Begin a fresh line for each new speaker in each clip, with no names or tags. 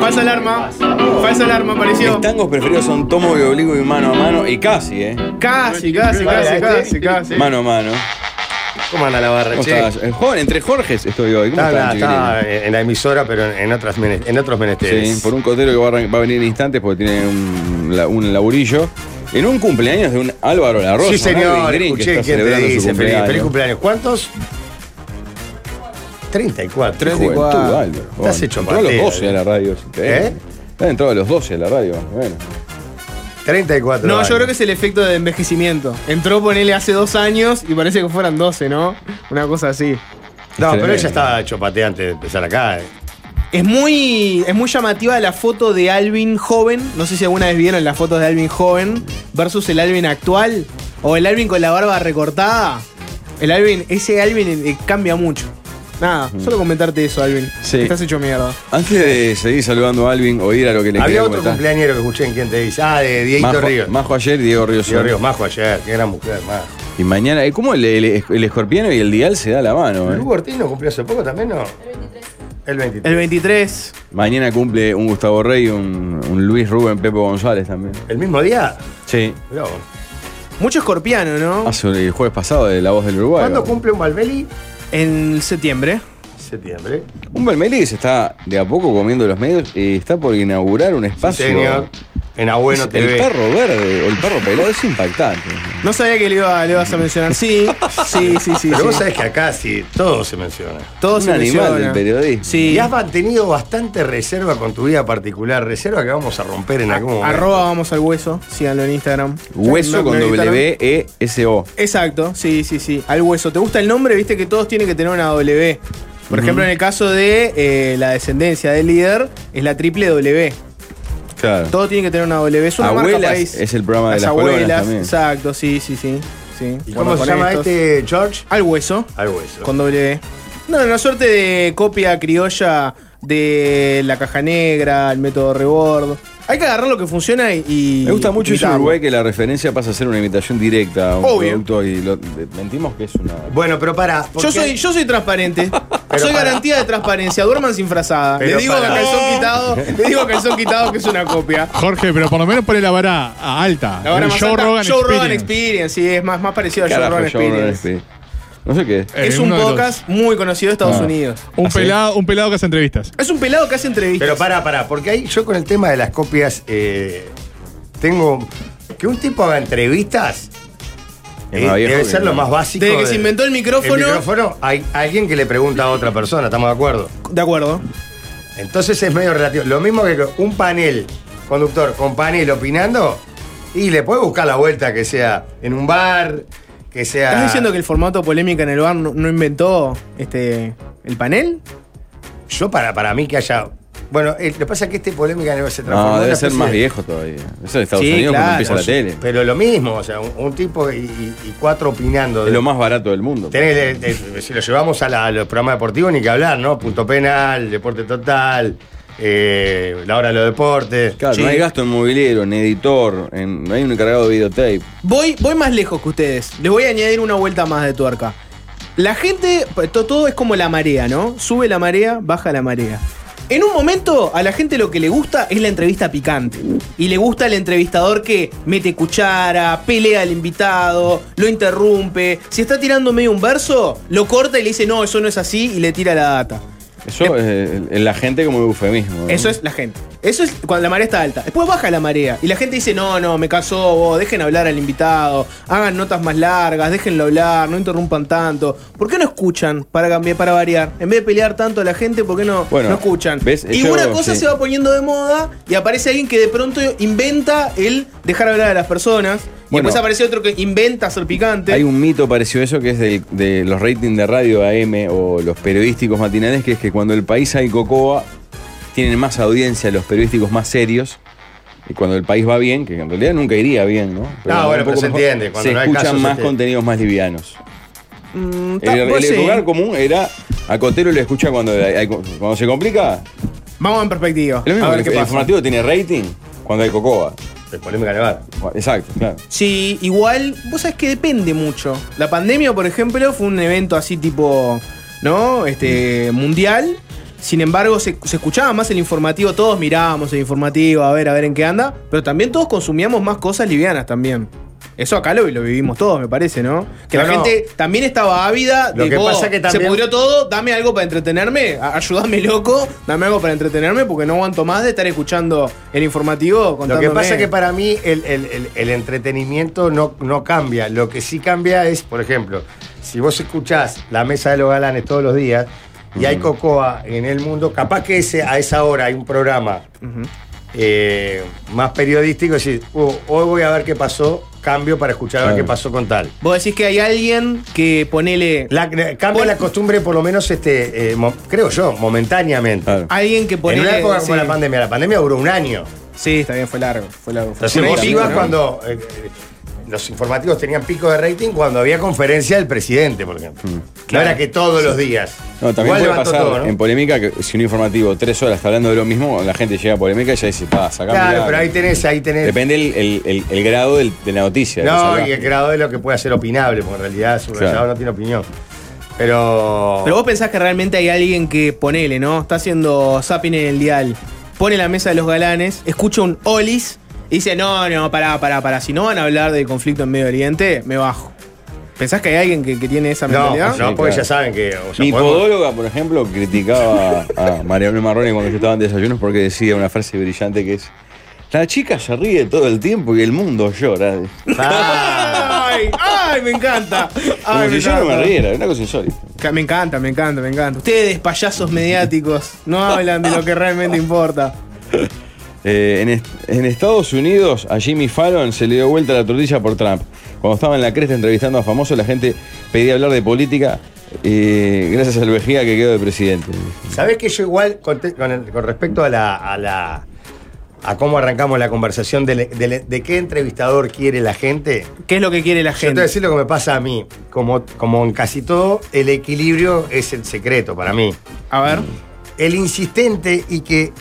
Falsa alarma. Falsa alarma apareció.
Mis tangos preferidos son Tomo y Obligo y Mano a Mano y casi, ¿eh?
Casi, casi, casi, casi, casi.
Mano a Mano.
¿Cómo anda la barra,
¿Cómo
che?
estás? Eh, Joven, entre Jorges estoy hoy. ¿Cómo
Está,
están,
está-
chiquilines?
está en la emisora, pero en, en otras mene- en otros menesteres.
Sí, por un cotero que va a, arran- va a venir en instantes porque tiene un, la- un laburillo. En un cumpleaños de un Álvaro La Rosa.
Sí,
¿no?
señor,
Green, que
escuché
está
quién te
celebrando su
dice. Feliz,
cumpleaños.
feliz cumpleaños. ¿Cuántos? 34.
Qué juventud, Álvaro. Bueno,
Estás hecho
Entró a los
patera.
12 a la radio. si te-
¿Eh?
Está entrado a los 12 a la radio. Bueno.
34.
No,
años.
yo creo que es el efecto de envejecimiento. Entró, ponele, hace dos años y parece que fueran 12, ¿no? Una cosa así.
No, pero
Tremendo.
ella estaba chopatea antes de empezar acá. eh.
Es muy, es muy llamativa la foto de Alvin joven. No sé si alguna vez vieron las fotos de Alvin joven versus el Alvin actual. O el Alvin con la barba recortada. El Alvin, ese Alvin eh, cambia mucho. Nada, solo comentarte eso, Alvin.
Sí.
Estás hecho mierda.
Antes de seguir saludando a Alvin o ir a lo que le
Había
quería
otro
comentar.
cumpleañero que escuché en quién te dice. Ah, de Dieguito
Majo,
Ríos.
Majo ayer, Diego Ríos.
Diego
hoy.
Ríos, Majo ayer. Qué gran mujer, Majo.
Y mañana, eh, ¿cómo el, el, el escorpiano y el dial se da la mano? eh?
Lugo Ortiz no cumplió hace poco también, ¿no? El 23.
El
El 23.
23.
Mañana cumple un Gustavo Rey, un, un Luis Rubén Pepo González también.
¿El mismo día?
Sí.
Mirá vos.
Mucho escorpiano, ¿no?
Hace el jueves pasado de La Voz del Uruguay.
¿Cuándo
¿verdad?
cumple un Malbeli?
En septiembre.
Septiembre.
Un Belmeli que se está de a poco comiendo los medios y está por inaugurar un espacio.
Señor. En Abueno
Es- el
TV.
perro verde o el perro pelado es impactante.
No sabía que le, iba, le ibas a mencionar. Sí, sí, sí, sí.
Pero
sí.
vos sabés que acá sí todo se menciona.
Todo
Un
se
animal
menciona.
del periodismo.
Sí.
Y has mantenido bastante reserva con tu vida particular, reserva que vamos a romper en algún momento.
Arroba vamos al hueso, síganlo en Instagram.
Hueso con
Síganlo en Instagram.
E W-E-S-O.
Exacto, sí, sí, sí. Al hueso. ¿Te gusta el nombre? Viste que todos tienen que tener una W. Por ejemplo, en el caso de eh, la descendencia del líder, es la triple W.
Claro.
Todos tienen que tener una W. Es una marca
Abuelas
país.
es el programa de las colonas
abuelas.
también.
Exacto, sí, sí, sí. sí.
¿Y
Bueno,
cómo se
con
llama
estos-
este, George?
Al hueso,
Al hueso.
con W. No, una suerte de copia criolla de la caja negra, el método rebord. Hay que agarrar lo que funciona y. y
Me gusta mucho eso en
imitarlo.
Uruguay que la referencia pasa a ser una imitación directa a un
Obvio.
producto y lo- mentimos que es una.
Bueno, pero para.
Yo soy, yo soy transparente.
Pero
soy
para.
garantía de transparencia. Duerman sin frazada. Le
Pero
digo
para.
a calzón quitado, le digo a calzón quitado que es una copia.
Jorge, pero por lo menos pone la vara a- alta.
La verdad
El
más
Joe
alta,
Rogan
Joe Rogan
Experience.
Experience, sí, es más, más parecido a Joe
Carajo,
Rogan
Joe Rogan
Experience.
Experience. No sé qué. es.
Es
Eh,
un
uno de los-
podcast muy conocido de Estados
Ah.
Unidos.
Un
¿Ah, sí?
pelado, un pelado que hace entrevistas.
Es un pelado que hace entrevistas.
Pero para, para, porque ahí yo con el tema de las copias eh, tengo. Que un tipo haga entrevistas
Es
eh,
más viejo
debe
que
ser lo
no.
más básico.
Desde que
de-
se inventó el micrófono-
El micrófono, hay alguien que le pregunta a otra persona, ¿estamos de acuerdo?
De acuerdo.
Entonces es medio relativo. Lo mismo que un panel, conductor, con panel opinando, y le puede buscar la vuelta que sea en un bar, que sea.
¿Estás diciendo que el formato polémica en el bar no, no inventó este el panel?
Yo, para, para mí, que haya. Bueno, eh, lo que pasa es que este polémica no se transformó.
No,
en
debe
una
ser
especie
más
de-
viejo todavía. Es en Estados
Sí,
Unidos
claro.
cuando empieza la tele.
Pero lo mismo, o sea, un, un tipo y, y- y cuatro opinando.
Es lo más barato del mundo.
Tenés el- el- el- si lo llevamos a, la- a los programas deportivos, ni que hablar, ¿no? Punto penal, deporte total, eh, la hora de los deportes.
Claro,
Sí.
no hay gasto en mobiliario, en editor, en- no hay un encargado de videotape.
Voy, voy más lejos que ustedes. Les voy a añadir una vuelta más de tuerca. La gente, to- todo es como la marea, ¿no? Sube la marea, baja la marea. En un momento, a la gente lo que le gusta es la entrevista picante. Y le gusta el entrevistador que mete cuchara, pelea al invitado, lo interrumpe. Si está tirando medio un verso, lo corta y le dice, no, eso no es así, y le tira la data.
Eso es
Eh,
el- el- la gente como eufemismo. ¿no?
Eso es la gente. Eso es cuando la marea está alta. Después baja la marea y la gente dice, no, no, me casó vos, dejen hablar al invitado, hagan notas más largas, déjenlo hablar, no interrumpan tanto. ¿Por qué no escuchan para cambiar, para variar? En vez de pelear tanto a la gente, ¿por qué no,
Bueno,
no escuchan?
¿ves?
Y
Yo-
una cosa
sí.
se va poniendo de moda y aparece alguien que de pronto inventa el dejar hablar a las personas. y
Bueno.
después aparece otro que inventa ser picante.
Hay un mito parecido a eso que es del- de los ratings de radio AM o los periodísticos matinales, que es que cuando el país hay cocoa, tienen más audiencia los periodísticos más serios. Y cuando el país va bien, que en realidad nunca iría bien, ¿no?
Ah,
un
bueno,
poco
pero se
mejor,
entiende, cuando
se
no hay
escuchan
casos, este, se
más
entiende.
contenidos más livianos.
Mm,
El,
ta-
el
pues sí.
lugar común era a Cotero le escucha cuando, hay- hay- cuando se complica.
Vamos en perspectiva.
Es lo mismo
a
que
ver qué
el
pasa.
informativo tiene rating cuando hay cocoa.
El polémica en el bar.
Exacto, claro.
Sí, igual, vos sabés que depende mucho. La pandemia, por ejemplo, fue un evento así tipo, ¿no? Este, mundial. Sin embargo, se, se escuchaba más el informativo, todos mirábamos el informativo, a ver, a ver en qué anda, pero también todos consumíamos más cosas livianas también. Eso acá lo, lo vivimos todos, me parece, ¿no? Que la
No, no.
gente también estaba ávida
Lo
de
que
"Oh,
pasa que
se
también-
pudrió todo, dame algo para entretenerme, a- ayúdame loco, dame algo para entretenerme porque no aguanto más de estar escuchando el informativo
Lo que
contándome".
pasa es que para mí el, el- el- el entretenimiento no, no cambia. Lo que sí cambia es, por ejemplo, si vos escuchás la mesa de los galanes todos los días y hay cocoa en el mundo, capaz que ese, a esa hora hay un programa eh, más periodístico, es decir, "Oh, hoy voy a ver qué pasó, cambio para escuchar a ver
Claro.
qué pasó con tal.
Vos decís que hay alguien que ponele...
La- cambia la costumbre por lo menos, este, eh, mo- creo yo, momentáneamente.
Claro.
Alguien que
En
ponele...
una época
sí.
como la pandemia, la pandemia duró un año.
Sí, está bien, fue largo, fue largo. Fue
Entonces
un
vos
año,
ibas
¿no?
cuando eh, eh, los informativos tenían pico de rating cuando había conferencia del presidente, por ejemplo. No era que todos los días.
Mm, No, también
Igual
puede
levantó
pasar
todo, ¿no?
en polémica que si un informativo tres horas está hablando de lo mismo, la gente llega a polémica y ya dice, pa, sacame.
Claro,
la-
pero ahí tenés, ahí tenés.
Depende el, el- el- el grado del- de la noticia.
no,
del
y el
salvaje.
grado de lo que puede ser opinable, porque en realidad subrayado
Claro.
no tiene opinión. Pero.
Pero vos pensás que realmente hay alguien que ponele, ¿no? Está haciendo zapping en el dial, pone la mesa de los galanes, escucha un olis y dice, no, no, pará, pará, pará. Si no van a hablar del conflicto en Medio Oriente, me bajo. ¿Pensás que hay alguien que, que tiene esa
no,
mentalidad?
no,
Sí,
porque
claro.
ya saben que. o sea,
Mi
podemos-
podóloga, por ejemplo, criticaba a María Belén Marrone cuando yo estaba en desayunos porque decía una frase brillante que es: La chica se ríe todo el tiempo y el mundo llora.
Ah,
¡Ay! ¡Ay! Me encanta.
Como
Ay,
si
me
yo no me
encanta.
riera, una cosa insólita.
Ca- Me encanta, me encanta, me encanta. Ustedes, payasos mediáticos, no hablan de lo que realmente importa.
Eh, en, est- en Estados Unidos, a Jimmy Fallon se le dio vuelta la tortilla por Trump. Cuando estaba en la cresta entrevistando a famosos, la gente pedía hablar de política eh, gracias al vejía que quedó de presidente.
Sabés que yo igual, conte- con, el- con respecto a la, a la- a cómo arrancamos la conversación de, le- de le- de qué entrevistador quiere la gente,
¿Qué es lo que quiere la
Yo te voy
gente?
a decir lo que me pasa a mí. Como, como en casi todo, el equilibrio es el secreto para mí.
A ver.
El insistente y que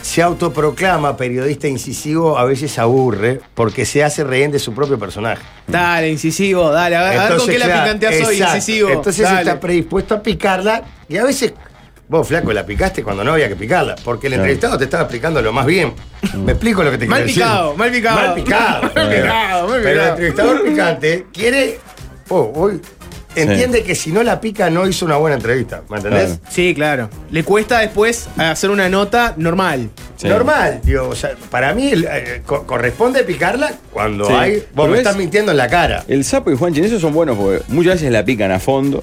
se autoproclama periodista incisivo a veces aburre porque se hace rehén de su propio personaje.
Dale, incisivo, dale, a ver, a ver con qué la
claro,
picanteas hoy,
exacto.
incisivo.
Entonces
dale.
está predispuesto a picarla y a veces. Vos, flaco, la picaste cuando no había que picarla, porque el
Claro.
entrevistado te estaba explicando lo más bien. Me explico lo que te
Mal
quiero decir.
picado, mal picado.
Mal picado.
Mal picado, mal
Pero el
picado.
entrevistador picante quiere. Oh, hoy entiende que si no la pica no hizo una buena entrevista. ¿Me entendés?
Claro.
Sí, claro. Le cuesta después hacer una nota normal.
Sí.
Normal, digo, o sea, para mí el, eh, co- corresponde picarla cuando
Sí. Eh,
hay. Vos
Pero
me
es-
estás mintiendo en la cara.
El sapo y Juanchi, esos son buenos porque muchas veces la pican a fondo,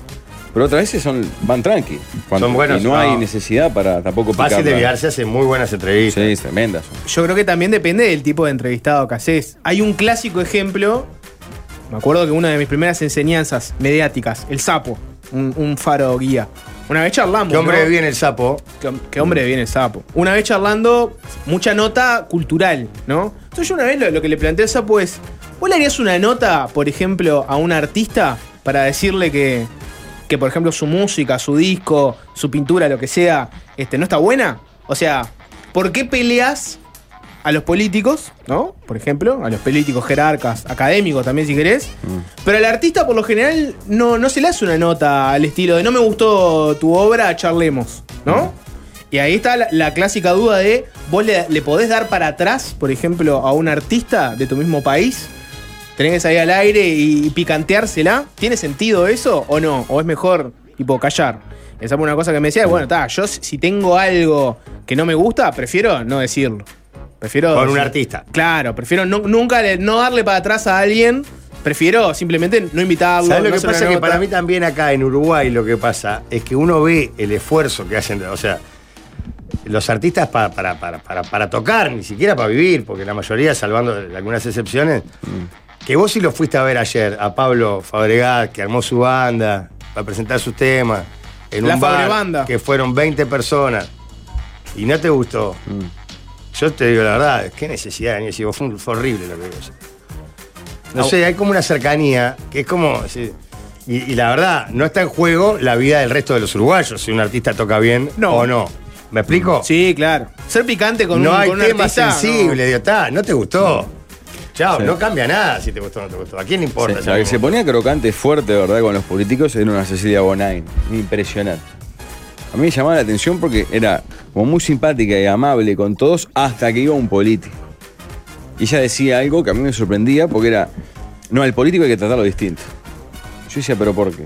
pero otras veces son, van tranqui. Cuando-
Son buenos,
Y no,
no.
hay necesidad para tampoco picarla.
Fácil de viarse, hace muy buenas entrevistas.
Sí, tremendas. son.
Yo creo que también depende del tipo de entrevistado que haces. Hay un clásico ejemplo. Me acuerdo que una de mis primeras enseñanzas mediáticas, el sapo, un, un faro guía. Una vez charlamos.
Qué hombre
¿no?
viene el sapo.
Qué, qué hombre viene el sapo. Una vez charlando, mucha nota cultural, ¿no? Entonces yo una vez lo, lo que le planteé al sapo es, ¿vos le harías una nota, por ejemplo, a un artista para decirle que, que por ejemplo, su música, su disco, su pintura, lo que sea, este, no está buena? O sea, ¿por qué peleas a los políticos, ¿no? Por ejemplo, a los políticos, jerarcas, académicos también si querés. Pero al artista por lo general no, no se le hace una nota al estilo de no me gustó tu obra, charlemos, ¿no? Y ahí está la, la clásica duda de, ¿vos le, le podés dar para atrás, por ejemplo, a un artista de tu mismo país? ¿Tenés que salir al aire y, y picanteársela? ¿Tiene sentido eso o no? ¿O es mejor, tipo, callar? Esa fue una cosa que me decía, bueno, está, yo si si tengo algo que no me gusta, prefiero no decirlo. Prefiero...
Con un
decir-
artista.
Claro, prefiero nu- nunca le- no darle para atrás a alguien. Prefiero simplemente no invitarlo.
¿Sabes lo
no
que
hacer
pasa?
una
Que
nota.
para mí también acá en Uruguay lo que pasa es que uno ve el esfuerzo que hacen, o sea, los artistas pa- para, para, para, para tocar, ni siquiera para vivir, porque la mayoría, salvando algunas excepciones, que vos sí lo fuiste a ver ayer, a Pablo Fabregat, que armó su banda, para presentar sus temas, en
La
un bar,
Fabrebanda.
que fueron 20 personas, y no te gustó. Yo te digo la verdad, qué necesidad, ni decir, fue, un- fue horrible lo que digo. No sé, hay como una cercanía que es como. sí. Y, y la verdad, no está en juego la vida del resto de los uruguayos si un artista toca bien
No.
o no. ¿Me explico?
Sí, claro. Ser picante con
no
un,
hay
con un
tema
artista,
sensible, digo, "Ta, no te gustó. Chao,
Sí.
no cambia nada si te gustó o no te gustó. ¿A quién le importa?
Sí,
ya
la que
mismo?
se ponía crocante fuerte, ¿verdad? Con los políticos era una Cecilia Bonain. Impresionante. a mí me llamaba la atención porque era como muy simpática y amable con todos hasta que iba un político. Y ella decía algo que a mí me sorprendía porque era, no, al político hay que tratarlo distinto. Yo decía, pero ¿por qué?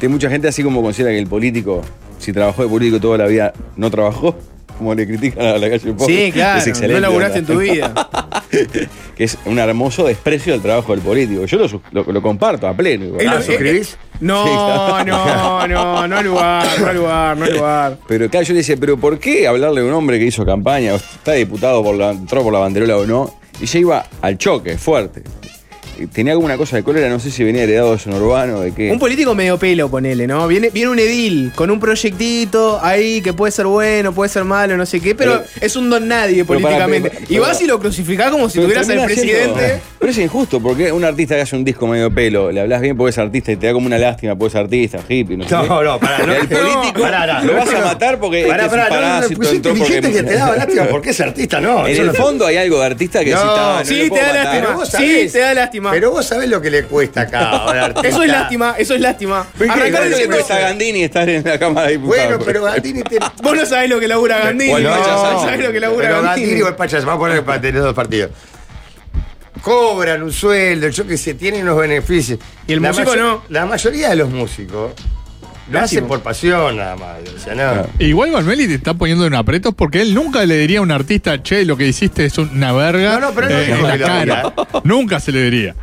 Que mucha gente así como considera que el político, si trabajó de político toda la vida, no trabajó, como le critican a la calle Pobre.
Sí, claro.
Es excelente,
no laburaste en
¿verdad?
tu vida.
Que es un hermoso desprecio del trabajo del político. Yo lo, su- lo- lo comparto a pleno. igual.
Él
Ah,
lo-
¿suscribís?
No, no, no, no hay lugar, no hay lugar, no hay lugar.
Pero claro, yo le decía, ¿pero por qué hablarle a un hombre que hizo campaña, o está diputado, por la, entró por la banderola o no? Y ya iba al choque, fuerte. Y Tenía como una cosa de cólera, no sé si venía heredado de Sonorbano, de qué.
Un político medio pelo, ponele, ¿no? Viene, viene un edil con un proyectito ahí que puede ser bueno, puede ser malo, no sé qué, pero
Pero-
es un don nadie
Eh, pero para,
políticamente.
pero-
y
pero-
vas y lo crucificás como si
Pero
tuvieras al
termina siendo-
presidente.
Pero es injusto, porque un artista que hace un disco medio pelo, le hablas bien porque es artista y te da como una lástima porque es artista, hippie, no sé. qué.
No, no, pará, no.
El político lo vas a matar porque este
Pará,
es un
pará, no, no, no,
parásito,
pues
entró
inteligente
porque-
que te daba lástima porque es artista, no.
En
yo
el
no-
fondo hay algo de artista que
No,
decís, "Ah, no
sí,
le
te
puedo
da
matar".
lástima.
Pero vos
Sí,
sabés-
te da lástima.
Pero vos sabés lo que le cuesta acá ahora, artista.
Eso es lástima, eso es lástima.
¿Por qué?
Arrancar
¿Por qué
diciendo,
no está Gandini y estás en la Cámara de Diputados?
Bueno, pero Gandini te.
vos no sabés lo que labura Gandini,
o el
no
Pachasán.
sabés lo que labura
pero
Gandini.
Gandini o el Pachas, vamos a poner para tener dos partidos. Cobran un sueldo, yo qué sé, tienen unos beneficios.
Y el músico
mayo-
no.
La mayoría de los músicos lo hacen por pasión nada más. O sea, no.
Claro.
Igual Valmeli te está poniendo en aprietos porque él nunca le diría a un artista, che, lo que hiciste es una verga. eh,
No, no, pero él no dijo
en la
que lo
cara.
¿eh?
Nunca se le diría.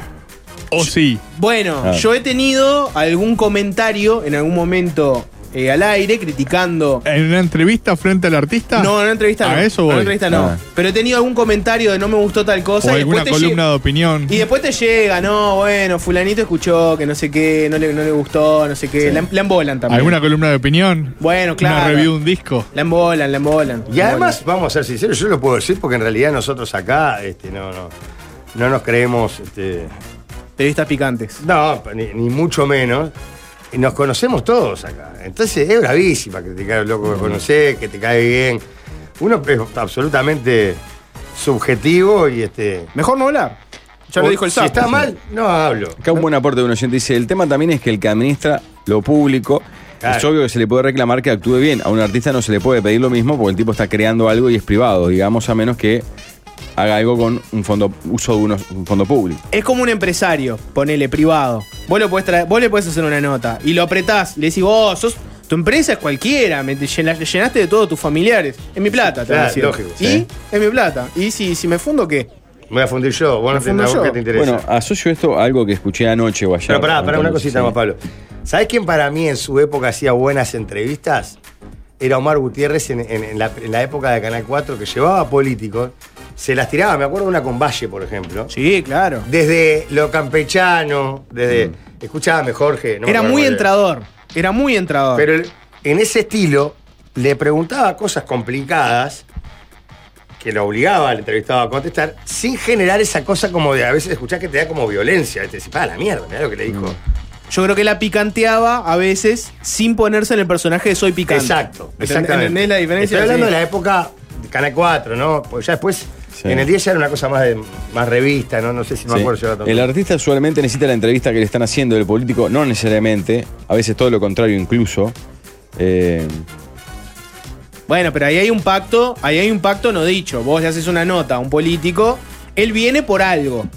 O sí.
Bueno,
Ah.
yo he tenido algún comentario en algún momento eh, al aire criticando
En una entrevista frente al artista.
No, en una entrevista
A
no.
eso
En una
voy.
entrevista no.
Ah.
Pero he tenido algún comentario de no me gustó tal
O
cosa. y después
alguna
te
columna
lle-
de opinión.
Y después te llega, no, bueno, fulanito escuchó que no sé qué, no le, no le gustó, no sé qué. La, la embolan también.
¿Alguna columna de opinión?
Bueno, claro.
Una review de un disco.
La embolan, la embolan.
Y además, vamos a ser sinceros, yo lo puedo decir porque en realidad nosotros acá este, no, no, no nos creemos, este,
Periodistas picantes.
no, ni, ni mucho menos. Y nos conocemos todos acá. Entonces es bravísima criticar al loco que conoces, que te cae bien. Uno es absolutamente subjetivo y este.
Mejor no hablar. Ya lo
o-
dijo el
Si
sapo.
está mal, no hablo.
Acá un buen aporte de un oyente dice, el tema también es que el que administra lo público,
Claro.
es obvio que se le puede reclamar que actúe bien. A un artista no se le puede pedir lo mismo porque el tipo está creando algo y es privado, digamos, a menos que haga algo con un fondo, uso de unos- un fondo público.
Es como un empresario, ponele privado. Vos, lo podés traer- vos le podés hacer una nota y lo apretás. Le decís, vos, sos, tu empresa es cualquiera, me te llena- llenaste de todos tus familiares. Es mi plata, te voy a
Claro,
decir.
lógico,
Y
sí.
es mi plata. Y si, si me fundo, ¿qué?
Me voy a fundir yo, vos no
Me fundo
tenés
yo.
que te interesa.
Bueno, asocio esto a algo que escuché anoche o ayer.
Pero pará, pará, una
Sí.
cosita más, Pablo. ¿Sabés quién para mí en su época hacía buenas entrevistas? Era Omar Gutiérrez en, en- en la, en la época de Canal 4, que llevaba a políticos, se las tiraba, me acuerdo una con Valle, por ejemplo.
Sí, claro.
Desde lo campechano, desde.
Mm.
Escuchame, Jorge. no me
era
acuerdo
muy
cuál
entrador. Era muy entrador.
Pero el- en ese estilo, le preguntaba cosas complicadas que lo obligaba al entrevistado a contestar, sin generar esa cosa como de a veces escuchás que te da como violencia. Te decís, "Pa, la mierda, mirá lo que le dijo.
Yo creo que la picanteaba a veces sin ponerse en el personaje de soy picante.
Exacto,
¿Entendés-
exactamente.
¿Entendés la diferencia?
Estoy hablando
Sí.
de la época de Canal 4, ¿no? Pues ya después,
Sí.
en el 10 ya era una cosa más, de, más revista, ¿no? No sé si me
Sí.
acuerdo yo ahora tanto.
El artista usualmente necesita la entrevista que le están haciendo del político, no necesariamente, a veces todo lo contrario incluso. Eh,
Bueno, pero ahí hay un pacto, ahí hay un pacto no dicho. Vos le haces una nota a un político, él viene por algo.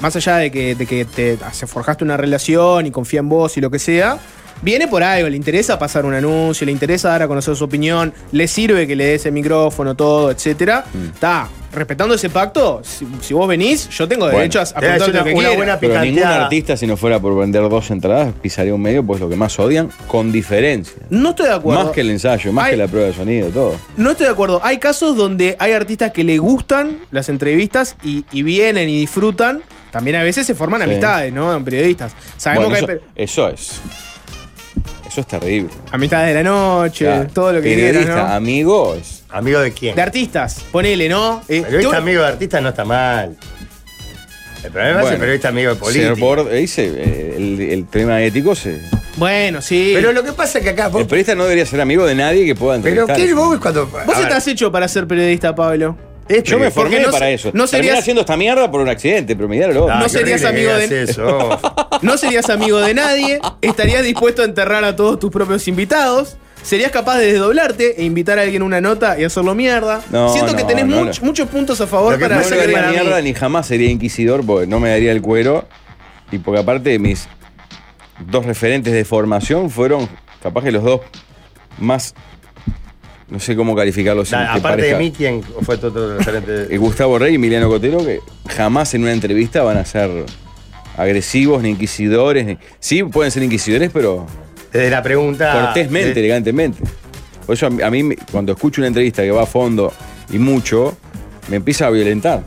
Más allá de que, de que te se forjaste una relación y confía en vos y lo que sea, viene por algo. Le interesa pasar un anuncio, le interesa dar a conocer su opinión, le sirve que le des el micrófono, todo, etcétera.
Mm.
Está, respetando ese pacto, si, si vos venís, yo tengo
Bueno.
derecho a, a
Te voy a decir
preguntarte lo
una-
que
una
quiera.
buena-
pero ningún
Picanteada.
artista, si no fuera por vender dos entradas, pisaría un medio, pues lo que más odian, con diferencia.
No estoy de acuerdo.
Más que el ensayo, más
Ay.
que la prueba de sonido, todo.
No estoy de acuerdo. Hay casos donde hay artistas que le gustan las entrevistas y, y vienen y disfrutan. También a veces se forman
Sí.
amistades, ¿no? En periodistas. Sabemos
Bueno,
que hay
eso, eso es. Eso es terrible.
pe- amistades de la noche,
Ya,
todo lo que
periodista,
quieras,
ah.
¿no?
amigo, es-
¿Amigo de quién?
De artistas, ponele, ¿no? Eh,
Periodista
tengo-
amigo de artista no está mal. El problema es el
Bueno,
periodista amigo de
ser
político.
borde- dice, eh, el, el tema ético se.
Bueno, sí.
Pero lo que pasa es que acá... vos-
El periodista no debería ser amigo de nadie que pueda
pero
entrevistar.
¿qué vos cuando... a
Vos
ver,
estás hecho para ser periodista, Pablo.
este-
Yo me
Porque
formé
no
para
se-
eso.
no
No
serías-
haciendo esta mierda por un accidente, pero mirá lo otro.
Ah,
no
qué
serías
horrible que
amigo de-
digas eso.
No serías amigo de nadie, estarías dispuesto a enterrar a todos tus propios invitados. serías capaz de desdoblarte e invitar a alguien a una nota y hacerlo mierda.
No,
Siento que
no,
tenés
no,
much-
no.
muchos puntos a favor
Lo que
para
no
pasa
lo
hacer
es que
que
haría
para mí-
mierda ni jamás sería inquisidor porque no me daría el cuero. Y porque aparte mis dos referentes de formación fueron capaz que los dos más. No sé cómo calificarlos. sin
Da-
que
aparte de
parezca-
mí, ¿quién fue tu otro
eh,
referente?
Gustavo Rey y Emiliano Cotelo que jamás en una entrevista van a ser agresivos ni inquisidores. ni- Sí, pueden ser inquisidores, pero
Desde la pregunta.
cortésmente,
de-
elegantemente. Por eso a mí, a mí me- cuando escucho una entrevista que va a fondo y mucho, me empieza a violentar.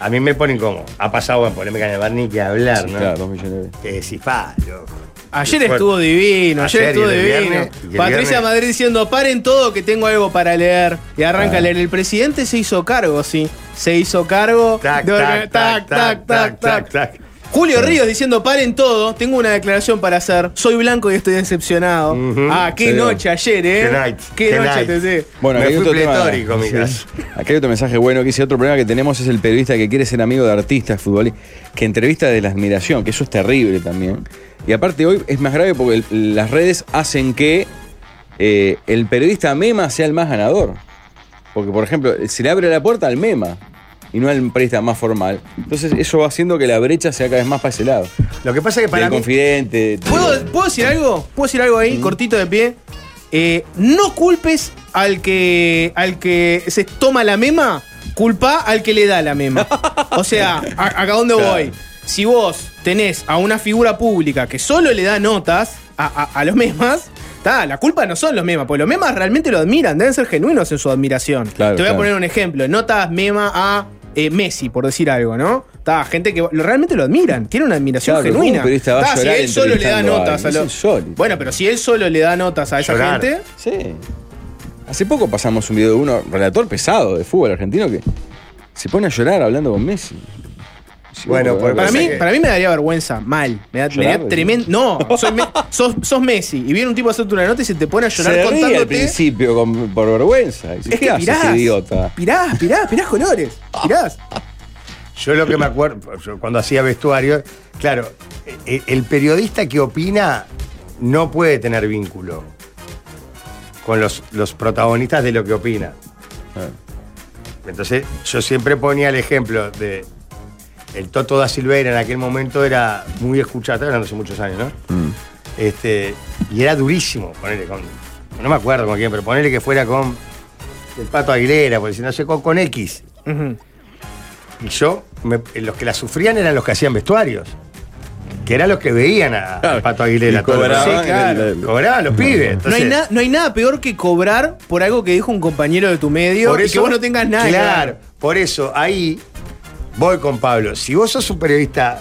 a mí me pone incómodo. Ha pasado en polémica en el bar ni que hablar,
Sí,
¿no?
claro, dos millones de veces.
Que decís, pa, loco.
Ayer
Bueno,
estuvo divino, ayer,
ayer y
estuvo
el
divino.
viernes, y el
Patricia
viernes.
Madrid diciendo, paren todo que tengo algo para leer. Y arranca
Ah.
a leer. El presidente se hizo cargo, sí. Se hizo cargo.
Tac,
de-
tac, tac, tac, tac, tac, tac.
Julio Ríos diciendo, paren todo, tengo una declaración para hacer. Soy blanco y estoy decepcionado.
Ujú.
Ah,
Sí.
qué noche ayer, ¿eh?
Qué night,
Qué,
qué
noche,
night.
te sé.
Bueno,
Me
aquí hay
fui
otro tema-
pletórico, amigas.
Acá hay otro mensaje bueno que dice, otro problema que tenemos es el periodista que quiere ser amigo de artistas, futbolistas, que entrevista de la admiración, que eso es terrible también. Y aparte hoy es más grave porque el- las redes hacen que eh, el periodista mema sea el más ganador. Porque, por ejemplo, se le abre la puerta al mema y no al periodista más formal. Entonces eso va haciendo que la brecha sea cada vez más para ese lado.
Lo que pasa es que para
Del
mí.
confidente.
¿Puedo, ¿Puedo decir algo? ¿Puedo decir algo ahí, cortito de pie? Eh, no culpes al que, al que se toma la mema, culpa al que le da la mema. O sea, a- ¿acá dónde
Claro.
voy? Si vos tenés a una figura pública que solo le da notas a, a- a los memas, ta, la culpa no son los memas, porque los memas realmente lo admiran, deben ser genuinos en su admiración.
Claro,
Te voy
claro.
a poner un ejemplo, notas mema a eh, Messi, por decir algo, ¿no? Ta, gente que lo- realmente lo admiran, tiene una admiración
Claro, pero
genuina.
¿cómo un periodista va a
Ta, si
llorar
él solo le da
entrevistando a
notas a,
alguien?
los.
Es insólito.
Bueno, pero si él solo le da notas a esa
Llorar.
gente.
Sí. Hace poco pasamos un video de uno, relator pesado de fútbol argentino, que se pone a llorar hablando con Messi. Sí,
Bueno,
porque-
pues Para
Pero
mí,
sé que-
para mí me daría vergüenza, mal. Me, da, me
¿Llorar?
daría tremendo. No, soy me- sos, sos Messi y viene un tipo a hacerte una nota y se te pone a
se
llorar
ríe al
contándote.
principio con- por vergüenza. Dice,
Es
¿Qué
que
haces,
pirás.
idiota?
Pirás, pirás, pirás colores. Pirás.
Yo lo que me acuerdo, yo cuando hacía vestuario, claro, e- e- el periodista que opina no puede tener vínculo con los, los protagonistas de lo que opina.
Ah.
Entonces, yo siempre ponía el ejemplo de. El Toto da Silveira en aquel momento era muy escuchado, estaba hablando hace muchos años, ¿no? Este, y era durísimo, ponerle con. No me acuerdo con quién, pero ponerle que fuera con el Pato Aguilera, por decir, no sé, con, con X.
Ujú.
Y yo, me- los que la sufrían eran los que hacían vestuarios. Que eran los que veían a, al Pato Aguilera.
Y
todo el-
cobraban
Sí, claro,
el- el-
cobraban los pibes.
No hay,
entonces-
na- no hay nada peor que cobrar por algo que dijo un compañero de tu medio
Por
y
eso-
que vos no tengas nada. que
Claro,
dar.
por eso ahí voy con Pablo. Si vos sos un periodista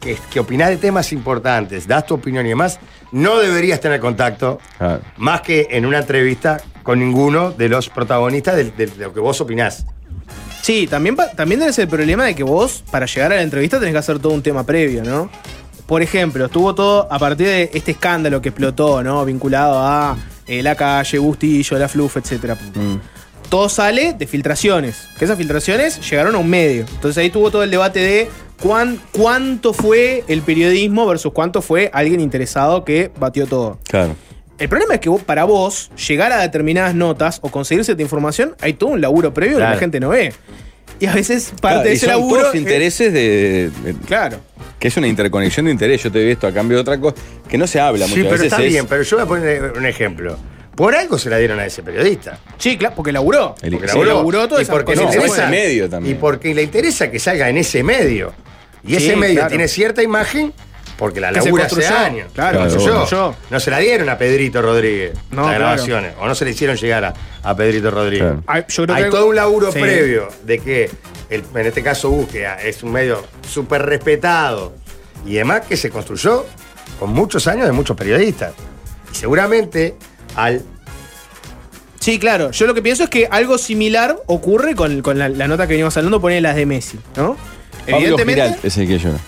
que, que opinás de temas importantes, das tu opinión y demás, no deberías tener contacto
Claro.
más que en una entrevista con ninguno de los protagonistas del- del- de, lo que vos opinás.
Sí, también, pa- también tenés el problema de que vos, para llegar a la entrevista, tenés que hacer todo un tema previo, ¿no? Por ejemplo, estuvo todo a partir de este escándalo que explotó, ¿no? Vinculado a eh, la calle, Bustillo, la Fluff, etc. Todo sale de filtraciones, que esas filtraciones llegaron a un medio. Entonces ahí tuvo todo el debate de cuán- cuánto fue el periodismo versus cuánto fue alguien interesado que batió todo.
Claro.
El problema es que vos- para vos llegar a determinadas notas o conseguir cierta información, hay todo un laburo previo que
Claro.
la gente no ve. Y a veces parte
Claro,
de
y
ese
son
laburo.
todos
es-
intereses de, de- de-
claro.
que es una interconexión de interés. Yo te doy esto a cambio de otra cosa que no se habla
Sí,
muchas
pero
veces.
está
es
bien, pero yo voy a poner un ejemplo. Por algo se la dieron a ese periodista.
Sí, claro, porque laburó.
El-
porque
sí,
laburó,
laburó
todas
y
esas
porque
cosas.
no,
Se
se
ese
fue.
interesa.
medio también.
Y porque le interesa que salga en ese medio. Y ese
Sí,
medio
claro.
tiene cierta imagen porque la
Que se
labura hace
construyó,
años.
claro,
que se
Construyó.
construyó.
No se la dieron a Pedrito Rodríguez
No,
las
claro.
grabaciones. O no se le hicieron llegar a, a Pedrito Rodríguez.
Claro.
Ay, yo creo
Hay
que-
todo un laburo
Sí.
previo de que, el- en este caso Búsqueda, es un medio súper respetado y demás que se construyó con muchos años de muchos periodistas. Y seguramente al
Sí, claro. Yo lo que pienso es que algo similar ocurre con, con la, la nota que veníamos hablando, poner las de Messi, ¿no?
Pablo Giral es el que llora.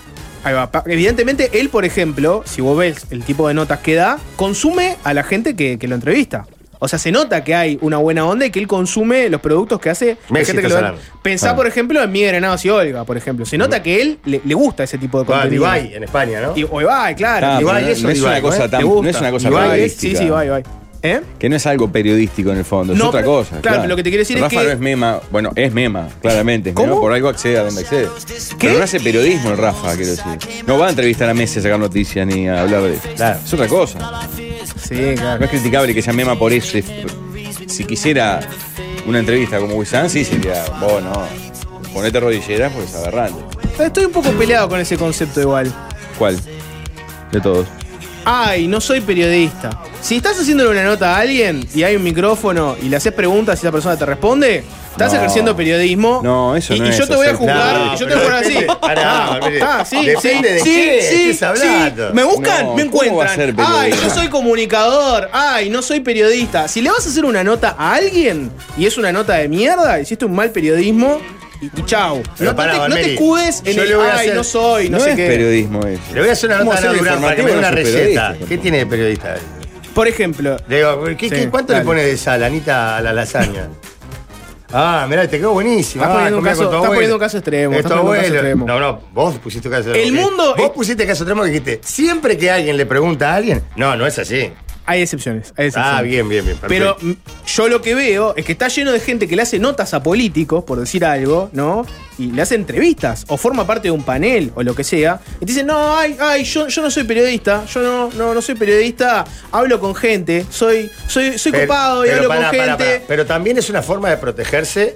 Ahí va. Pa- Evidentemente, él, por ejemplo, si vos ves el tipo de notas que da, consume a la gente que, que lo entrevista. O sea, se nota que hay una buena onda y que él consume los productos que hace la
Messi
gente que
está
lo ve.
salado.
Pensá,
Claro.
por ejemplo, en Miguel Granados y Olga, por ejemplo. Se nota que él le, le gusta ese tipo de
Con
contenido.
Ibai en España, ¿no?
Y- O Ibai, claro.
Ah,
Ibai,
pero no-
eso
no es
Ibai,
una cosa
¿eh?
tan-
Te
no
gusta.
es una cosa
Ibai,
periodística.
Sí, sí, Ibai, Ibai. ¿Eh?
Que no es algo periodístico en el fondo, es
No,
otra
pero-
cosa.
claro, lo que te quiero decir es
Rafa
que-
no es mema, bueno, es mema, claramente. es
¿Cómo?
mema, por algo accede a donde accede. Pero no hace periodismo el Rafa, quiero decir. No va a entrevistar a Messi a sacar noticias ni a hablar de.
Claro.
Es otra cosa.
Sí,
No
claro.
es criticable que sea mema por eso. es- Si quisiera una entrevista como Wisan, sí sería, vos no, ponete rodilleras porque es aberrante.
Estoy un poco peleado con ese concepto igual.
¿Cuál? De todos.
Ay, no soy periodista. Si estás haciéndole una nota a alguien y hay un micrófono y le haces preguntas y esa persona te responde, estás
No.
ejerciendo periodismo.
No, eso
y,
no
y
es
yo te voy a
hacer-
juzgar,
No,
y yo te voy a jugar así.
pero depende-
Ah,
pará, mire.
ah, sí,
Depende
sí,
de
sí,
qué
sí,
estés
sí.
hablando.
Me buscan,
No,
me
¿cómo
encuentran.
va a ser periodista?
Ay, yo soy comunicador. Ay, no soy periodista. Si le vas a hacer una nota a alguien y es una nota de mierda, hiciste un mal periodismo y, y chau.
Pero
no,
pará,
te, no te
Valmeri,
escudes en
yo
el
le voy a
ay,
hacer-
no soy, no,
No,
sé
es
qué.
periodismo eso.
Le voy a hacer una
¿Cómo
nota a
hacer
Ana Durán para que me dé
informativo
una
no sos periodista,
receta. ¿Qué
tampoco?
tiene de periodista?
Por ejemplo,
Le digo, ¿qué-
Sí,
qué- ¿cuánto
dale.
le pone de sal, Anita, a la lasaña? Ah, mirá, te quedó buenísimo.
Estás
Ah,
poniendo un
comía con
caso-
tu
estás
abuelo.
poniendo un caso extremo,
Es
estás
tu
poniendo un caso
abuelo.
extremo.
No, no, vos pusiste caso extremo.
El
porque
mundo
Vos
es-
pusiste caso extremo que dijiste, siempre que alguien le pregunta a alguien, no, no es así.
hay excepciones. Hay excepciones.
Ah, bien, bien, bien.
Pero
perfecto.
mm, yo lo que veo es que está lleno de gente que le hace notas a políticos, por decir algo, ¿no? Y le hace entrevistas, o forma parte de un panel, o lo que sea. Y te dicen, no, ay, ay, yo, yo no soy periodista, yo no, no, no soy periodista, hablo con gente, soy, soy, soy
Pero-
copado y
pero
hablo
pará,
con
pará,
gente.
pará. Pero también es una forma de protegerse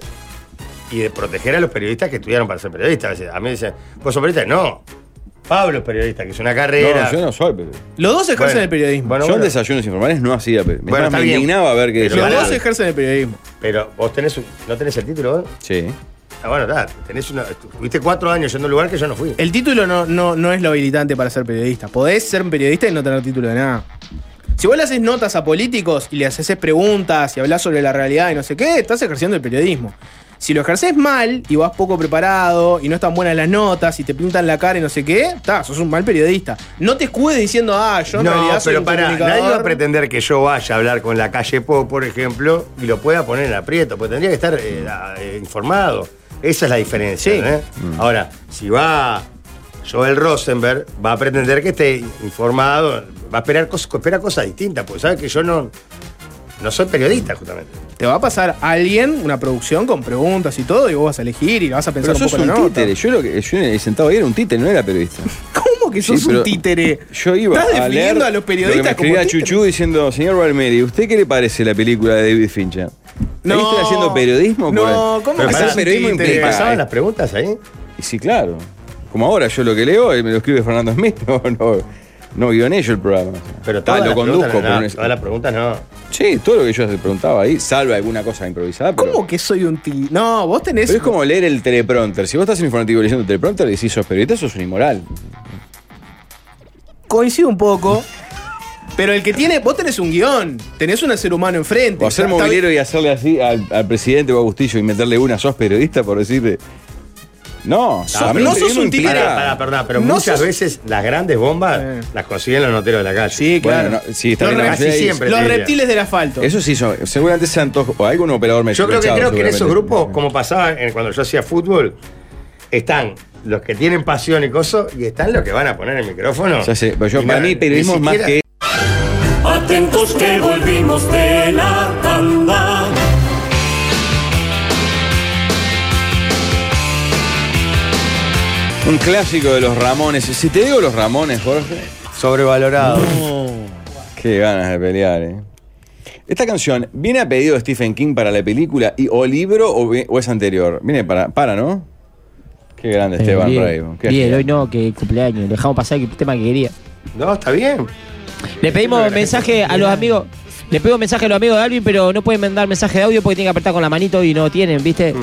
y de proteger a los periodistas que estudiaron para ser periodistas. A veces- A mí me dicen, ¿vos sos periodista? No. Pablo es periodista, que es una carrera.
No, yo no soy periodista.
Los dos ejercen
Bueno,
el periodismo.
bueno,
yo en desayunos informales no hacía periodismo.
Bueno,
Bueno,
está
me
bien.
indignaba ver que
Pero
los
pará.
dos ejercen el periodismo.
Pero vos tenés un- no tenés el título, vos?
Sí.
Ah, bueno, está. Tenés una, tuviste cuatro años yendo a un lugar que yo no fui.
El título no, no, no es lo habilitante para ser periodista. Podés ser un periodista y no tener título de nada. Si vos le haces notas a políticos y le haces preguntas y hablas sobre la realidad y no sé qué, estás ejerciendo el periodismo. Si lo ejerces mal y vas poco preparado y no están buenas las notas y te pintan la cara y no sé qué, está, sos un mal periodista. No te escudes diciendo, ah, yo en
no,
realidad soy
pero
un
pará,
comunicador".
nadie va a pretender que yo vaya a hablar con la calle Po, por ejemplo, y lo pueda poner en aprieto, porque tendría que estar eh, a- eh, informado. Esa es la diferencia.
Mm. Sí. Mm.
¿eh? Ahora, si va Joel Rosenberg, va a pretender que esté informado, va a esperar cosas, espera cosas distintas, porque sabe que yo no, no soy periodista, justamente.
Te va a pasar alguien una producción con preguntas y todo y vos vas a elegir y vas a pensar
Pero
un
sos
poco
un
la nota.
títere. Yo, lo que, yo sentado ahí era un títere, no era periodista.
¿Cómo que sos
Sí, pero
un títere?
Yo iba
¿Estás
a leer
definiendo a los
lo que me
periodistas
escribía
como títeres?
Chuchu diciendo, señor Valmeri, ¿usted qué le parece la película de David Fincher?
No.
¿Ahí estoy haciendo periodismo?
No,
por ahí?
¿cómo
Pero
que
hacer
sos un
periodismo
títere?
¿Te
implica-
pasaban las preguntas ahí?
Y sí, claro. Como ahora yo lo que leo, eh, me lo escribe Fernando Smith, no, no, no guioné yo el programa.
Pero
Ah,
todas
lo
las
conduzco.
preguntas, no,
pero no es-
todas las preguntas no.
Sí, todo lo que yo preguntaba ahí, salvo alguna cosa improvisada. Pero...
¿Cómo que soy un títere? No, vos tenés...
Pero es como leer el teleprompter. Si vos estás en informativo leyendo el teleprompter y decís sos periodista, sos un inmoral.
Coincido un poco. Pero el que tiene, vos tenés un guión, tenés un ser humano enfrente.
O hacer
Está-
movilero y hacerle así al, al presidente o a Agustillo y meterle una, sos periodista por decirle. No,
Sos-
a mí
no
el
sos
periodismo
un títere.
implica-
Pará, pará, perdón, pero
No
muchas
sos-
veces las grandes bombas
Sí.
las consiguen los noteros de la calle.
Sí, claro.
Bueno, no, Eh. sí, está
Los
bien,
re-
la mayoría
casi
dice-
siempre.
Los
te diría.
reptiles del asfalto.
Eso sí, son- seguramente Santos o algún operador me
Yo creo que
echado,
creo que en esos
seguramente.
grupos, como pasaba en- cuando yo hacía fútbol, están los que tienen pasión y cosas y están los que van a poner el micrófono.
Ya sé, pero yo,
Y
para
no-
mí, periodismo
ni
es más
siquiera-
que
Atentos que volvimos de la tanda.
un clásico de los Ramones. Si te digo los Ramones, Jorge,
Sobrevalorado.
qué ganas de pelear, eh. Esta canción, ¿viene a pedido de Stephen King para la película y, o libro o, vi- o es anterior? Viene para, para, ¿no? Qué grande Esteban
bien,
Raibo. qué
bien,
gigante.
hoy no, que cumpleaños. Dejamos pasar el tema que quería.
No, está bien.
Le pedimos mensaje a los amigos. Le pedimos mensaje a los amigos de Alvin, pero no pueden mandar mensaje de audio porque tienen que apretar con la manito y no tienen, ¿viste?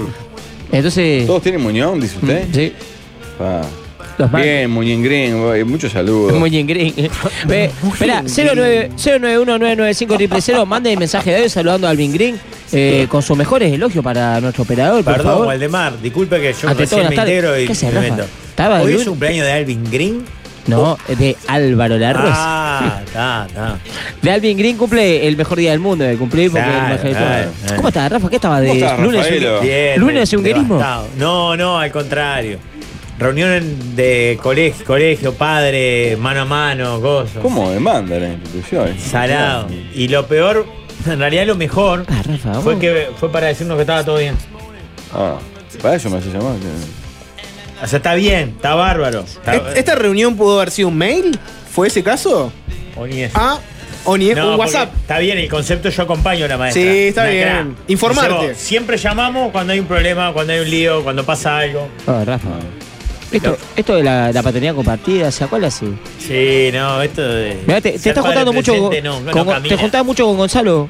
Entonces.
¿Todos tienen muñón, dice usted?
mm, Sí.
Pa.
Los mando.
Bien, Muñín Green, boy, muchos saludos.
Muy bien, Green. Ve, Espera, 091 manden mensaje de audio saludando a Alvin Green eh, con sus mejores elogios para nuestro operador, por
Perdón,
favor.
Waldemar, disculpe que yo
Ante
recién
todo,
me
buenas tardes.
integro y
¿Qué haces,
me
Rafa?
meto.
¿Estaba
Hoy
de
es
lunes?
un cumpleaños de Alvin Green
No, de Álvaro Larros.
Ah, está, está.
De Alvin Green cumple el mejor día del mundo de cumplir porque
Claro,
el mejor-
claro, claro.
¿Cómo estás, Rafa? ¿Qué estaba de
¿Cómo estás, Rafaelo?
lunes?
Bien,
¿Lunes y hunguerismo?
devastado. No, no, al contrario. Reunión en- de colegio, colegio, padre, mano a mano, gozo.
¿Cómo demanda la institución?
Salado. Y lo peor, en realidad lo mejor,
Ah, Rafa, vamos.
fue que fue para decirnos que estaba todo bien.
Ah, para eso me hace llamar.
O sea, está bien, está bárbaro. Está-
¿Est- ¿E-, ¿Esta reunión pudo haber sido un mail? ¿Fue ese caso?
o ni eso.
Ah, o ni
No,
un
porque
WhatsApp.
Está bien, el concepto yo acompaño a la maestra.
Sí, está
Una
bien.
crack.
Informarte.
Dice, "Vos, Siempre llamamos cuando hay un problema, cuando hay un lío, cuando pasa algo.
Ah, Rafa. Esto, esto de la, la paternidad compartida, ¿se acuerda así?
Sí, no, esto de.
Mirá, te, te
ser
estás
padre
juntando mucho
presente,
con,
no, no
con-
camina.
te juntás mucho con Gonzalo.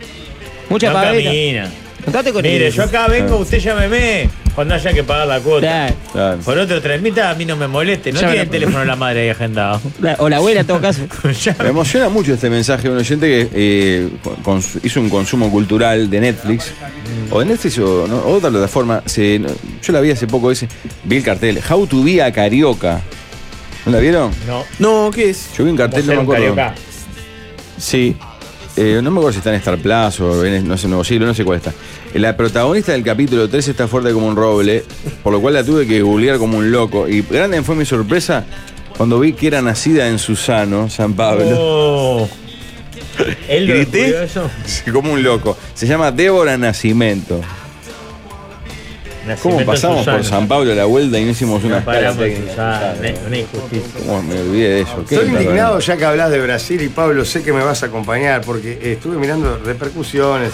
Mucha
No
pavera.
camina.
Juntate con
Mire,
él.
yo acá vengo, usted llámeme cuando haya que pagar la cuota.
Claro,
Claro.
Por otro transmita, a mí no me moleste. No
Ya
tiene
me la-
el teléfono la madre ahí agendado.
claro. O la abuela en todo caso.
Me emociona mucho este mensaje de un oyente que eh, cons- hizo un consumo cultural de Netflix. O de Netflix o, no, o otra plataforma. Se- no, yo la vi hace poco ese. Vi el cartel. How to be a carioca. ¿No la vieron?
no.
No, ¿qué es?
Yo vi un cartel, no me
Como ser un
acuerdo.
carioca.
Sí. Eh, no me acuerdo si está en Star Plus o en no sé, Nuevo Siglo, no sé cuál está. La protagonista del capítulo 3 está fuerte como un roble, por lo cual la tuve que googlear como un loco. Y grande fue mi sorpresa cuando vi que era nacida en Susano, San Pablo.
Oh. Él lo
¿Grité?
descubrió eso.
Sí, Como un loco. Se llama Débora Nacimiento. ¿Cómo
Nacimiento
pasamos por
Susano.
San Pablo a la vuelta y no hicimos una
No paramos
escala
en
técnica?
Susano, eh, una injusticia.
¿Cómo me olvidé de eso? ¿Qué
Estoy
es la
indignado
verdad?
ya que hablas de Brasil y Pablo, sé que me vas a acompañar porque eh, estuve mirando repercusiones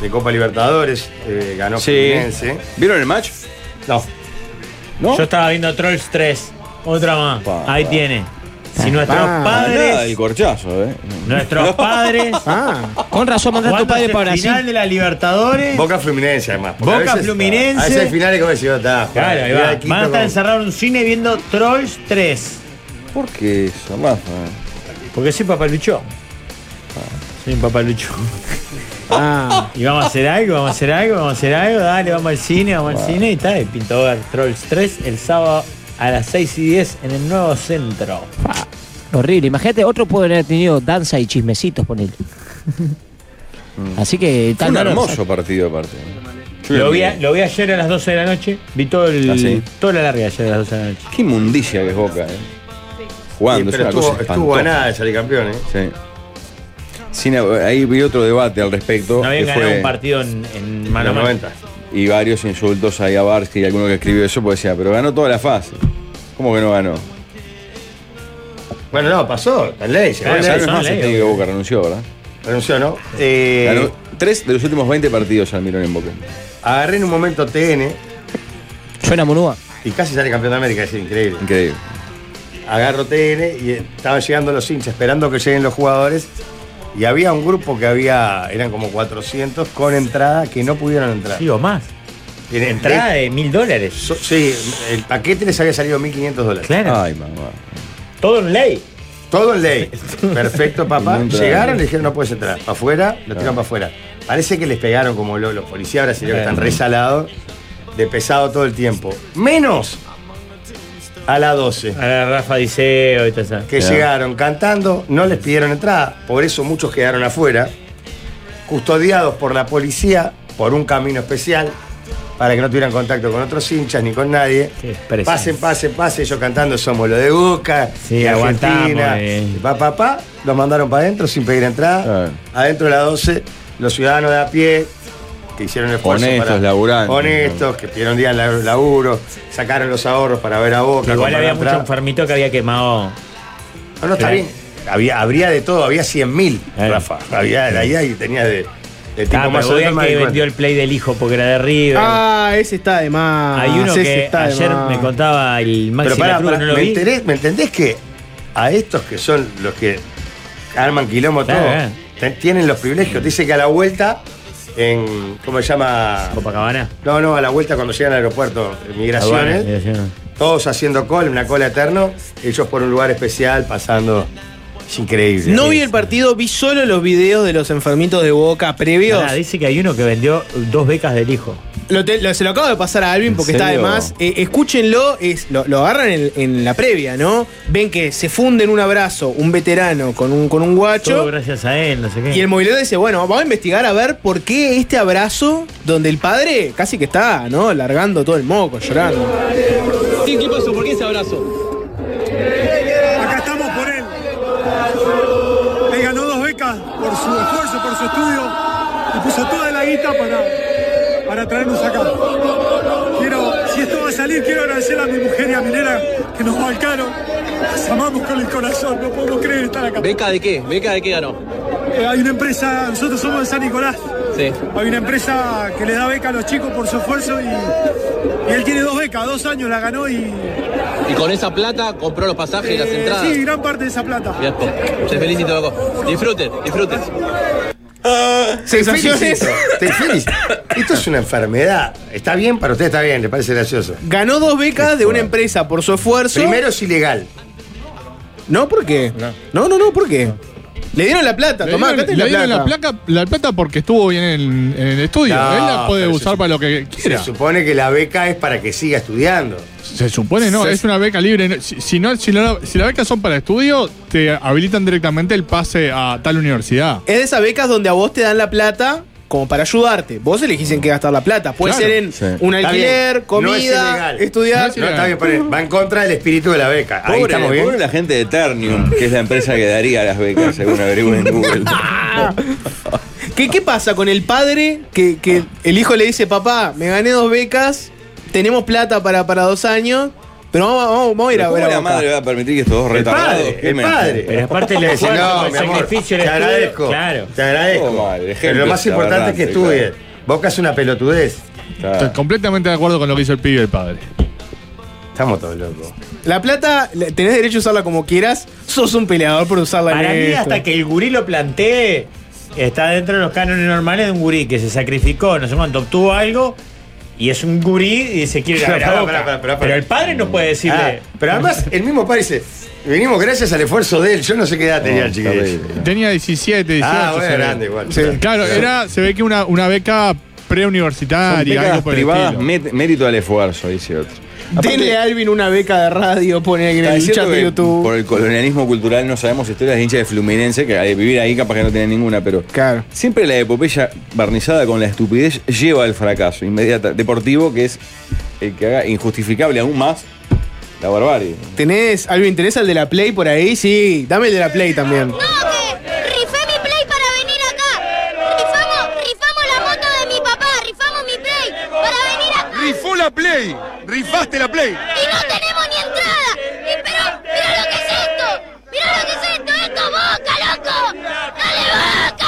de Copa Libertadores, eh, ganó
Sí.
Fluminense.
¿Vieron el match?
No,
¿No?
Yo estaba viendo Trolls 3. Otra más.
Pa,
Ahí
pa.
tiene.
Ah,
Si nuestros
pa.
Ah, Nada del
padres.
corchazo, ¿eh?
Nuestros padres.
Ah,
Con razón mandás a tu
jugando
padre
el
para Brasil.
final de la Libertadores.
Boca Fluminense además. porque
Boca
a veces-
Fluminense.
A veces hay finales como decís, "Ah, está.
Claro, ahí va. Van a estar encerrados en un cine viendo Trolls 3.
¿Por qué eh? eso, Rafa?
Porque soy papaluchón. Soy un papaluchón.
ah.
Y vamos a hacer algo, vamos a hacer algo, vamos a hacer algo. Dale, vamos al cine, vamos al cine. Y está, y pintó ver Trolls 3 el sábado a las 6 y 10 en el nuevo centro.
Horrible. Imagínate, otro puede haber tenido danza y chismecitos, ponele. Así
Fue
que tal
un
no lo
hermoso partido, aparte. Yo
Lo vi, a-
miré.
lo vi ayer a las 12 de la noche. Vi todo el,
Ah, sí.
toda la larga ayer a las 12 de la noche.
Qué inmundicia que es Boca, ¿eh? Jugando,
pero
es una
estuvo,
cosa
estuvo a
espantosa.
nada de salir campeón, ¿eh?
Sí. Sin- ahí vi otro debate al respecto.
No habían
Oh, que
ganado
fue-
un partido en, en
En
mano a
los
mano.
90.
Y varios insultos ahí a Barsky y alguno que escribió eso, pues decía, pero ganó toda la fase. ¿Cómo que no ganó?
Bueno, no, pasó, tal ley, llegó
Claro,
Ya
la
no
ley.
es
son
más el
leyes.
técnico que Boca renunció, ¿verdad?
Renunció, ¿no? Eh,
Ganó tres de los últimos 20 partidos Almirón en Boca.
agarré en un momento TN
Suena monúa.
y casi sale campeón de América, es increíble.
Increíble.
agarro TN y estaban llegando los hinchas, esperando que lleguen los jugadores. Y había un grupo que había, eran como 400 con entrada que no pudieron entrar.
Sí, o más.
En- en-
Entrada de mil dólares.
so- sí, el paquete les había salido 1.500 dólares.
Claro.
Ay, mamá.
Todo en ley.
Todo en ley. Perfecto,
Y
papá.
no entraron.
Llegaron, le dijeron no puedes entrar. Para afuera, lo tiran
Claro.
para afuera. Parece que les pegaron como lo- los, policías brasileños que
Claro.
están resalados, de pesado todo el tiempo. Menos a la 12.
Ahora Rafa Diceo y todo eso.
que
Claro.
llegaron cantando, no les pidieron entrada, por eso muchos quedaron afuera, custodiados por la policía por un camino especial para que no tuvieran contacto con otros hinchas ni con nadie.
Qué expresión.
Pasen, pasen, pasen, ellos cantando somos lo de Boca,
Sí,
de
aguantamos,
Argentina,
eh.
y pa, pa, pa, los mandaron para adentro sin pedir entrada,
Claro.
adentro de la 12, los ciudadanos de a pie que hicieron el esfuerzo
Honestos,
para-
laburantes.
honestos, que pidieron día de laburo, sacaron los ahorros para ver a Boca.
Igual
comprar
había
entrada.
mucho enfermito que había quemado. Ah,
Ah,
No, no, está
Claro.
bien. Eh, Había, habría de todo, había 100.000,
Claro.
Rafa. Había de ahí y tenía de, de tipo
Eh. Ah,
más
pero
o
voy al
menos
que
de
vendió el play del hijo porque era de River.
Ah, ese está de más.
Hay uno
Ese
que
está de
ayer
más.
me contaba el Maxi
Pero pará,
Lacruz,
pará,
no lo
me,
vi.
enteré- ¿me entendés que a estos que son los que arman quilombo
Claro, eh.
todo,
claro.
ten- tienen los privilegios? Dice que a la vuelta en, ¿cómo se llama?
Copacabana.
No, no, a la vuelta cuando llegan al aeropuerto, en migraciones,
eh. Aduana, migraciones.
todos haciendo cola, una cola eterno, ellos por un lugar especial pasando Es increíble.
No vi el partido, vi solo los videos de los enfermitos de boca previos.
Pará, dice que hay uno que vendió dos becas del hijo.
Lo te- lo- se lo acabo de pasar a Alvin
¿En
porque está de
serio?
más. Eh, escúchenlo, es, lo, lo agarran en, en la previa, ¿no? Ven que se funde en un abrazo un veterano con un, con un
Todo
guacho.
gracias a él, no sé qué.
Y el movilero dice, bueno, vamos a investigar a ver por qué este abrazo donde el padre casi que está, ¿no? Largando todo el moco, llorando.
¿Qué, ¿Qué pasó? ¿Por qué ese abrazo?
Acá estamos por él. Él ganó dos becas por su esfuerzo, por su estudio y puso toda la guita para, para traernos acá. Quiero, si esto va a salir, quiero agradecer a mi mujer y a mi nena que nos bancaron. Las amamos con el corazón, no podemos creer estar acá.
¿Beca de qué? ¿Beca de qué ganó?
Eh, hay una empresa, nosotros somos de San Nicolás.
Sí.
Hay una empresa que le da beca a los chicos por su esfuerzo y, y él tiene dos becas, dos años la ganó y.
Y con esa plata compró los pasajes y las
eh,
entradas.
sí, gran parte de esa plata.
Mirá, po. Te felicito, Paco. Disfruten, disfruten.
Sensaciones.
Te felicito. Esto es una enfermedad. Está bien, para usted está bien, le parece gracioso.
Ganó dos becas de una empresa por su esfuerzo.
Primero es ilegal.
No, ¿por qué? No, no, no, ¿por qué? Le dieron la plata,
Le
tomá,
dieron-
acá tenés
le
la
dieron
plata.
la, placa, la plata porque estuvo bien en, en el estudio.
No,
Él la puede
pero se
usar
sup-
para lo que quiera.
Se supone que la beca es para que siga estudiando.
Se supone, no,
Se-
es una beca libre. no- Si, si no, si, la, si las becas son para estudio, te habilitan directamente el pase a tal universidad.
Es de esas becas donde a vos te dan la plata como para ayudarte. Vos elegís en qué gastar la plata. Puede
Claro,
ser en
sí.
un
Está
alquiler,
bien, no es
comida,
ilegal.
estudiar.
No es
No, está bien, pero va en contra del espíritu de la beca. Ahí
Pobre,
estamos
pobre
bien.
la gente de Ternium, que es la empresa que daría las becas, según averigüen en Google.
Ah,
¿Qué, qué pasa con el padre que, que el hijo le dice, papá, me gané dos becas, tenemos plata para, para dos años, pero vamos, vamos- vamos a ir a
¿Cómo
ver a
la
Boca?"
madre va a permitir que estos dos
El
retardados
padre, el
quemen?
padre.
Pero aparte le
Dice,
decía,
no,
el
mi amor, te
sacrificio el estudio".
agradezco.
Claro.
Te agradezco.
Oh, madre,
pero
ejemplo
lo más
es
importante es que
aberrante,
estudie. Boca es una pelotudez.
Claro.
Ah.
Estoy completamente de acuerdo con lo que hizo el pibe y el padre.
Estamos todos locos.
La plata, la- tenés derecho a usarla como quieras, sos un peleador por usarla en
Para mí,
esto.
hasta que el gurí lo plantee, está dentro de los cánones normales de un gurí que se sacrificó, no sé cuánto, obtuvo algo. Y es un gurí y se quiere ir a ver a
Pará,
Boca.
pará, pará, pará, pará.
Pero el padre no puede decirle.
Ah, pero además, el mismo padre dice: Venimos gracias al esfuerzo de él. Yo no sé qué edad tenía el
No,
chiquillo.
terrible.
Tenía 17, 18.
Ah, bueno,
se ve.
grande igual.
Claro, era, se ve que una, una beca
Son
preuniversitaria,
becas
algo por el
privadas,
estilo.
met- mérito al esfuerzo, dice otro.
Denle a Alvin una beca de radio, pone en
Está
el
diciendo
chat de
que
YouTube.
Por el colonialismo cultural no sabemos historias de hinchas de Fluminense, que al vivir ahí capaz que no tienen ninguna, pero
Claro.
siempre la epopeya barnizada con la estupidez lleva al fracaso inmediata deportivo, que es el que haga injustificable aún más la barbarie.
¿Tenés, Alvin, tenés al de la Play por ahí? Sí, dame el de la Play también.
No, que rifé mi play para venir acá. Rifamos, rifamos la moto de mi papá, rifamos mi play para venir acá.
Rifó la play, rifaste la play.
Y no tenemos ni entrada. Y pero, mira lo que es esto. Mira lo que es esto. Esto es boca, loco. Dale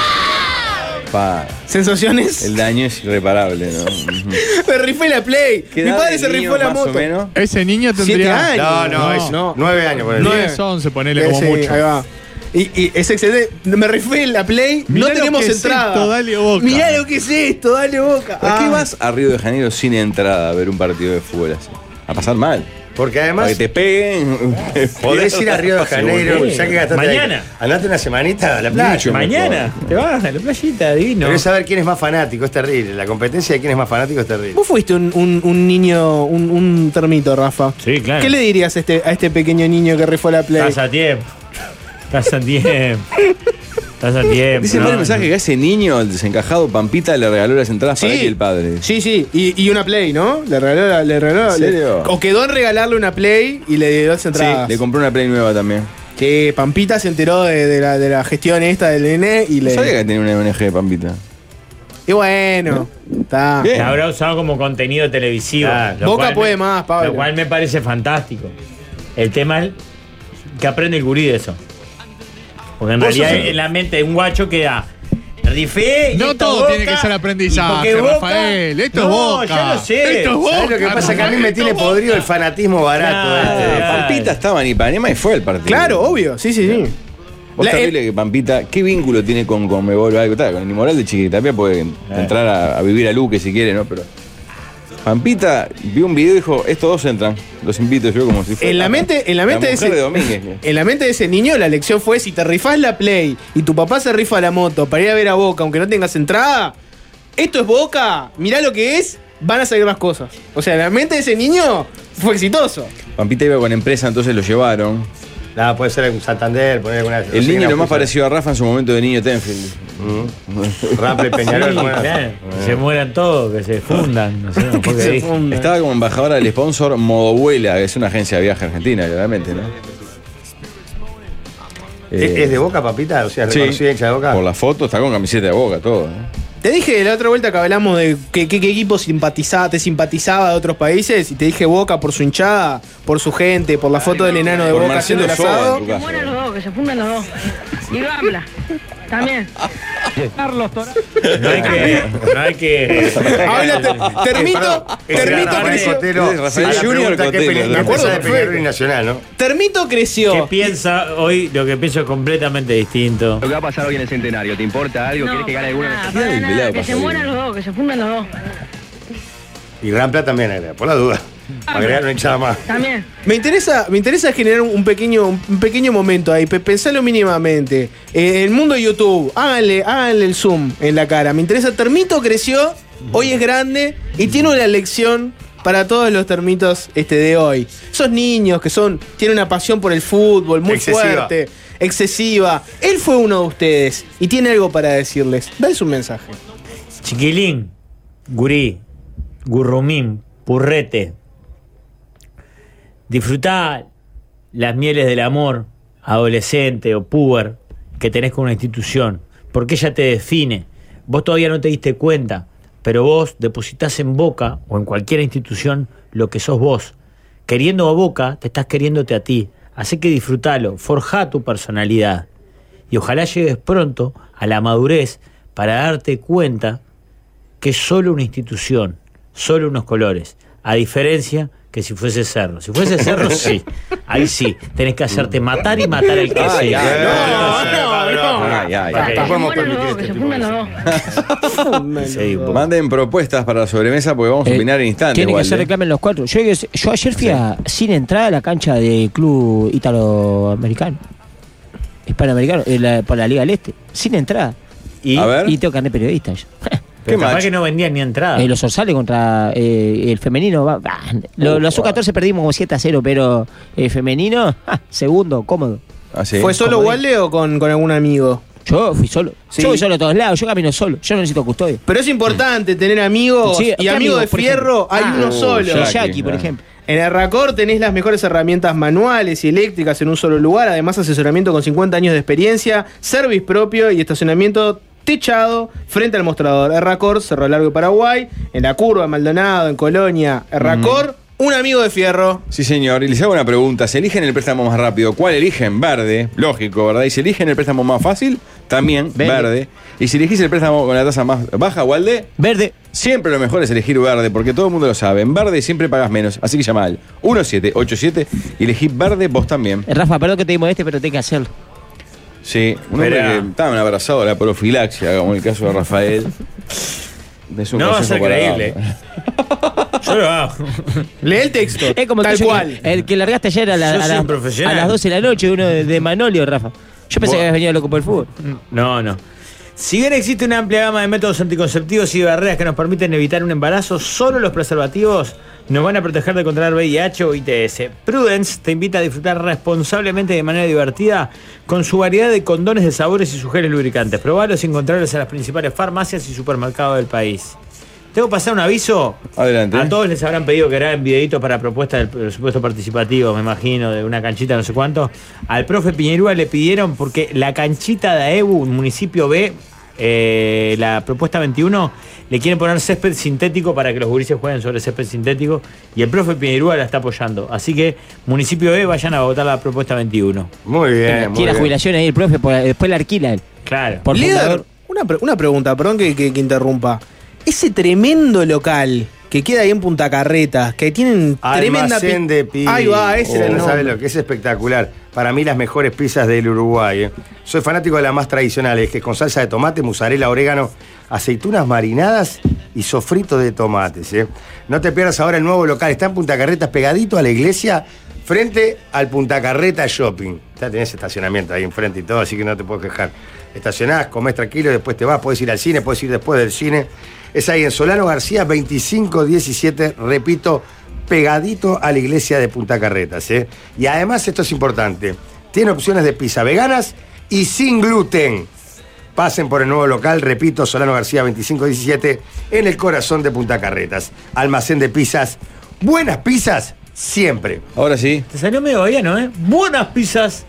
boca.
Pa,
¿Sensaciones?
el daño es irreparable, ¿no? Ujú.
Me rifé la Play.
¿Qué
Mi
edad
padre
del
se
niño,
rifó la
más o
moto.
menos?
Ese niño
Siete
tendría
años.
No, no, es nueve años por el
No,
10, 11, ponele
Sí,
como mucho.
ahí va. Y, y es excelente. Me rifé la Play.
Mirá
no
lo
tenemos
que es
entrada.
esto, dale boca.
Mirá lo que es esto, dale boca.
¿Por
Ah.
qué vas a Río de Janeiro sin entrada a ver un partido de fútbol así? A pasar mal.
Porque
Para
además,
que te peguen.
podés ir a Río de Janeiro.
boludo.
ya que gastaste ahí.
Mañana.
Andate una semanita a la playa.
Mucho.
Mañana te vas a la playita, divino.
Querés saber quién es más fanático, es terrible. La competencia de quién es más fanático es terrible.
Vos fuiste un, un- un niño, un, un termito, Rafa.
Sí, claro.
¿Qué le dirías a este, a este pequeño niño que rifó la Play?
Estás a tiempo. Estás a tiempo. Estás a tiempo.
Dice
¿no?
el mensaje que a ese niño, el desencajado Pampita, le regaló las entradas para él y el padre.
Sí, sí. Y, y una Play, ¿no? Le regaló. la- Le regaló
¿En
le-
serio?
o quedó en regalarle una Play y le dio las
Sí,
entradas.
le compró una Play nueva también.
Sí, Pampita se enteró de, de la, de la gestión esta del nene y
No sabía
le.
que tenía una ONG de Pampita.
Y bueno, está.
Bien.
La habrá usado como contenido televisivo.
Ah,
lo
Boca
cual
puede
me-
más, Pablo.
Lo cual me parece fantástico. El tema es que aprende el gurí de eso. Porque en
Vos
realidad
sos el-
en la mente de un guacho queda. Rifé. y
No
esto
todo
Boca,
tiene que ser aprendizaje,
y porque
Rafael. Esto
No,
es Boca.
ya lo sé.
Esto es Boca.
¿Sabés lo que pasa? Que a mí me tiene podrido el fanatismo barato
uh, Claro.
este.
Eh, Pampita estaba en Ipanema y fue al partido.
Ah, Claro, obvio, sí, sí, sí.
Vos
La- eh,
terrible que Pampita, ¿qué vínculo tiene con
Eh.
Conmebol o algo? Tal, con el inmoral de Chiquitapia puede entrar a, a vivir a Luque si quiere, ¿no? Pero Pampita vio un video y dijo, estos dos entran, los invito yo como si fuera.
En la mente, en la mente de
mujer
ese,
de Domínguez. que-
en la mente de ese niño la lección fue si te rifás la play y tu papá se rifa la moto para ir a ver a Boca aunque no tengas entrada, esto es Boca, mirá lo que es, van a salir más cosas. O sea, en la mente de ese niño fue exitoso.
Pampita iba con empresa, entonces lo llevaron.
Nada, puede ser un Santander, poner alguna.
El niño lo más parecido
parecido
a Rafa en su momento de niño Tenfield.
Raple Peñarol,
Sí,
bueno.
claro. Que se mueran todos, que se fundan. No sé, no, porque ahí-
Estaba como embajadora del sponsor Modobuela, que es una agencia de viaje argentina, claramente, ¿no?
¿Es es de Boca, papita? O sea,
Sí.
reconocida hincha de Boca.
Por la foto está con camiseta de boca, todo. ¿eh?
Te dije la otra vuelta que hablamos de qué que, que equipo simpatizaba, te simpatizaba de otros países y te dije Boca por su hinchada, por su gente, por la foto del enano de
Por
Boca haciendo
Marcelo
el
Soba,
asado.
en tu caso.
Los dos, que se fundan los dos. Y habla. También. Carlos Torá.
no hay que. No hay que
Eh,
Habla, te- termito, termito creció.
Rafael
Rafael
Junior
Junior,
Cotelo,
que
me
acuerdo
de
perfecto.
Peñarol y Nacional, ¿no?
Termito
que
creció.
piensa hoy lo que pienso es completamente distinto.
Lo que va a pasar hoy en el centenario, ¿te importa algo? ¿Querés que gane alguna?
Mirá el pelado
Que se
pasó.
mueran los dos, que se fundan los dos.
Y Rampla también agrega, por la duda. Agregar una hinchada más.
También.
Me interesa, me interesa generar un pequeño, un pequeño momento ahí, pe- pensalo mínimamente. Eh, el mundo de YouTube, háganle, háganle el zoom en la cara. Me interesa, Termito creció, hoy es grande y tiene una lección para todos los termitos este, de hoy. Esos niños que son, tienen una pasión por el fútbol muy
Excesiva.
fuerte, excesiva. Él fue uno de ustedes y tiene algo para decirles. Dales un mensaje.
Chiquilín, gurí, gurrumín, purrete. Disfrutá las mieles del amor, adolescente o puber, que tenés con una institución, porque ella te define. Vos todavía no te diste cuenta, pero vos depositas en Boca o en cualquier institución lo que sos vos. Queriendo a Boca, te estás queriéndote a ti. Así que disfrutalo, forjá tu personalidad y ojalá llegues pronto a la madurez para darte cuenta que es solo una institución, solo unos colores, a diferencia que si fuese cerro. Si fuese cerro, sí, ahí sí, tenés que hacerte matar y matar al que
Ay,
sea.
ay,
no, no.
Ay, ay, ay.
Que se
podemos
mueran los
permitir
dos, que se
este tipo
fundan
de
los dos.
Sí, un poco.
Manden propuestas para la sobremesa porque vamos a
Eh,
opinar en instante.
Tiene
igual,
que se
¿eh?
reclamen los cuatro. Yo, yo ayer fui a- sin entrada a la cancha del club italoamericano. Hispanoamericano, eh, la- por la Liga del Este. Sin entrada.
Y,
A ver.
Y tengo carnet periodista yo.
pero
¿Qué
capaz
match?
que no vendían ni entrada.
Eh, los Orsales contra eh, el femenino. va- va. Lo-
Uh,
los
wow.
U14 perdimos como 7 a 0, pero el femenino, ja, segundo, cómodo.
Ah, sí.
¿Fue solo Walde o con, con algún amigo?
Yo fui solo.
Sí.
Yo voy solo a todos lados, yo camino solo. Yo no necesito custodio.
Pero es importante tener amigos
Sí,
y
¿qué
amigos de
amigos, por ejemplo?
fierro, hay
Ah.
uno
Oh,
solo.
ya.
Yaki,
Jackie,
por
claro.
ejemplo.
En Erracor tenés las mejores herramientas manuales y eléctricas en un solo lugar, además asesoramiento con 50 años de experiencia, service propio y estacionamiento techado frente al mostrador. Erracor, Cerro Largo y Paraguay, en la curva, Maldonado, en Colonia, Erracor, un amigo de fierro.
Sí, señor. Y les hago una pregunta. ¿Se eligen el préstamo más rápido? ¿Cuál eligen? Verde. Lógico, ¿verdad? Y si eligen el préstamo más fácil, también verde.
Verde.
Y si elegís el préstamo con la tasa más baja, Walde,
Verde.
siempre lo mejor es elegir verde, porque todo el mundo lo sabe. En verde siempre pagas menos. Así que llama al 1787 y elegí verde vos también.
Eh, Rafa, perdón que te dimos este, pero tengo que hacerlo.
Sí, un hombre
Esperá.
que estaba abrazado a la profilaxia, como el caso de Rafael. Es un
No va a
consejo
ser
para
creíble.
darle.
Yo lo hago.
Lee el texto.
Es como el
tal
tuyo que-
cual.
el que largaste ayer a, la-
Yo
a
soy
la-
un profesional.
a las 12 de la noche, uno de, de Manolio, Rafa. Yo
Buah.
pensé que habías venido loco por el fútbol.
No, no. Si bien existe una amplia gama de métodos anticonceptivos y barreras que nos permiten evitar un embarazo, solo los preservativos nos van a proteger de contraer VIH o ITS. Prudence te invita a disfrutar responsablemente y de manera divertida con su variedad de condones de sabores y sus geles lubricantes. Probalos y encontrarlos en las principales farmacias y supermercados del país. Tengo que pasar un aviso.
Adelante.
A todos les habrán pedido que graben videitos para propuestas del presupuesto participativo, me imagino, de una canchita, no sé cuánto. Al profe Piñerúa le pidieron porque la canchita de AEBU, un municipio B, eh, la propuesta 21, le quieren poner césped sintético para que los gurises jueguen sobre césped sintético y el profe Piñerúa la está apoyando. Así que, municipio B, vayan a votar la propuesta 21.
Muy bien, muy
Quiera
bien.
jubilación ahí el profe, por- después la alquila él.
Claro.
Por
Líder,
fundador.
una, pre- una pregunta, perdón que, que- que interrumpa. Ese tremendo local que queda ahí en Punta Carretas, que tienen tremenda
Almacén
pi-
de Oh. pizzas.
Ahí va, ese era el
no sabe
nombre.
lo que es espectacular. Para mí las mejores pizzas del Uruguay. ¿eh? Soy fanático de las más tradicionales, que es con salsa de tomate, mozzarella, orégano, aceitunas marinadas y sofritos de tomates. ¿eh? No te pierdas ahora el nuevo local. Está en Punta Carretas, pegadito a la iglesia, frente al Punta Carreta Shopping. Ya tenés estacionamiento ahí enfrente y todo, así que no te puedes quejar. Estacionás, comés tranquilo, después te vas, podés ir al cine, podés ir después del cine. Es ahí en Solano García 2517, repito, pegadito a la iglesia de Punta Carretas. ¿eh? Y además, esto es importante, tiene opciones de pizza veganas y sin gluten. Pasen por el nuevo local, repito, Solano García 2517, en el corazón de Punta Carretas. Almacén de pizzas, buenas pizzas siempre.
Ahora sí.
Te salió medio no ¿eh? Buenas pizzas,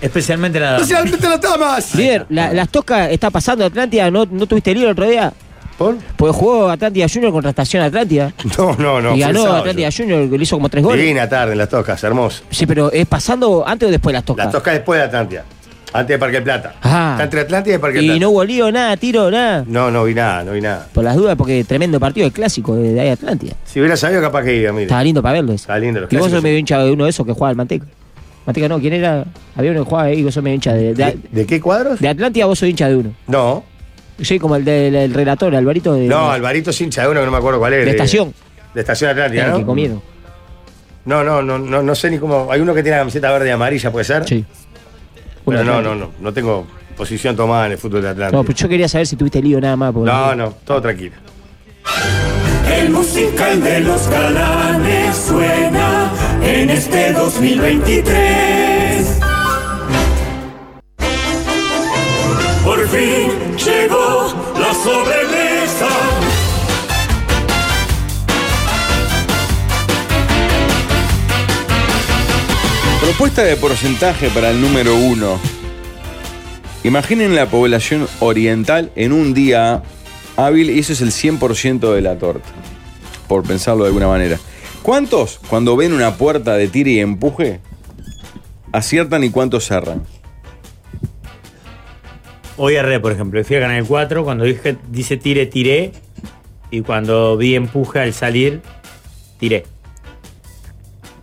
especialmente
Ah.
la dama.
¡Especialmente las damas!
Líder, la- las toscas está pasando Atlántida. ¿No, no tuviste lío el otro día?
¿Por?
Porque jugó Atlántida Junior contra Estación Atlántida.
No, no, no.
y ganó
pensaba
Atlántida
yo.
Junior, que le hizo como tres goles.
Divina tarde en las tocas, hermoso.
Sí, pero ¿es pasando antes o después las tocas?
Las tocas después de Atlántida. Antes de Parque del Plata.
Ah.
Está entre Atlántida y Parque del
Y
Plata.
no hubo lío, nada, tiro, nada.
No, no vi nada, no vi nada.
Por las dudas, porque tremendo partido, el clásico de de ahí Atlántida.
Si hubiera sabido, capaz que iba, mire.
Estaba lindo para verlo. eso.
Está lindo los
Y vos
clásicos.
sos medio hincha de uno de esos que jugaba al Manteca. Manteca no, ¿quién era? Había uno que jugaba ahí, vos sos medio hincha de.
¿De,
De,
de qué cuadros?
de Atlántida vos sos hincha de uno.
No.
Sí, como el del el relator, Alvarito de.
No, Alvarito es hincha de uno que no me acuerdo cuál era.
De estación.
De estación Atlántida,
Era el
¿no?
que comieron.
No, no, no, no, no sé ni cómo. Hay uno que tiene la camiseta verde y amarilla, ¿puede ser?
Sí.
Pero
Uno
no,
Atlántida.
no, no. No tengo posición tomada en el fútbol de Atlántida.
No, pues, pero yo quería saber si tuviste lío nada más. porque- Eh,
No, no, todo tranquilo.
El musical de los galanes suena en este 2023. Por fin llegó la sobremesa.
Propuesta de porcentaje para el número uno. Imaginen la población oriental en un día hábil y eso es el 100% de la torta, por pensarlo de alguna manera. ¿Cuántos, cuando ven una puerta de tira y empuje, aciertan y cuántos cerran?
Hoy erré, por ejemplo. Fui a Canal 4, cuando dije, dice tire, tiré. Y cuando vi empuje al salir, tiré.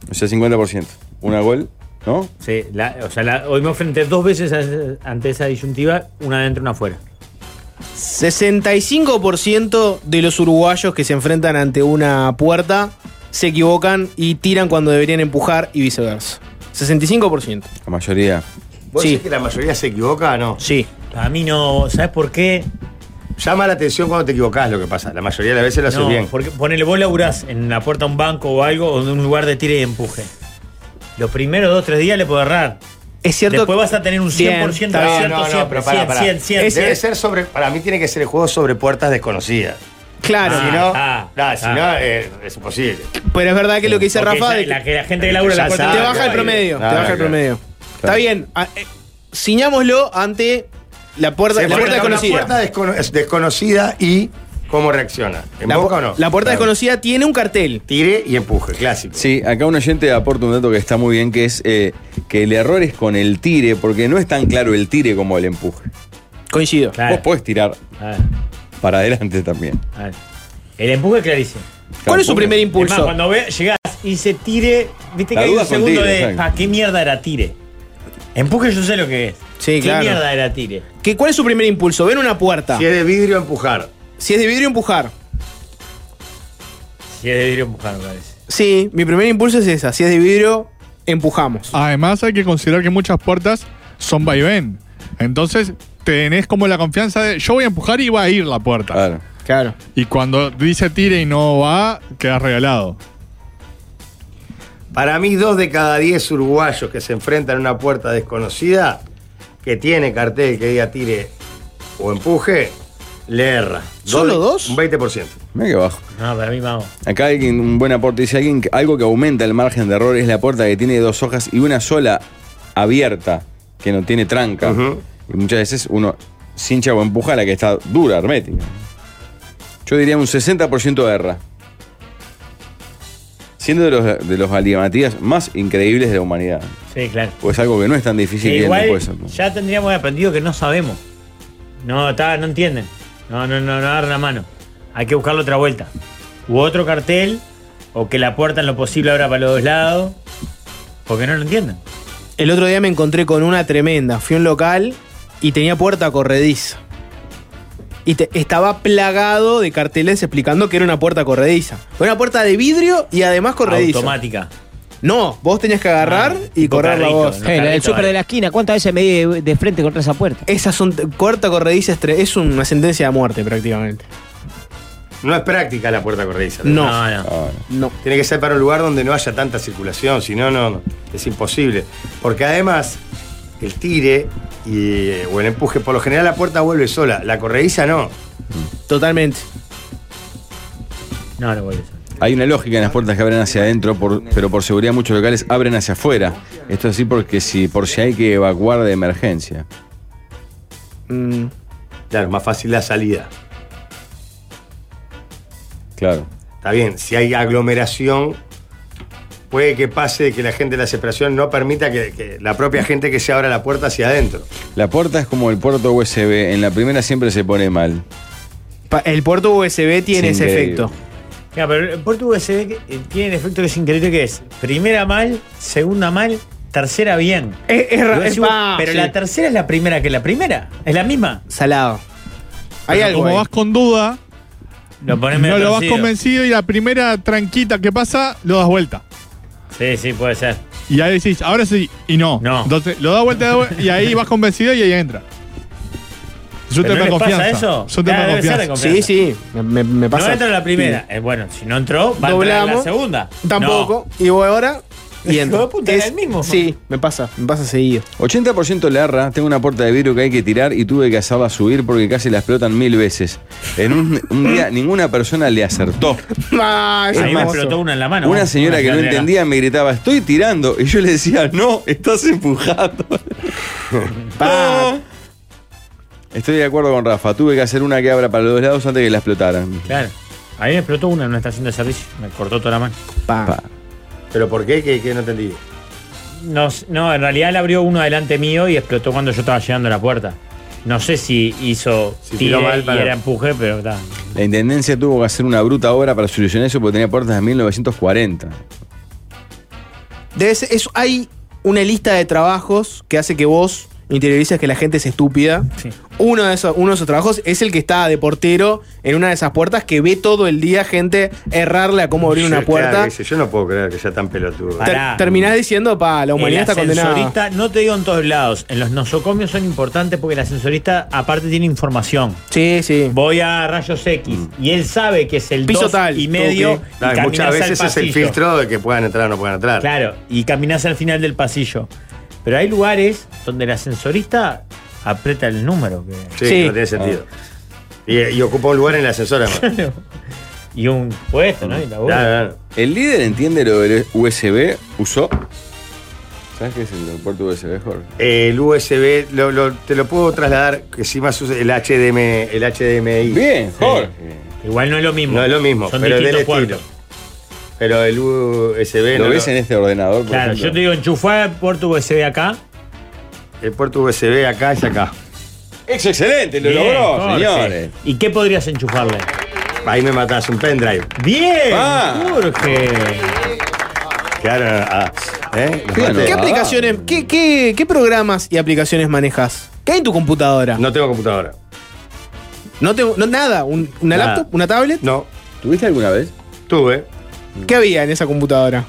O sea, 50%. Una gol, ¿no?
Sí, la- o sea, la- hoy me enfrenté dos veces a ese- ante esa disyuntiva, una adentro, una afuera.
65% de los uruguayos que se enfrentan ante una puerta se equivocan y tiran cuando deberían empujar y viceversa. 65%.
La mayoría.
¿Vos
Sí.
decís que la mayoría se equivoca o no?
Sí.
A mí no, ¿sabes por qué?
Llama la atención cuando te equivocás lo que pasa. La mayoría de las veces lo haces
No,
bien.
porque ponele, vos laburás en la puerta de un banco o algo, o de un lugar de tire y empuje. Los primeros dos, tres días le puedo errar.
Es cierto
Después
que-
vas a tener un 100% de
Bien, está bien.
acierto siempre, 100, 100, 100.
Debe ser sobre. Para mí tiene que ser el juego sobre puertas desconocidas.
Claro.
si no,
ah,
nah, si
ah.
no, eh, es imposible.
Pero es verdad que lo que dice
Porque
Rafa
ya-
de que-
la, que la gente que labura en
Ya
la puerta
te
sabe,
de un
baja el
claro.
promedio,
Claro,
te baja el
claro.
promedio. Está bien. ah, eh, ciñámoslo ante la puerta,
Se
la puerta
enfrenta a una
desconocida.
puerta descono- es desconocida y cómo reacciona. ¿En
La,
boca
pu-
o no?
la puerta
Claro.
desconocida tiene un cartel.
Tire y empuje, clásico.
Sí, acá un oyente aporta un dato que está muy bien, que es eh, que el error es con el tire, porque no es tan claro el tire como el empuje.
Coincido.
Claro.
Vos podés tirar
A ver,
Ah.
para adelante también.
a ver. El empuje es clarísimo.
¿Cuál es su
Tampoco-
primer
Es más,
impulso?
cuando ve, llegás y se tire, viste
La
que hay
duda
un
con
segundo
tire,
de
exacto.
¿pa qué mierda era tire? Empuje yo sé lo que es.
Sí,
¿Qué
claro.
mierda era tire?
¿Qué- ¿Cuál es su primer impulso? Ven una puerta.
Si es de vidrio, empujar.
Si es de vidrio, empujar.
Si es de vidrio empujar, me parece.
Sí, mi primer impulso es esa. Si es de vidrio, empujamos.
Además, hay que considerar que muchas puertas son vaivén. Entonces, tenés como la confianza de yo voy a empujar y va a ir la puerta.
Claro.
Claro.
Y cuando dice tire y no va, quedas regalado.
Para mí, dos de cada diez uruguayos que se enfrentan a una puerta desconocida, que tiene cartel que diga tire o empuje, le erra.
¿Solo dos?
Un 20%.
Mira que bajo.
No, para mí vamos.
Acá alguien, un buen aporte, dice alguien que algo que aumenta el margen de error es la puerta que tiene dos hojas y una sola abierta, que no tiene tranca.
Ujú.
Y muchas veces uno cincha o empuja a la que está dura, hermética. Yo diría un 60% de erra. Siendo de los, de los galimatías más increíbles de la humanidad.
Sí, claro.
Pues algo que no es tan difícil que
E Igual
después, ¿no?
ya tendríamos aprendido que no sabemos. No, está, no entienden. No, no, no, no agarran la mano. Hay que buscarle otra vuelta. U otro cartel, o que la puerta en lo posible abra para los dos lados. Porque no lo entienden.
El otro día me encontré con una tremenda. Fui a un local y tenía puerta corrediza. y te- estaba plagado de carteles explicando que era una puerta corrediza. Una puerta de vidrio y además corrediza.
Automática.
No, vos tenías que agarrar y correr la voz.
Eh, el súper de la esquina, ¿cuántas veces me di de, de frente contra esa
Eh,
puerta?
Esas son corta corrediza es, tre- es una sentencia de muerte prácticamente.
No es práctica la puerta corrediza.
No.
No,
Ah.
No.
Tiene que ser para un lugar donde no haya tanta circulación, si no, no, no, es imposible. Porque además, el tire y, eh, o el empuje, por lo general la puerta vuelve sola, la corrediza no.
Totalmente.
No, no voy
Hay una lógica en las puertas que abren hacia adentro, por- pero por seguridad muchos locales abren hacia afuera. Esto es así porque si, por si hay que evacuar de emergencia.
Mm,
Claro, más fácil la salida.
Claro.
Está bien, si hay aglomeración, puede que pase que la gente de la separación no permita que, que la propia gente que se abra la puerta hacia adentro.
La puerta es como el puerto USB, en la primera siempre se pone mal.
Pa- El puerto USB tiene
Es
ese
increíble.
efecto.
Mira, pero el puerto USB que- eh, tiene el efecto que es increíble que es primera mal, segunda mal, tercera bien.
Es- es ra-
Vos decís,
es pa-
pero
sí.
la tercera es la primera que la primera. Es la misma.
Salado.
Hay
Pero
algo
Como
ahí.
vas con duda,
Lo pones
no
medio
lo vas
torcido.
convencido y la primera tranquita que pasa, lo das vuelta.
Sí, sí, puede ser.
Y ahí decís, ahora sí, y no. Entonces, lo das vuelta da vuelta, y ahí vas convencido y ahí entra. Es un
¿Pero
tema de
no les pasa
confianza.
eso?
Es un tema
Claro,
de
debe ser de confianza.
confianza.
Sí, sí, me, me pasa.
No entra en la primera. Eh, bueno, si no entró, va a entrar en la
Doblamos.
segunda.
Tampoco. Y voy ahora y
Hijo de
entro.
puta, era el mismo.
Sí, me pasa, me pasa seguido.
80% le erra, tengo una puerta de vidrio que hay que tirar y tuve que hacerla subir porque casi la explotan mil veces. En un, un día ninguna persona le acertó.
Ah,
No.
Es
A mí me
más,
explotó una en la mano.
una señora que no
señora.
entendía me gritaba, estoy tirando. Y yo le decía, no, estás empujando.
Pa.
Estoy de acuerdo con Rafa, tuve que hacer una que abra para los dos lados antes que la explotaran.
Claro. A mí me explotó una en una estación de servicio. Me cortó toda la mano.
Pa.
¿Pero por qué? Que, que no entendí.
No, s- no, en realidad él abrió uno delante mío y explotó cuando yo estaba llegando a la puerta. No sé si hizo
tiró
tire
mal para-
y era empuje, pero está.
La intendencia tuvo que hacer una bruta obra para solucionar eso porque tenía puertas de 1940.
Debe ser- es- hay una lista de trabajos que hace que vos interiorices que la gente es estúpida. Uno, de esos, uno de esos trabajos es el que está de portero en una de esas puertas que ve todo el día gente errarle a cómo abrir
Yo,
una
claro,
puerta.
dice, yo no puedo creer que sea tan pelotudo.
Ter- terminás diciendo, pa, la humanidad
el
está condenada.
ascensorista, no te digo en todos lados, en los nosocomios son importantes porque el ascensorista aparte tiene información.
Sí, sí.
Voy a rayos X
Mm.
y él sabe que es el
Piso
dos
tal,
y medio.
ok.
y
Claro,
caminás
muchas
al
veces es el
pasillo.
filtro de que puedan entrar o no puedan entrar.
Claro, y caminás al final del pasillo. Pero hay lugares donde el ascensorista aprieta el número. que-
Sí, no tiene sentido. Y, y ocupa un lugar en el ascensor, además.
y un puesto, ¿no? Y la bola.
El líder entiende lo del USB, usó. ¿Sabes qué es el puerto USB, Jorge?
El USB, lo- lo- te lo puedo trasladar, que si más usa el, HDM, el HDMI.
Bien, Jorge.
Igual no es lo mismo.
No es lo mismo,
Son
pero es del
distintos
estilo.
puertos.
Pero el USB
¿Lo
no
ves en este ordenador? por
Claro,
ejemplo?
yo te digo, enchufá el puerto USB acá.
El puerto USB acá y acá.
¡Es excelente! ¡Lo
Bien,
logró,
Jorge.
señores!
¿Y qué podrías enchufarle?
Ahí me matás un pendrive.
¡Bien!
Ah.
Jorge.
Claro, ah, ¿eh? Los maté.
¿Qué aplicaciones, qué, qué- qué programas y aplicaciones manejas? ¿Qué hay en tu computadora?
No tengo computadora.
No, te, no nada, un- una
Nada.
laptop, una tablet.
No,
¿Tuviste alguna vez?
tuve.
¿Qué había en esa computadora?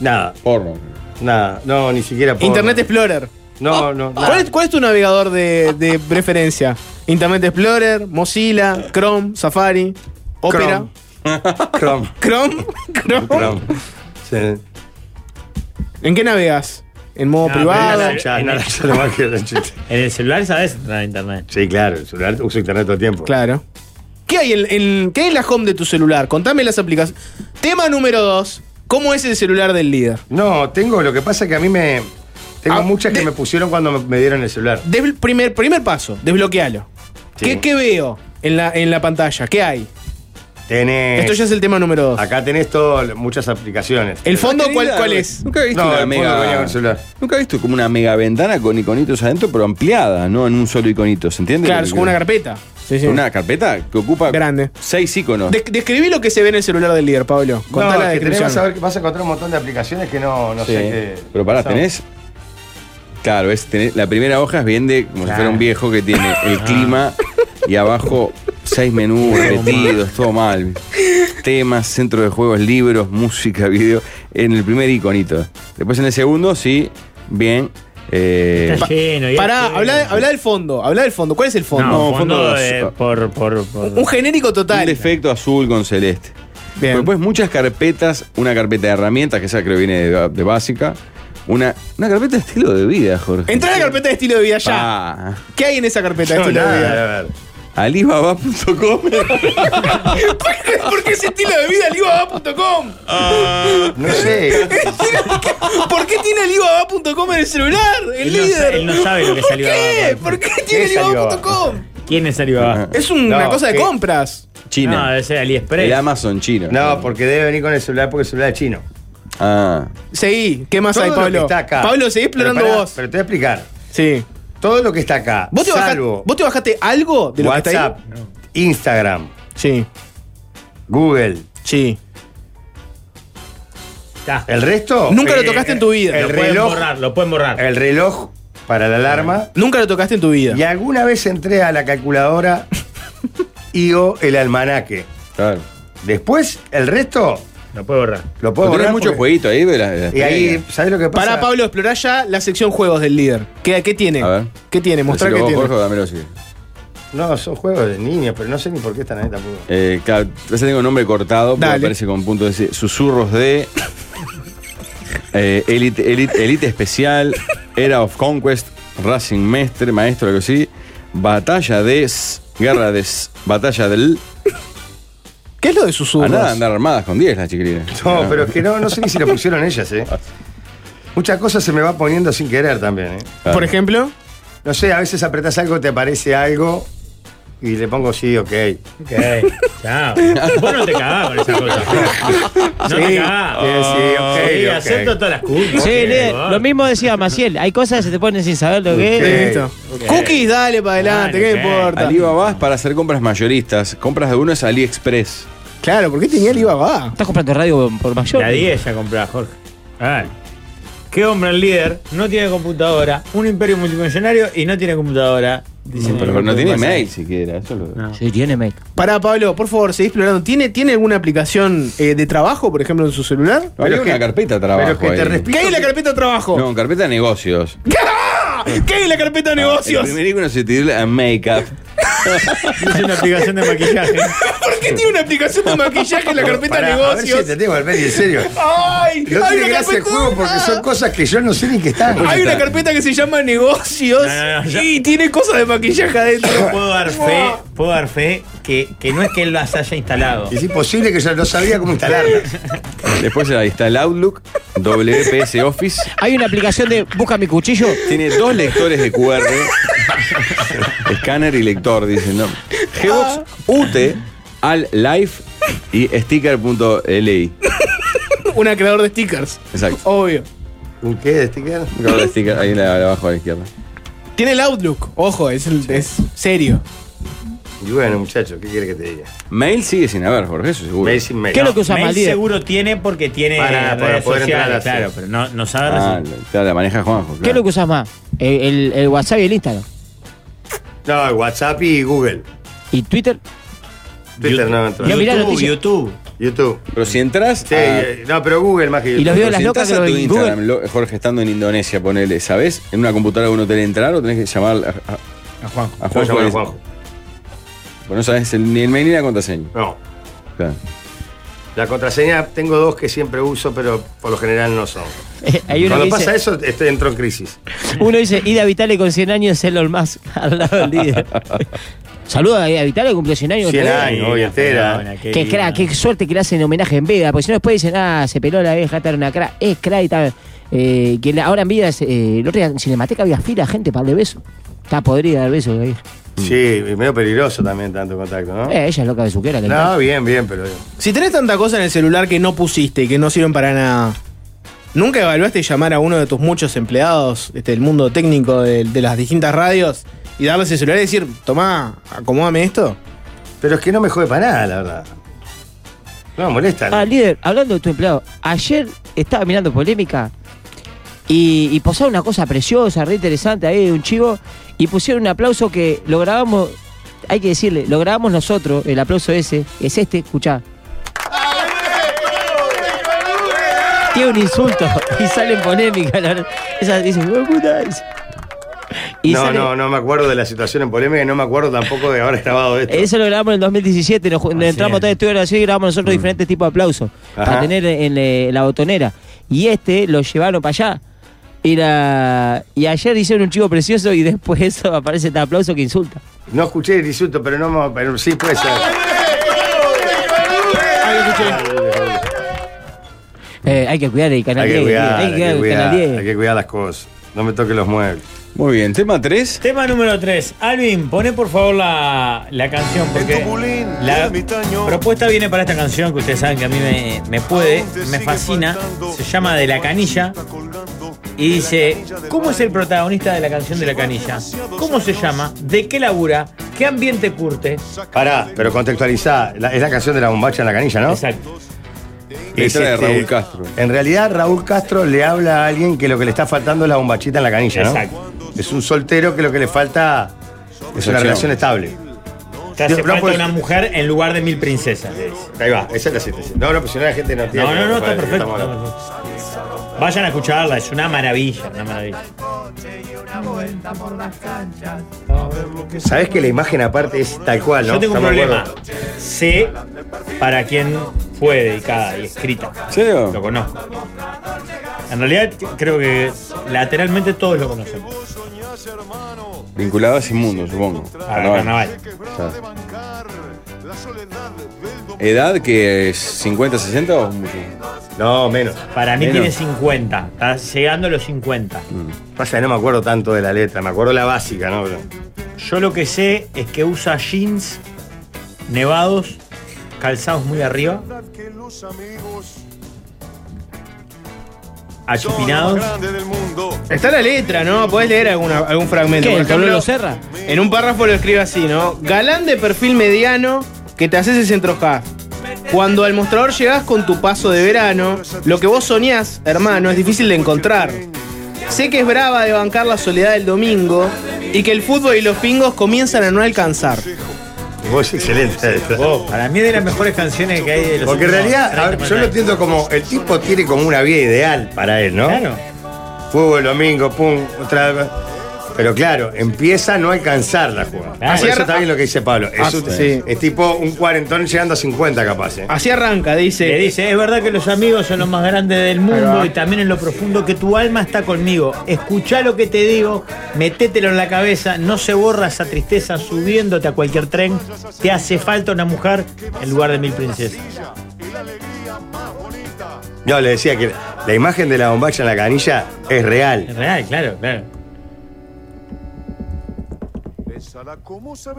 Nada,
Porno.
nada. No, ni siquiera puedo.
Internet Explorer.
No, no, nada.
¿Cuál es, cuál es tu navegador de, de preferencia? Internet Explorer, Mozilla, Chrome, Safari, Opera.
Chrome.
Chrome. Chrome.
Chrome. Sí.
¿En qué navegas? ¿En modo
No,
privado?
pero
Ya, nada, ya no más que el chiste.
En el celular sabes entrar a internet.
Sí, claro, el celular, uso internet todo el tiempo.
Claro. ¿Qué hay en, en- qué hay en la home de tu celular? Contame las aplicaciones. Tema número dos. ¿Cómo es el celular del líder?
No, tengo, lo que pasa es que a mí me. Tengo
Ah,
muchas que
de-
me pusieron cuando me, me dieron el celular.
Desbl- primer, primer paso, desbloquealo.
Sí.
¿Qué, qué veo en la, en la pantalla? ¿Qué hay?
Tenés.
Esto ya es el tema número dos.
Acá tenés todo, muchas aplicaciones.
¿El fondo
Ah,
cuál,
querida,
cuál es?
Nunca he visto
No,
una
el fondo venía con el
mega.
celular.
Nunca he visto como una mega ventana con iconitos adentro, pero ampliada, no en un solo iconito, ¿se entiende?
Claro, es como una carpeta. Sí, sí.
Una carpeta que ocupa
Grande.
seis iconos.
De- describí lo que se ve en el celular del líder, Pablo. Contá
no,
la
que tenés,
descripción.
vas, a ver, que vas a encontrar un montón de aplicaciones que no, no
Sí.
sé qué.
Pero pará,
son.
tenés. Claro, es, tenés- la primera hoja es bien de como si
Claro.
fuera un viejo que tiene el clima y abajo Seis menús repetidos, todo mal. Temas, centro de juegos, libros, música, video. En el primer iconito. Después en el segundo, sí, bien. eh,
Está lleno. y
Pará,
es-
eh.
habla, habla del fondo, habla del fondo. ¿Cuál es el
No,
fondo?
fondo, de- por, por, por-
Un genérico
Un
total.
defecto azul con celeste. Después muchas carpetas, una carpeta de herramientas, que esa creo viene de, de básica. Una, una carpeta de estilo de vida, Jorge. Ah,
Entra en la carpeta de estilo de vida ya.
Pa.
¿Qué hay en esa carpeta de
No,
estilo de
nada,
vida?
Alibaba.com
¿Por qué ese estilo de vida alibaba.com?
No sé.
¿Por qué tiene alibaba.com en el celular? El
Él no
líder.
sa- él no sabe lo que es
¿Por qué?
Alibaba.
¿Por qué
¿Qué
tiene
es
alibaba.com?
¿Quién es
Ah,
Alibaba?
Es una
No,
cosa de
que-
compras.
China.
No, debe ser AliExpress.
El Amazon chino.
No, porque debe venir con el celular porque el celular es chino.
Ah.
Seguí, ¿qué más
Todo
hay,
lo que
Pablo?
está acá.
Pablo, seguí explorando
Pero pará,
vos.
Pero te voy a explicar.
Sí.
Todo lo que está acá,
¿Vos te, bajaste,
salvo
¿Vos te bajaste algo de lo que está ahí?
WhatsApp, Instagram,
Sí,
Google,
sí.
Está.
el resto.
Nunca lo
eh,
tocaste en tu vida.
El
Lo pueden
reloj,
borrar, lo pueden borrar.
el reloj para la alarma.
Nunca lo tocaste en tu vida.
Y alguna vez entré a la calculadora y o el almanaque.
Claro.
Después, el resto
Lo puede borrar.
lo
Porque
puedo borrar.
tenés muchos
porque-
jueguitos ahí, ¿verdad?
Y ahí, ¿sabes lo que pasa?
Pará, Pablo, explorá ya la sección juegos del líder. ¿Qué, qué tiene?
A ver.
¿Qué tiene? Mostrá
Mostrá
qué
vos,
tiene.
Jorge, o dámelo así.
No, son juegos de niños, pero no sé ni por qué están ahí tampoco.
Eh, claro, ese tengo nombre cortado, pero
Dale.
aparece con punto de C. Susurros de. eh, elite, elite, Elite Especial, Era of Conquest, Racing Mestre, Maestro, algo así. Batalla de. S, Guerra de. S, Batalla del.
¿Qué es lo de
A
Ah,
susurros?
nada andar armadas con 10 las chiquilinas.
No, pero es que no, no sé ni si lo pusieron ellas, ¿eh? Muchas cosas se me va poniendo sin querer también, ¿eh?
Claro.
Por ejemplo,
No sé, a veces apretás algo, te aparece algo y le pongo sí, ok.
Ok, chao. Vos no te cagás con esa cosa. No te
Sí,
cagás.
sí, sí, ok,
Sí,
ok.
acepto todas las culpas.
Sí, líder,
vos.
lo mismo decía Maciel. Hay cosas que se te ponen sin saber lo que es.
Eh,
listo. Cookies, dale para adelante, ¿qué
Dale,
me
ok.
importa?
Alibaba es para hacer compras mayoristas. Compras de uno es AliExpress.
Claro, ¿por qué tenía Alibaba?
Estás comprando radio por mayor.
La 10 ya compraba, Jorge. A ver. ¿Qué hombre el líder no tiene computadora? Un imperio multimillonario y no tiene computadora. Dicen en el
Pero no
grupo
tiene
de WhatsApp.
mail siquiera. Eso lo...
No.
Sí, tiene Mac.
Pará, Pablo, por favor, seguí explorando. ¿Tiene, ¿tiene alguna aplicación eh, de trabajo, por ejemplo, en su celular?
Habría
Pero
una
que-
carpeta de trabajo.
pero que te
ahí.
respi-
¿Qué hay en la carpeta de trabajo?
No, carpeta de negocios.
¡Ah! ¿Qué hay en la carpeta de negocios?
El primer icono se titula Makeup.
Es una aplicación de maquillaje.
¿Por qué tiene una aplicación de maquillaje en la carpeta
Pará,
de
a ver si
negocios?
te tengo al medio, en serio.
¡Ay!
No
hay
tiene
una
gracia
carpeta.
el juego porque son cosas que yo no sé ni que están.
Hay una carpeta que se llama negocios
No, no, no, ya-
y tiene cosas de maquillaje adentro.
puedo dar fe, puedo dar fe que, que no es que él las haya instalado.
Es imposible que yo no sabía cómo instalarla.
Después ahí está el Outlook, WPS Office.
Hay una aplicación de Busca mi cuchillo.
Tiene dos lectores de QR. Escáner y lector, dicen. ¿no? Gbox, UT, Al Life y sticker.li.
Una creador de stickers.
Exacto.
Obvio.
¿Un qué de sticker?
Color de sticker, ahí en la- abajo a la izquierda.
Tiene el Outlook. Ojo, es, el- es serio.
Y bueno, muchacho, ¿qué quiere que te diga?
Mail sigue sin haber, Jorge, eso seguro.
Mail sin mail.
¿Qué es lo que usa
Mail
más, líder?
seguro tiene porque tiene
Para- para
redes
poder entrar a
sociales, claro,
las-
pero no, no sabe
Ah,
recibir.
la, la maneja Juanjo.
¿Qué es
claro.
lo que usas más? El, el- el WhatsApp y el Instagram.
No, el WhatsApp y Google.
¿Y Twitter?
Twitter no entró.
Y mirá
YouTube,
noticias.
YouTube.
YouTube.
Pero si entras.
Sí,
a-
eh, no, pero Google más que YouTube.
Y los
pero
veo las
si
locas
entras
que
a tu
lo ven en Google.
Instagram, lo- Jorge, estando en Indonesia, ponele, ¿sabes? En una computadora uno te debe entrar o tenés que llamar a, a-
A Juan.
a
Yo
Juanjo.
llamo a
Bueno,
Juanjo.
no sabes el- ni el mail ni la contraseña.
No.
Claro.
La contraseña tengo dos que siempre uso, pero por lo general no son.
eh, Hay uno
Cuando
que
pasa
dice,
eso, estoy entro en crisis.
uno dice, Ida Vitale con 100 años es el más al lado del líder. Saluda a Ida Vitale, cumple 100 años.
100
¿no?
años,
Qué
hoy entera.
fenómena, qué
Qué
divina.
crack, qué suerte que le hacen homenaje en Vega, porque si no después dicen, ah, se peló la vieja, esta era una crack, es crack y tal. Eh, que la- ahora en vida, eh, el otro día en Cinemateca había fila, gente, para darle beso. Está podrida el beso. Eh,
Sí, y medio peligroso también tanto contacto, ¿no?
Eh, ella es loca besuquera. le encanta.
No, bien, bien, pero.
Si tenés tanta cosa en el celular que no pusiste y que no sirven para nada, ¿nunca evaluaste llamar a uno de tus muchos empleados este, del mundo técnico de, de las distintas radios y darles el celular y decir, tomá, acomódame esto?
Pero es que no me jode para nada, la verdad. No me molesta.
Ah, líder, hablando de tu empleado, ayer estaba mirando polémica y, y posaba una cosa preciosa, re interesante ahí, un chivo, y pusieron un aplauso que lo grabamos hay que decirle, lo grabamos nosotros, el aplauso ese, es este, escuchá. Tiene un insulto y sale en polémica. la verdad. Esa dice, "Hijo de puta", dice. Y
no,
sale-
no, no me acuerdo de la situación en polémica y no me acuerdo tampoco de haber grabado esto.
Eso lo grabamos en el 2017, nos, ju-
Así
entramos
es.
todos estudios de grabación y grabamos nosotros diferentes tipos de aplausos
Ah, Mm. Ajá.
para tener en, eh, la botonera. Y este lo llevaron para allá. Y, la- y ayer hicieron un chivo precioso y después eso aparece este aplauso que insulta.
No escuché el insulto, pero no me- pero sí puede ser.
Eh, hay que cuidar el canal
Hay que
10,
cuidar, hay que
el
cuidar,
canal 10.
hay que cuidar las cosas. No me toque los muebles.
Muy bien, tema 3.
Tema número 3. Alvin, poné por favor la, la canción porque la propuesta viene para esta canción que ustedes saben que a mí me, me puede, me fascina. Se llama De la canilla y dice, ¿cómo es el protagonista de la canción de la canilla? ¿Cómo se llama? ¿De qué labura? ¿Qué ambiente curte?
Pará, pero contextualizá. La- es la canción de la bombacha en la canilla, ¿no?
Exacto.
Letra de Raúl Castro.
En realidad, Raúl Castro le habla a alguien que lo que le está faltando es la bombachita en la canilla, ¿no?
Exacto.
Es un soltero que lo que le falta es una
Exacto.
relación estable.
Te hace
No,
falta
pues-
una mujer en lugar de mil princesas. le dice.
Ahí va, esa es la situación. No, no, pues si no la gente no tiene.
No, no, no, está
Vale,
perfecto.
estamos hablando.
Vayan a escucharla, es una maravilla, una maravilla.
Sabés que la imagen aparte es tal cual, ¿no?
Yo tengo un
Estamos de
problema.
acuerdo.
Sé para quién fue dedicada y escrita.
¿En serio?
Lo conozco. En realidad creo que lateralmente todos lo conocemos.
Vinculado a Simundo, supongo.
A carnaval.
¿Edad que es 50, 60 o mucho?
No, menos. Mm.
Para mí
Menos.
tiene 50. Está llegando a los 50.
Pasa que no me acuerdo tanto de la letra, me acuerdo la básica, ¿no? Pero-
Yo lo que sé es que usa jeans nevados, calzados muy arriba, achupinados.
Está la letra, ¿no? Podés leer alguna- algún fragmento.
¿Qué?
Por
¿El tablero
ejemplo,
lo cerra?
En un párrafo lo escribe así, ¿no? Galán de perfil mediano que te haces es entrojar. Cuando al mostrador llegás con tu paso de verano, lo que vos soñás, hermano, es difícil de encontrar. Sé que es brava de bancar la soledad del domingo y que el fútbol y los pingos comienzan a no alcanzar.
Vos excelente.
Oh, para mí es de las mejores canciones que hay de los
Porque en
últimos
realidad,
30
a ver, yo
para
lo
atrás.
entiendo como el tipo tiene como una vida ideal para él, ¿no?
Claro.
Fútbol, domingo, pum, otra vez. Pero claro, empieza a no alcanzar la jugada.
Claro.
Por Eso está bien lo que dice Pablo. Es, un-
Ah, sí. Ah.
es tipo un cuarentón llegando a 50 capaz. ¿eh?
Así arranca,
Le
dice.
dice, es verdad que los amigos son los más grandes del
Ahí
mundo
va.
y también en lo profundo que tu alma está conmigo. Escuchá lo que te digo, metételo en la cabeza, no se borra esa tristeza subiéndote a cualquier tren. Te hace falta una mujer en lugar de mil princesas.
No, le decía que la imagen de la bombacha en la canilla es real.
Es real, claro, claro.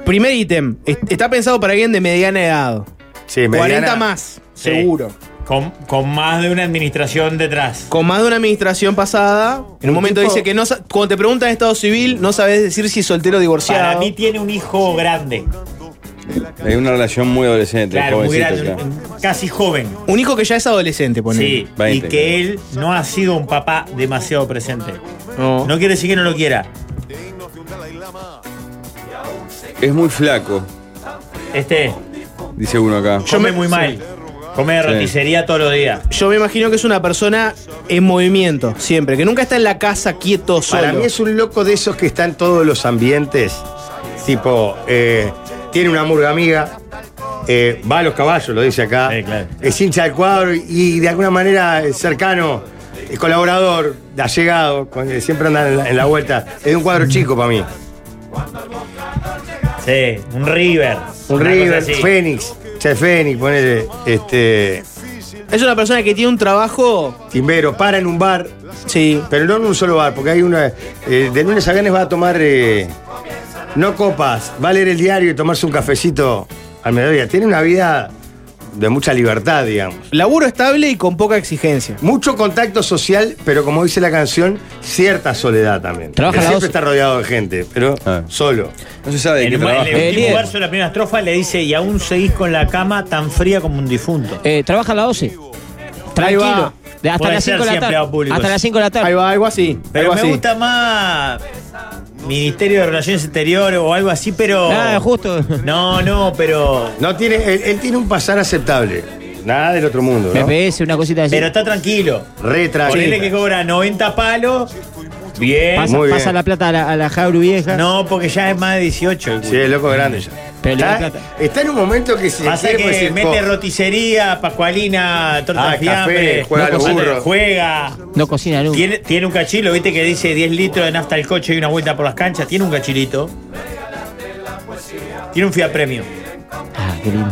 Primer ítem. est- Está pensado para alguien de mediana edad.
Sí, mediana-
40 más,
Sí.
seguro.
Con, con más de una administración detrás.
con más de una administración pasada, en un momento dice que no sa- cuando te preguntan estado civil, no sabes decir si es soltero o
Para
divorciado.
mí tiene un hijo grande.
Hay una relación muy adolescente,
Claro, muy
jovencito,
grande,
claro.
un- un- casi joven.
Un hijo que ya es adolescente, ponele.
Sí, y
20.
que él no ha sido un papá demasiado presente.
No.
No quiere decir que no lo quiera.
Es muy flaco,
Este
dice uno acá.
Yo
come
me-
muy
sí.
mal. Come de
Sí.
roticería todos los días.
Yo me imagino que es una persona en movimiento, siempre, que nunca está en la casa quieto solo.
Para mí es un loco de esos que está en todos los ambientes. Tipo, eh, tiene una murga amiga, eh, va a los caballos, lo dice acá.
Sí, claro.
Es hincha del cuadro y de alguna manera eh, cercano, eh, colaborador, allegado, con- eh, siempre andan en la, en la vuelta. Es de un cuadro chico para mí.
Sí, un River.
Un
una
River,
cosa así.
Fénix, Che Fénix, ponele, este,
Es una persona que tiene un trabajo.
Timbero, para en un bar,
Sí.
pero no en un solo bar, porque hay una. eh, de lunes a viernes va a tomar. eh, no copas, va a leer el diario y tomarse un cafecito al mediodía. Tiene una vida de mucha libertad, digamos.
Laburo estable y con poca exigencia.
Mucho contacto social, pero como dice la canción, cierta soledad también.
Trabaja
Él
la doce.
siempre está rodeado de gente, pero
Ah.
solo.
No se sabe de
En
qué
un- en
trabaja.
el
Eh,
último
líder.
verso de la primera estrofa le dice, y aún seguís con la cama tan fría como un difunto.
Eh, trabaja a las 12.
Ahí
Tranquilo.
va.
De hasta
Puede
las
ser
5 de la
siempre
tarde.
empleado público.
Hasta las 5 de la
Ahí
tarde.
va, algo así.
Pero
algo
me
así.
gusta más Ministerio de Relaciones Exteriores o algo así, pero.
Nada,
justo.
No, no, pero.
No tiene, él, él tiene un pasar aceptable. Nada del otro mundo, ¿no?
GPS, una cosita así.
Pero está tranquilo.
Re tranquilo.
Ponele que cobra 90 palos. Bien.
Pasa,
Muy
pasa
bien.
la plata a la, a la Jabru vieja.
No, porque ya es más de 18. el
Sí, es loco grande ya.
Pero le da
está,
plata.
está en un momento que se
Pasa
quiere "Oh",
que
poner-
mete roticería, pascualina, torta
pues, Ah,
de fiambre,
café, juega
no
a los
cocina,
burros.
juega.
No cocina nunca.
Tiene, tiene un cachilo, viste que dice 10 litros de nafta al coche y una vuelta por las canchas. Tiene un cachilito. Tiene un Fiat Premium.
Ah, qué lindo.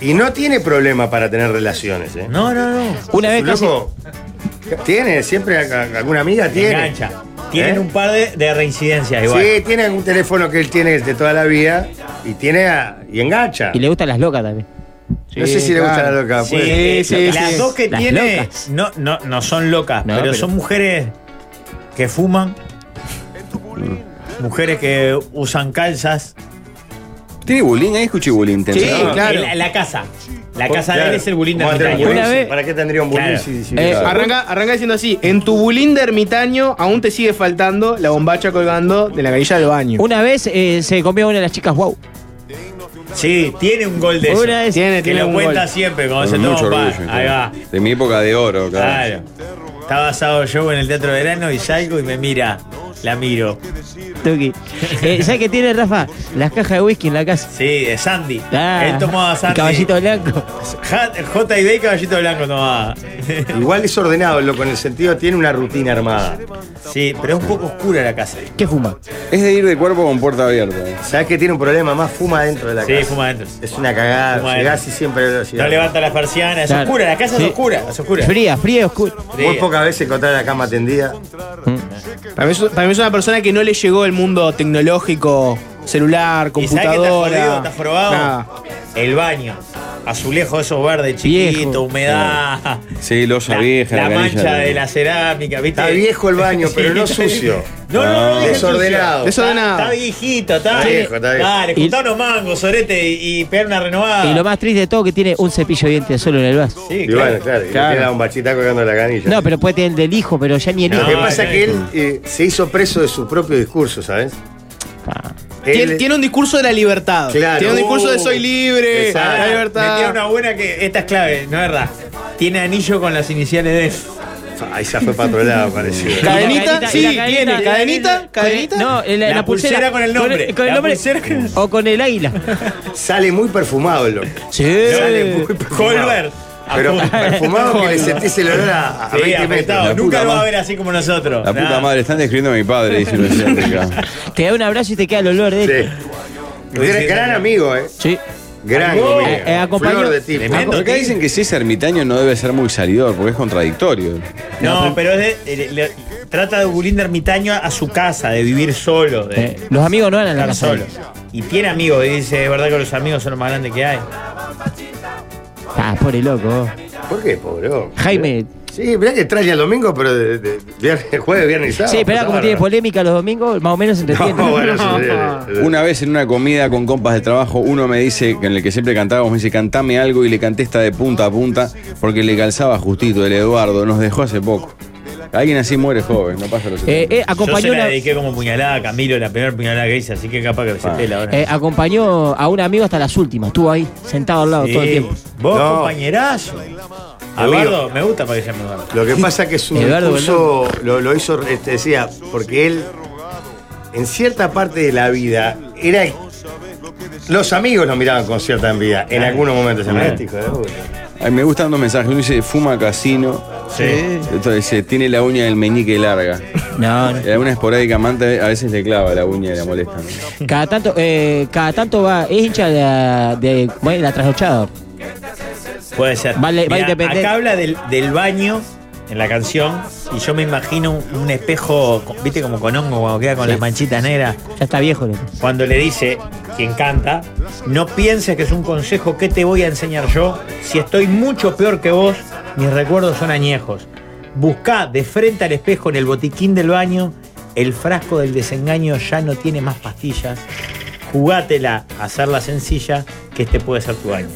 Y no tiene problema para tener relaciones, ¿eh?
No, no, no.
Una vez casi-
Loco, tiene, siempre a- a- alguna amiga tiene.
Engancha. Tienen
¿Eh?
un par de, de reincidencias igual.
Sí, tiene algún teléfono que él tiene de toda la vida y tiene a- y engancha.
Y le gustan las locas también.
no sé si le gusta la loca. pues.
Sí,
puede.
sí, las
sí.
dos que
Las
tiene
locas.
no, no, no son locas,
No,
pero,
pero-
son mujeres que fuman, mujeres que usan calzas.
¿Tiene bullying? Ahí escuché bullying. Ah,
Sí,
tensa.
claro. Pues, La, la casa. La casa de él es el bulín de
¿Cómo va a tener
Ermitaño.
bullying?
Una vez-
¿Para qué tendría un bullying?
Claro.
si- si-
Eh,
claro.
Arranca, arranca diciendo así: En tu bulín de ermitaño aún te sigue faltando la bombacha colgando de la gallilla del baño.
Una vez eh, se comió una de las chicas, wow.
Sí, tiene un gol de eso.
Una vez-
Tiene,
que
tiene
lo
un
cuenta
gol.
siempre cuando se
Con
toma
mucho
un
orgullo.
pan. Ahí va.
De mi época de oro, claro.
Claro. Está basado yo en el Teatro de Verano y salgo y me mira. La miro.
Tuki. Eh, ¿Sabes qué tiene Rafa? Las cajas de whisky en la casa.
Sí, de Sandy.
Ah,
Él tomaba
el
Sandy.
Caballito blanco.
J y B caballito blanco tomaba.
Igual es ordenado, loco, en el sentido tiene una rutina armada.
Sí, pero es un poco oscura la casa.
¿Qué fuma?
Es de ir de cuerpo con puerta abierta. eh.
¿Sabes que tiene un problema más? Fuma dentro de la
Sí,
casa.
fuma adentro.
Es una cagada.
Fuma
Llegás y
adentro.
siempre lo
No levanta las persianas, es
Claro.
oscura, la casa
Sí.
es oscura, es oscura.
Fría, fría y oscura.
Muy pocas veces encontrar la cama tendida.
Para mí, es- para mí es una persona que no le llegó el mundo tecnológico, celular,
¿Y sabes qué está jodido,
computadora.
está probado?
nada.
El baño, azulejo de esos verdes chiquitos,
Viejo.
humedad,
Sí, losa
la,
vieja.
la
canilla
mancha de la cerámica, ¿viste?
Está viejo el baño,
Sí,
pero no
está
sucio.
viejo. No, no, no, no,
Desordenado.
Está,
Desordenado.
está viejito, está.
Está viejo, está viejo.
Dale,
Y-
juntá unos mangos, sorete, y, y pegar una renovada.
Y lo más triste de todo que tiene un cepillo de dientes solo en el vaso.
Sí,
Y
claro.
bueno, claro, y
Claro.
tiene la bombachita colgando la canilla.
No, pero puede tener el del hijo, pero ya ni el
No,
hijo.
Lo que pasa
no,
es que él eh, se hizo preso de su propio discurso, ¿sabes?
Ah.
Tiene,
Él-
tiene un discurso de la libertad.
Claro.
Tiene un discurso de
Uh,
soy libre,
exacto.
la
Me tira
libertad.
una buena que esta es clave, no es verdad. Tiene anillo con las iniciales de él.
Ahí se fue para otro lado, parecido.
Y la
Cadenita, sí,
y la
tiene.
y la
Cadenita,
con
cadenita.
el- No, eh, la,
La
la
pulsera con el nombre.
Con el,
La
nombre.
pulsera con-
O con el águila.
Sale muy perfumado el loco.
Sí.
Sale muy perfumado.
Colbert.
Pero
Ah,
Apu-
perfumado que le sentís el olor a, a
Sí,
20
apretado.
metros.
La
Nunca
puta
lo va a
madre.
ver así como nosotros.
La puta
Nah.
madre, están describiendo a mi padre, dice Luciana.
Te da un abrazo y te queda el olor de él.
Sí. Gran, gran amigo, ¿eh?
Sí.
Gran amigo.
Eh, eh, acompañó-
Flor de tipo.
Tremendo.
Pero acá dicen que si es ermitaño no debe ser muy salidor, porque es contradictorio.
No, pero es de- eh, le- le- trata de bulín de ermitaño a su casa, de vivir solo, de
Eh, los amigos no van a la
estar
casa.
solo. Y tiene amigos, y dice, de verdad que los amigos son los más grandes que hay.
Ah, pobre loco.
¿Por qué, pobre? hombre?
Jaime.
Sí, mirá que trae el domingo, pero de, de- viernes, jueves, viernes y sábado.
Sí, pero
Está
como tiene
bárbaro.
polémica los domingos, más o menos se te entiende.
pues,
Eh,
No, bueno, sí, sí, sí.
Una vez en una comida con compas de trabajo, uno me dice, en el que siempre cantábamos, me dice, cantame algo y le canté esta de punta a punta porque le calzaba justito el Eduardo, nos dejó hace poco. Alguien así muere joven, no pasa lo
Eh, eh,
Yo se la
acompañó, una-
dediqué como puñalada a Camilo, la primera puñalada que hice, así que capaz que se
Ah.
pela ahora.
eh, acompañó a un amigo hasta las últimas. Estuvo ahí, sentado al lado
Sí.
todo el tiempo.
Vos,
No.
compañerazo. A
Amigo.
Eduardo, me gusta para que se llame Eduardo.
Lo que pasa que su
Eduardo
discurso lo, lo hizo, este, decía, porque él, en cierta parte de la vida, era. Los amigos nos miraban con cierta envidia. En algunos momentos se me este hijo de puta.
Ay, me gustan dos mensajes. Uno dice, fuma casino.
Sí.
Otro dice, tiene la uña del meñique larga.
No, no.
Y alguna esporádica manta a veces le clava la uña y la molesta. ¿no?
Cada tanto, eh, cada tanto va, es hincha de la, de, ¿cómo es? la trasnochada.
Puede ser.
Vale, va a
Mirá,
depender.
Acá habla del, del baño en la canción y yo me imagino un, un espejo, con- viste como con hongo cuando queda con las manchitas negras.
Ya está viejo, loco.
Cuando le dice quien canta, no pienses que es un consejo que te voy a enseñar yo. Si estoy mucho peor que vos, mis recuerdos son añejos. Buscá de frente al espejo en el botiquín del baño. El frasco del desengaño ya no tiene más pastillas. Jugátela, hacerla sencilla, que este puede ser tu baño.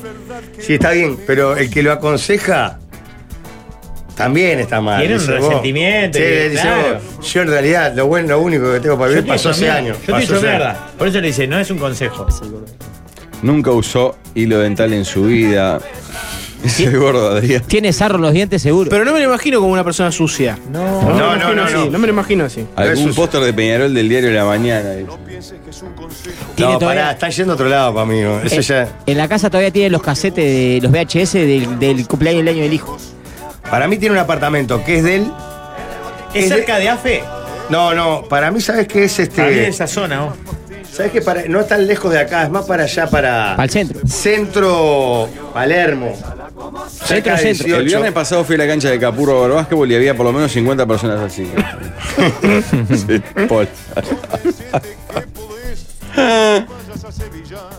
Sí, está bien, pero el que lo aconseja También está mal.
Tiene un
dice vos.
resentimiento,
Sí,
y-
dice
claro.
vos, Yo en realidad, lo bueno, lo único que tengo para
Yo
vivir
te hizo
pasó hace
mierda.
años.
Yo te
pasó
hizo
hace años.
mierda. Por eso le dice, no es un consejo.
Nunca usó hilo dental en su vida. Es el gordo, Adrián.
Tiene sarro en los dientes seguro.
Pero no me lo imagino como una persona sucia.
No,
me
No,
lo
no,
imagino
no,
así,
no.
me lo imagino así.
Algún póster de Peñarol del diario de la mañana.
Tiene
No,
todavía-
pará, está yendo a otro lado para mí. ¿no? Eso
Eh,
ya.
En la casa todavía tiene los casetes de los VHS del, del cumpleaños del año del hijo.
Para mí tiene un apartamento que es de él.
¿Es, cerca de AFE?
No, no, para mí, ¿sabes qué es este?
Para mí de esa zona, vos.
¿Sabes que para, no es tan lejos de acá? Es más para allá, para.
Para el centro.
Centro Palermo. Cerca de 18.
El viernes pasado fui a la cancha de Capurro Barbásquetbol y había por lo menos 50 personas así. Sí, Paul.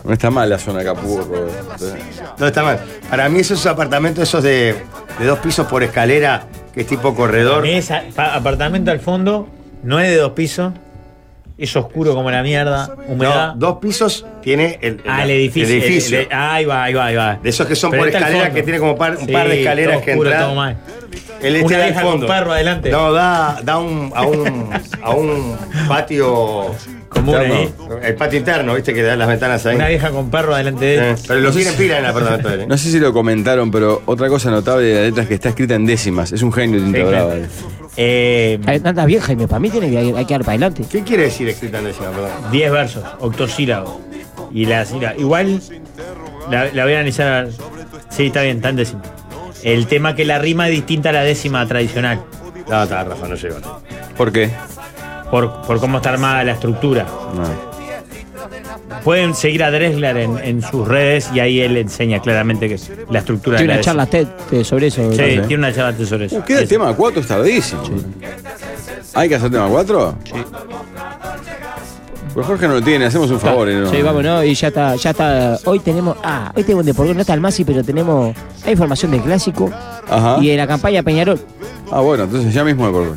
no está mal la zona de Capurro. este.
No está mal. Para mí, esos apartamentos, esos de, de dos pisos por escalera, que es tipo corredor.
Es a- pa- apartamento al fondo, no es de dos pisos, es oscuro como la mierda, humedad.
No, dos pisos tiene el,
Ah, el
el
edificio.
edificio.
el- ah, el- ahí va, ahí va, ahí va.
De esos que son
Pero
por
está al
escalera,
fondo.
que tiene como par- un
Sí,
par de escaleras
todo
que
oscuro,
entrar.
todo mal.
El
Una
este al
vieja con
fondo.
perro adelante.
No, da, da un, a, un, a un patio
Común ahí.
El patio interno, viste que da las ventanas ahí.
Una vieja con perro delante de él.
Eh, pero lo quieren pila en el apartamento de él. ¿eh?
No sé si lo comentaron, pero otra cosa notable de la letra es que está escrita en décimas. Es un genio tinta
claro.
brava.
Eh,
Hay tantas viejas y me- para mí tiene que, hay, hay que dar para adelante.
¿Qué quiere decir escrita en décima, perdón?
10 versos, octosílabos. Y la sílaba. Igual la, la voy a analizar. Sí, está bien, tan décima. El tema que la rima es distinta a la décima tradicional.
No, está razón, no llega.
¿Por qué?
Por, por cómo está armada la estructura.
No.
Pueden seguir a Dressler en, en sus redes y ahí él enseña claramente que es la estructura
Tiene
de
una
la
charla
décima.
TED eh, sobre eso.
Sí,
¿no?
tiene una charla antes sobre eso.
Queda el
Sí.
tema 4, es tardísimo. ¿Hay que hacer tema 4? Sí. Pues Jorge no lo tiene, hacemos un favor. ¿no?
Sí, vámonos y ya está, ya está. Hoy tenemos, ah, hoy tenemos de por gol, no está el Masi, pero tenemos la información del clásico
Ajá.
y de la campaña Peñarol.
Ah, bueno, entonces ya mismo de por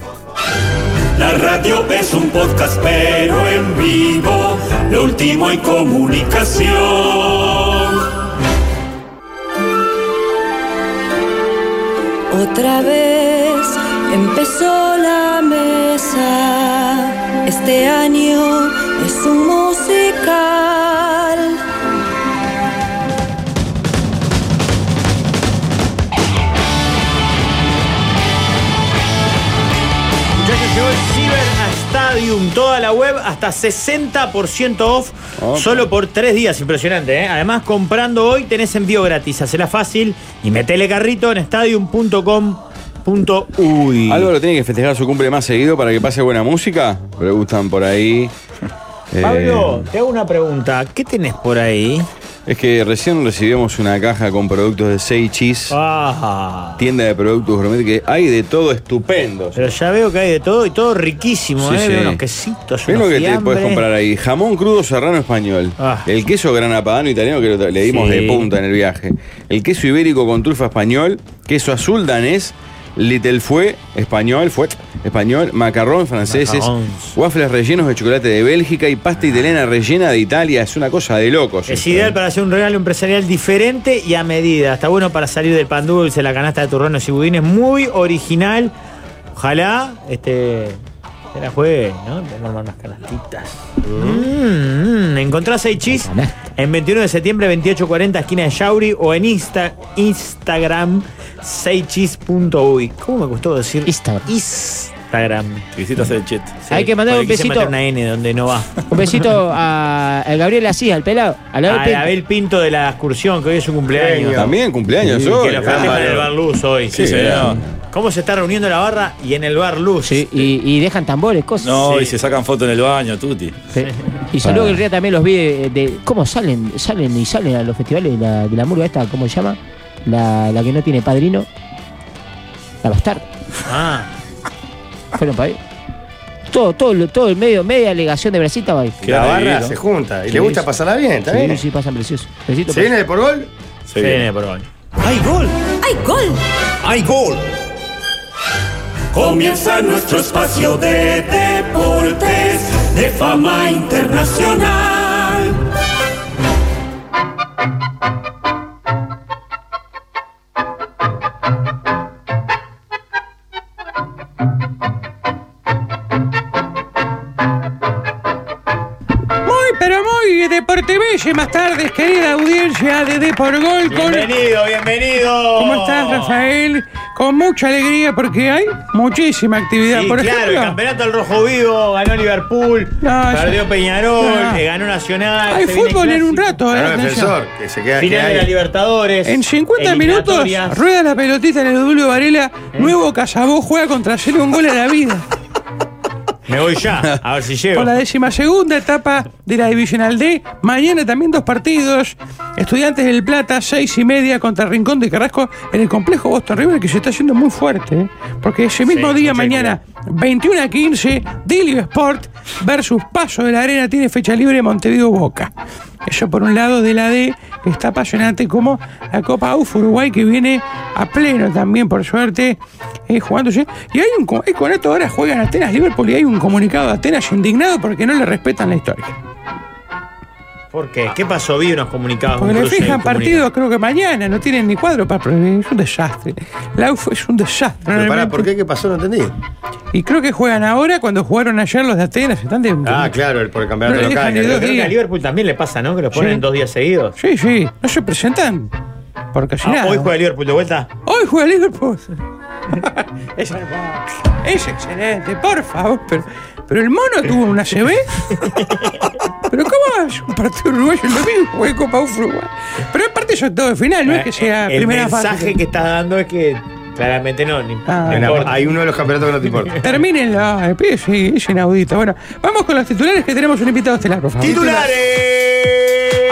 La radio es un podcast pero en vivo, lo último en comunicación.
Otra vez empezó la mesa. Este año es un musical.
Muchachos, llegó el Ciber a Stadium, toda la web hasta 60% off,
Ok.
solo por tres días, impresionante. ¿eh? Además, comprando hoy tenés envío gratis, hacela fácil y metele carrito en stadium.com.uy.
Álvaro tiene que festejar su cumple más seguido para que pase buena música. Preguntan por ahí. Eh,
Pablo, te hago una pregunta, ¿qué tenés por ahí?
es que recién recibimos una caja con productos de Sei Cheese,
Ah,
tienda de productos gourmet, que hay de todo estupendo.
pero ya veo que hay de todo y todo riquísimo,
Sí,
¿eh?
sí.
Veo unos quesitos,
¿Qué es
unos
lo que te
fiambres.
puedes comprar ahí? Jamón crudo serrano español.
Ah.
El queso gran apadano italiano que lo- le dimos
Sí.
de punta en el viaje. El queso ibérico con trufa español. Queso azul danés. Little fue español, fue español, macarrón franceses,
Macarrón.
waffles rellenos de chocolate de Bélgica y pasta italiana rellena de Italia. Es una cosa de locos.
Es
esto,
ideal
¿eh?
para hacer un regalo empresarial diferente y a medida. Está bueno para salir del pan dulce, la canasta de turrones y budines. Muy original. Ojalá este, se la juegue, ¿no? Podemos armar unas canastitas. Mm, mm. Encontrás 6 Chis
¿eh?
en 21 de septiembre, 2840, esquina de Yauri o en Insta, Instagram 6chis.uy. ¿Cómo me costó decir
Instagram.
Instagram?
Visitas el chat.
Sí,
Hay que mandar
porque
un
quise
besito.
meter una N donde no va.
Un besito a, a Gabriel Asís, al pelado, a la
A Abel Pinto de la excursión, que hoy es su cumpleaños.
También cumpleaños
Sí,
hoy.
que lo festejan en el Bar Luz hoy.
Sí, señor.
¿Cómo se está reuniendo la barra y en el Bar Luz?
Sí, y, y dejan tambores, cosas.
No,
Sí.
y se sacan fotos en el baño, Tuti.
Sí. Y saludo que el día también los vi de, de- cómo salen, salen y salen a los festivales de la, de la murga esta, ¿cómo se llama? La, la que no tiene padrino. La bastarda.
Ah,
Fueron para ahí. Todo, todo, lo- todo el medio, media delegación de Brasil estaba ahí.
Qué
La
alegría,
barra
¿no?
se junta y
Sí,
le gusta
sí.
pasarla bien, ¿está bien?
Sí, sí, pasan preciosos. Besito para-
¿Se viene de por gol?
Sí.
se viene por hoy.
¡Hay gol!
¡Hay gol!
¡Hay gol! Comienza nuestro espacio de deportes de fama internacional.
de Deportevelle más tarde, querida audiencia de Deporgol.
Bienvenido, bienvenido.
¿Cómo estás, Rafael? Con mucha alegría porque hay muchísima actividad.
Sí,
Por
claro,
ejemplo,
el campeonato al rojo vivo, ganó Liverpool,
No,
perdió
yo-
Peñarol,
no.
que ganó Nacional.
Hay
se viene
fútbol en un
Clásico.
rato,
Ganó
eh,
Defensor,
Nacho.
que se queda que
Final de la
hay.
Libertadores.
En 50 minutos
eliminatorias.
rueda la pelotita en el Dulio Varela. Nuevo Casabó juega contra Celo un gol a la vida.
Me voy ya, a ver si llego.
Por la décima segunda etapa de la Divisional D. Mañana también dos partidos. Estudiantes del Plata, seis y media contra Rincón de Carrasco en el complejo Boston River, que se está haciendo muy fuerte. ¿eh? Porque ese mismo
Sí,
día,
mucha
mañana, 21 a 15, Delio Sport versus Paso de la Arena tiene fecha libre Montevideo Boca. Eso por un lado de la D, que está apasionante, como la Copa UF Uruguay, que viene a pleno también, por suerte, eh, jugándose. Y hay un, co- eh, con esto ahora juegan Atenas Liverpool y hay un comunicado de Atenas indignado porque no le respetan la historia.
¿Por qué? ¿Qué pasó? Vi unos comunicados.
Porque
un
le
cruce de
fijan
comunicados.
partidos, creo que mañana, no tienen ni cuadro para prohibir. Es un desastre. La UF es un desastre.
Pero pará,
realmente.
¿por qué? ¿Qué pasó? No entendí.
Y creo que juegan ahora cuando jugaron ayer los de Atenas. Están de,
Ah, claro, el, por el
No
campeonato
le dejan
local.
ni
el-
dos
Pero creo que
días.
a Liverpool también le pasa, ¿no? Que lo ponen
Sí.
dos días seguidos.
Sí, sí. No se presentan. Por casi
Ah,
nada.
hoy juega Liverpool de vuelta.
Hoy juega Liverpool. es, hermoso. es excelente, por favor. Pero, pero el mono tuvo una CB. pero ¿cómo es un partido uruguayo el domingo? Juega Copa UF Uruguay. Pero aparte eso es todo de final, no es que sea
Eh, El
primera fase. Ah,
mensaje que estás dando es que claramente no. ni- no
en la-
importa.
hay uno de los campeonatos que no te importa.
Termínenla, eh, pide, sí, es inaudito. Bueno, vamos con los titulares que tenemos un invitado estelar, por favor.
Titulares.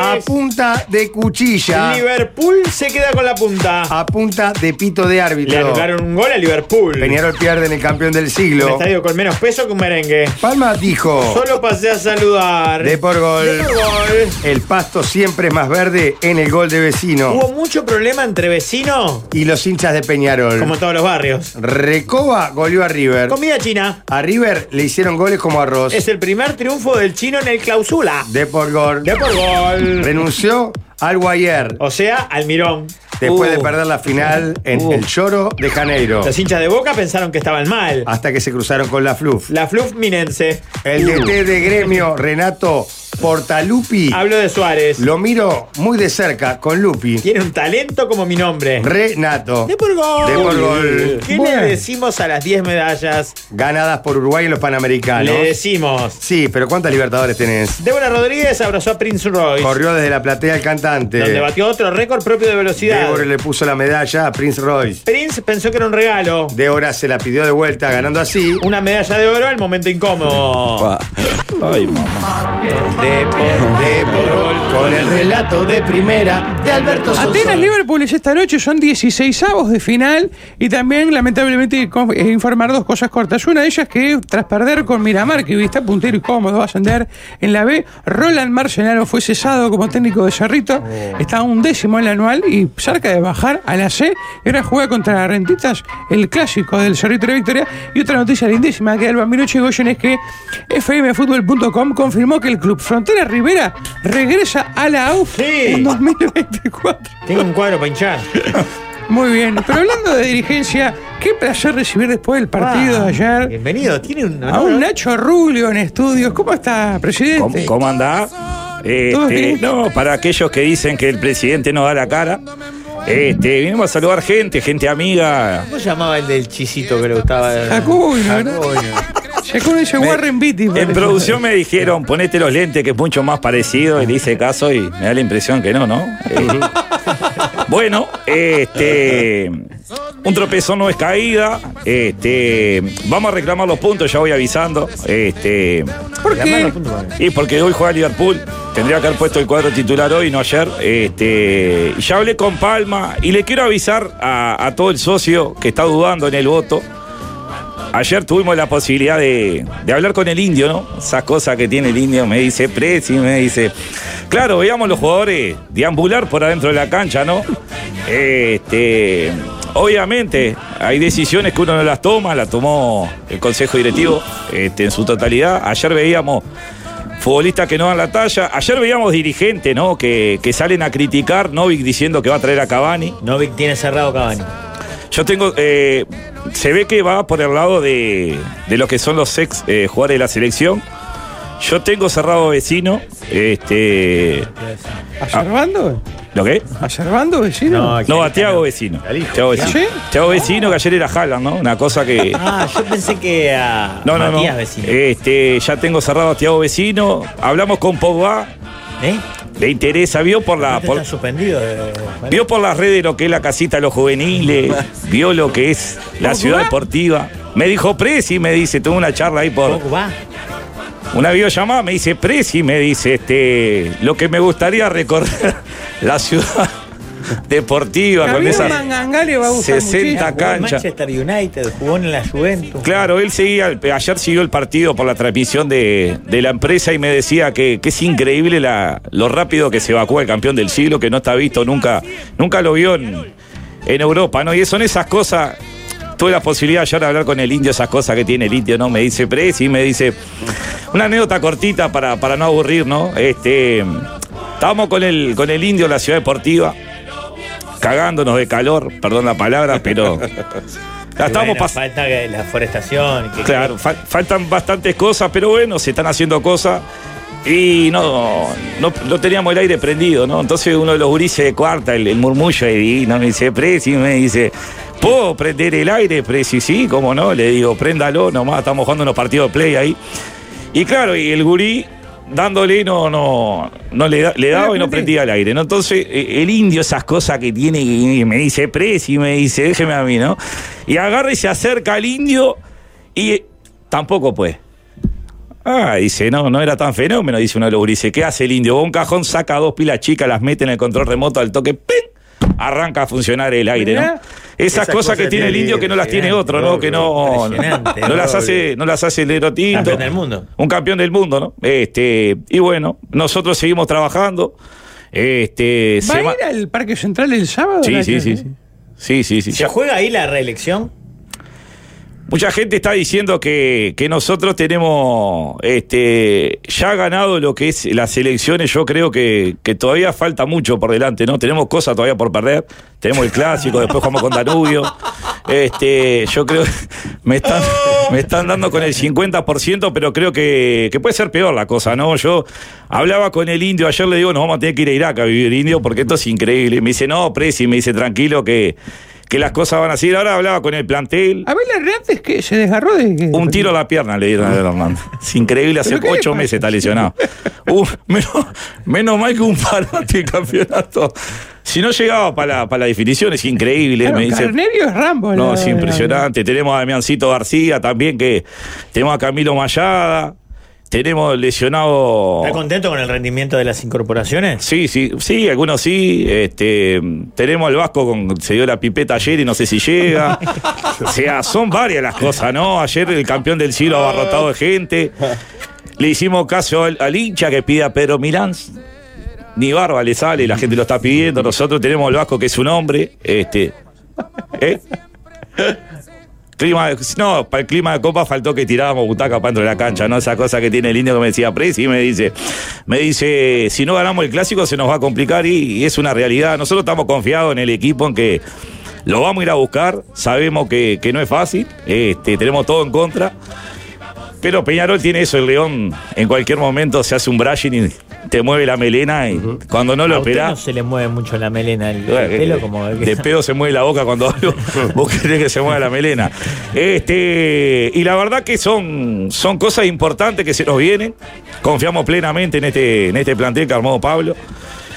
A punta de cuchilla.
Liverpool se queda con la punta.
A punta de pito de árbitro.
Le anularon un gol a Liverpool.
Peñarol pierde en el campeón del
Un
siglo.
estadio con menos peso que un merengue.
Palma dijo.
Solo pasé a saludar.
De por gol.
De por gol.
El pasto siempre es más verde en el gol de vecino.
Hubo mucho problema entre vecinos,
Y los hinchas de Peñarol.
como todos los barrios.
Recoba goleó a River.
Comida china.
A River le hicieron goles como arroz.
Es el primer triunfo del chino en el clausula.
De por gol.
De por gol.
Renunció al Guayer.
O sea, Almirón.
Después de
Uh,
perder la final en
Uh.
el Lloro de Janeiro.
Los hinchas de Boca pensaron que estaban mal.
Hasta que se cruzaron con la Fluff.
La Fluff Minense.
El DT de gremio, Renato Portalupi.
Hablo de Suárez.
Lo miro muy de cerca con Lupi.
Tiene un talento como mi nombre.
Renato.
De por gol.
De por gol.
¿Qué
Bueno.
le decimos a las 10 medallas?
Ganadas por Uruguay en los Panamericanos.
Le decimos.
Sí, pero ¿cuántas libertadores tenés?
Débora Rodríguez abrazó a Prince Royce,
Corrió desde la platea al cantante.
donde batió otro récord propio de velocidad.
Débora le puso la medalla a Prince Royce.
Prince pensó que era un regalo.
Débora se la pidió de vuelta, ganando así.
Una medalla de oro al momento incómodo.
Ay, mamá.
De por, de por gol, con el relato de primera de Alberto
Atenas Liverpool es esta noche, son 16 avos de final y también lamentablemente con- eh, informar dos cosas cortas. Una de ellas que tras perder con Miramar, que está puntero y cómodo, va a ascender en la B, Roland Marcenaro fue cesado como técnico de Cerrito, está a un décimo en el anual y cerca de bajar a la C, y ahora juega contra Rentitas, el clásico del Cerrito de Victoria. Y otra noticia lindísima que da el Bambino Chigoyen es que fmfutbol.com confirmó que el club Frontera Rivera regresa a la AUF
Sí.
en 2024.
Tengo un cuadro para hinchar.
Muy bien, pero hablando de dirigencia, qué placer recibir después del partido
Ah.
de ayer
Bienvenido, tiene un
a un Nacho Rubio en estudios. ¿Cómo está,
¿Cómo,
presidente?
cómo andá?
¿Todo
Este,
bien?
no, para aquellos que dicen que el presidente no da la cara, este, vinimos a saludar gente, gente amiga.
¿Cómo llamaba el del chisito que le gustaba?
Acuño, ¿verdad?
Acuño.
Sacó ese Warren Beatty.
En
parece.
producción me dijeron, ponete los lentes que es mucho más parecido, y le hice caso y me da la impresión que no, ¿no? Eh, bueno, este. Un tropezón no es caída. Este. Vamos a reclamar los puntos, ya voy avisando. Este.
¿Por qué?
Y porque hoy juega Liverpool, tendría que haber puesto el cuadro titular hoy, no ayer. Este, ya hablé con Palma y le quiero avisar a, a todo el socio que está dudando en el voto. Ayer tuvimos la posibilidad de, de hablar con el indio, ¿no? Esas cosas que tiene el indio, me dice Presi, me dice. Claro, veíamos los jugadores deambular por adentro de la cancha, ¿no? Este, obviamente, hay decisiones que uno no las toma, las tomó el Consejo Directivo este, en su totalidad. Ayer veíamos futbolistas que no dan la talla. Ayer veíamos dirigentes, ¿no? Que, que salen a criticar, Novik diciendo que va a traer a Cavani.
Novik tiene cerrado Cavani.
Yo tengo. eh, se ve que va por el lado de, de lo que son los ex eh, jugadores de la selección. Yo tengo cerrado vecino, Este. ah,
¿A Servando?
¿Lo qué?
¿A Servando, vecino? ¿Ah,
No, a Tiago Vecino. Tiago Vecino.
¿Sí?
Thiago Vecino, que ayer era Haaland, ¿no? Una cosa que.
Ah, yo pensé que a
No, no, no.
Matías vecino.
Eh,
Este, ya tengo cerrado a Tiago Vecino. Hablamos con Pogba.
¿Eh?
Le interesa, vio por la.
ah,
Aparte
por-
está suspendido. de-
vio por las redes lo que es la casita de los juveniles, vio lo que es la
¿Pogba?
ciudad deportiva. Me dijo Presi, me dice, tuve una charla ahí por.
Pogba.
Una videollamada me dice Presi, me dice, este, lo que me gustaría recorrer la ciudad deportiva con
Javier
esas
Mangangale va a gustar
60
muchísimo.
canchas.
Manchester United jugó en la Juventus.
Claro, él seguía, el- ayer siguió el partido por la transmisión de, de la empresa y me decía que, que es increíble la- lo rápido que se evacúa el campeón del siglo, que no está visto nunca, nunca lo vio en, en Europa, ¿no? Y son esas cosas. Tuve la posibilidad ayer de hablar con el indio, esas cosas que tiene el indio, ¿no? Me dice Presi, me dice. Una anécdota cortita para, para no aburrir, ¿no? Este. Estábamos con el, con el indio en la ciudad deportiva, cagándonos de calor, perdón la palabra, pero.
Ah,
La estábamos
Bueno,
pasando.
Falta que la forestación. que-
Claro, fal- faltan bastantes cosas, pero bueno, se están haciendo cosas. Y no, no, no teníamos el aire prendido, ¿no? Entonces uno de los gurises de cuarta, el, el murmullo de Divino, me dice, Presi, me dice, ¿puedo prender el aire, Presi? Sí, cómo no, le digo, préndalo nomás, estamos jugando unos partidos de play ahí. Y claro, y el gurí dándole no, no, no le, da- le daba y no prendía el aire. ¿no? Entonces, e- el indio, esas cosas que tiene, y me dice presi, me dice, déjeme a mí, ¿no? Y agarra y se acerca al indio y eh, tampoco puede. Ah, dice, no, no era tan fenómeno, dice uno de los gurises. ¿Qué hace el indio? Va a un cajón, saca dos pilas chicas, las mete en el control remoto al toque, ¡ping! Arranca a funcionar el aire, ¿no?
Mirá.
Esas, cosas, que tiene el ¿eh? indio que no las tiene otro, ¿no? Que no,
impresionante,
no las
Pablo.
hace, no las hace el negro tinto.
Campeón del mundo.
Un campeón del mundo, ¿no? Este, y bueno, nosotros seguimos trabajando. Este,
¿Va
sema-
a ir al Parque Central el sábado?
Sí,
la
sí, sí,
gente?
sí. Sí, sí, sí.
¿Se
Ya-
juega ahí la reelección?
Mucha gente está diciendo que, que nosotros tenemos este, ya ganado lo que es las elecciones. Yo creo que, que todavía falta mucho por delante, ¿no? Tenemos cosas todavía por perder. Tenemos el clásico, después jugamos con Danubio. Este, yo creo que me están, me están dando con el 50%, pero creo que, que puede ser peor la cosa, ¿no? Yo hablaba con el indio, ayer le digo, nos vamos a tener que ir a Irak a vivir indio, porque esto es increíble. Y me dice, no, Presi, me dice, tranquilo que, que las cosas van así. Ahora hablaba con el plantel.
A ver, la realidad es que se desgarró de.
Un tiro a la pierna le dieron a Leo Hernández. Es increíble, hace
¿Pero qué le
ocho
pasa?
meses está lesionado. Uh, menos, menos mal que un parate de campeonato. Si no llegaba para la, para la definición, es increíble.
Claro,
me dice,
Carnerio es Rambo.
no,
la-
es impresionante. Tenemos a Damiancito García también, que tenemos a Camilo Mayada. Tenemos lesionado.
¿Está contento con el rendimiento de las incorporaciones?
Sí, sí, sí, algunos sí. Este, tenemos al Vasco con se dio la pipeta ayer y no sé si llega. o sea, son varias las cosas, ¿no? Ayer el campeón del siglo abarrotado de gente. Le hicimos caso al, al hincha que pide a Pedro Milán. Ni barba le sale, la gente lo está pidiendo. Nosotros tenemos al Vasco que es un hombre. Este, ¿eh? Clima, no, para el clima de copa faltó que tirábamos butaca para dentro de la cancha, ¿no? Esa cosa que tiene el indio que me decía Presi, me dice, me dice, si no ganamos el clásico se nos va a complicar y, y es una realidad. Nosotros estamos confiados en el equipo, en que lo vamos a ir a buscar, sabemos que, que no es fácil, este, tenemos todo en contra. Pero Peñarol tiene eso, el León en cualquier momento se hace un brushing y te mueve la melena y cuando no
A
lo
usted
esperás.
no se le mueve mucho la melena, el, el
Bueno,
pelo
eh,
como...
De pedo se mueve la boca cuando hablo. Vos querés que se mueva la melena. Este, y la verdad que son, son cosas importantes que se nos vienen. Confiamos plenamente en este, en este plantel que armó Pablo,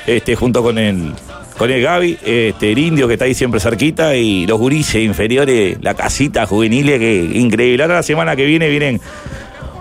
este, junto con el, con el Gaby, este, el indio que está ahí siempre cerquita, y los gurises inferiores, la casita juveniles, que increíble. Ahora la semana que viene vienen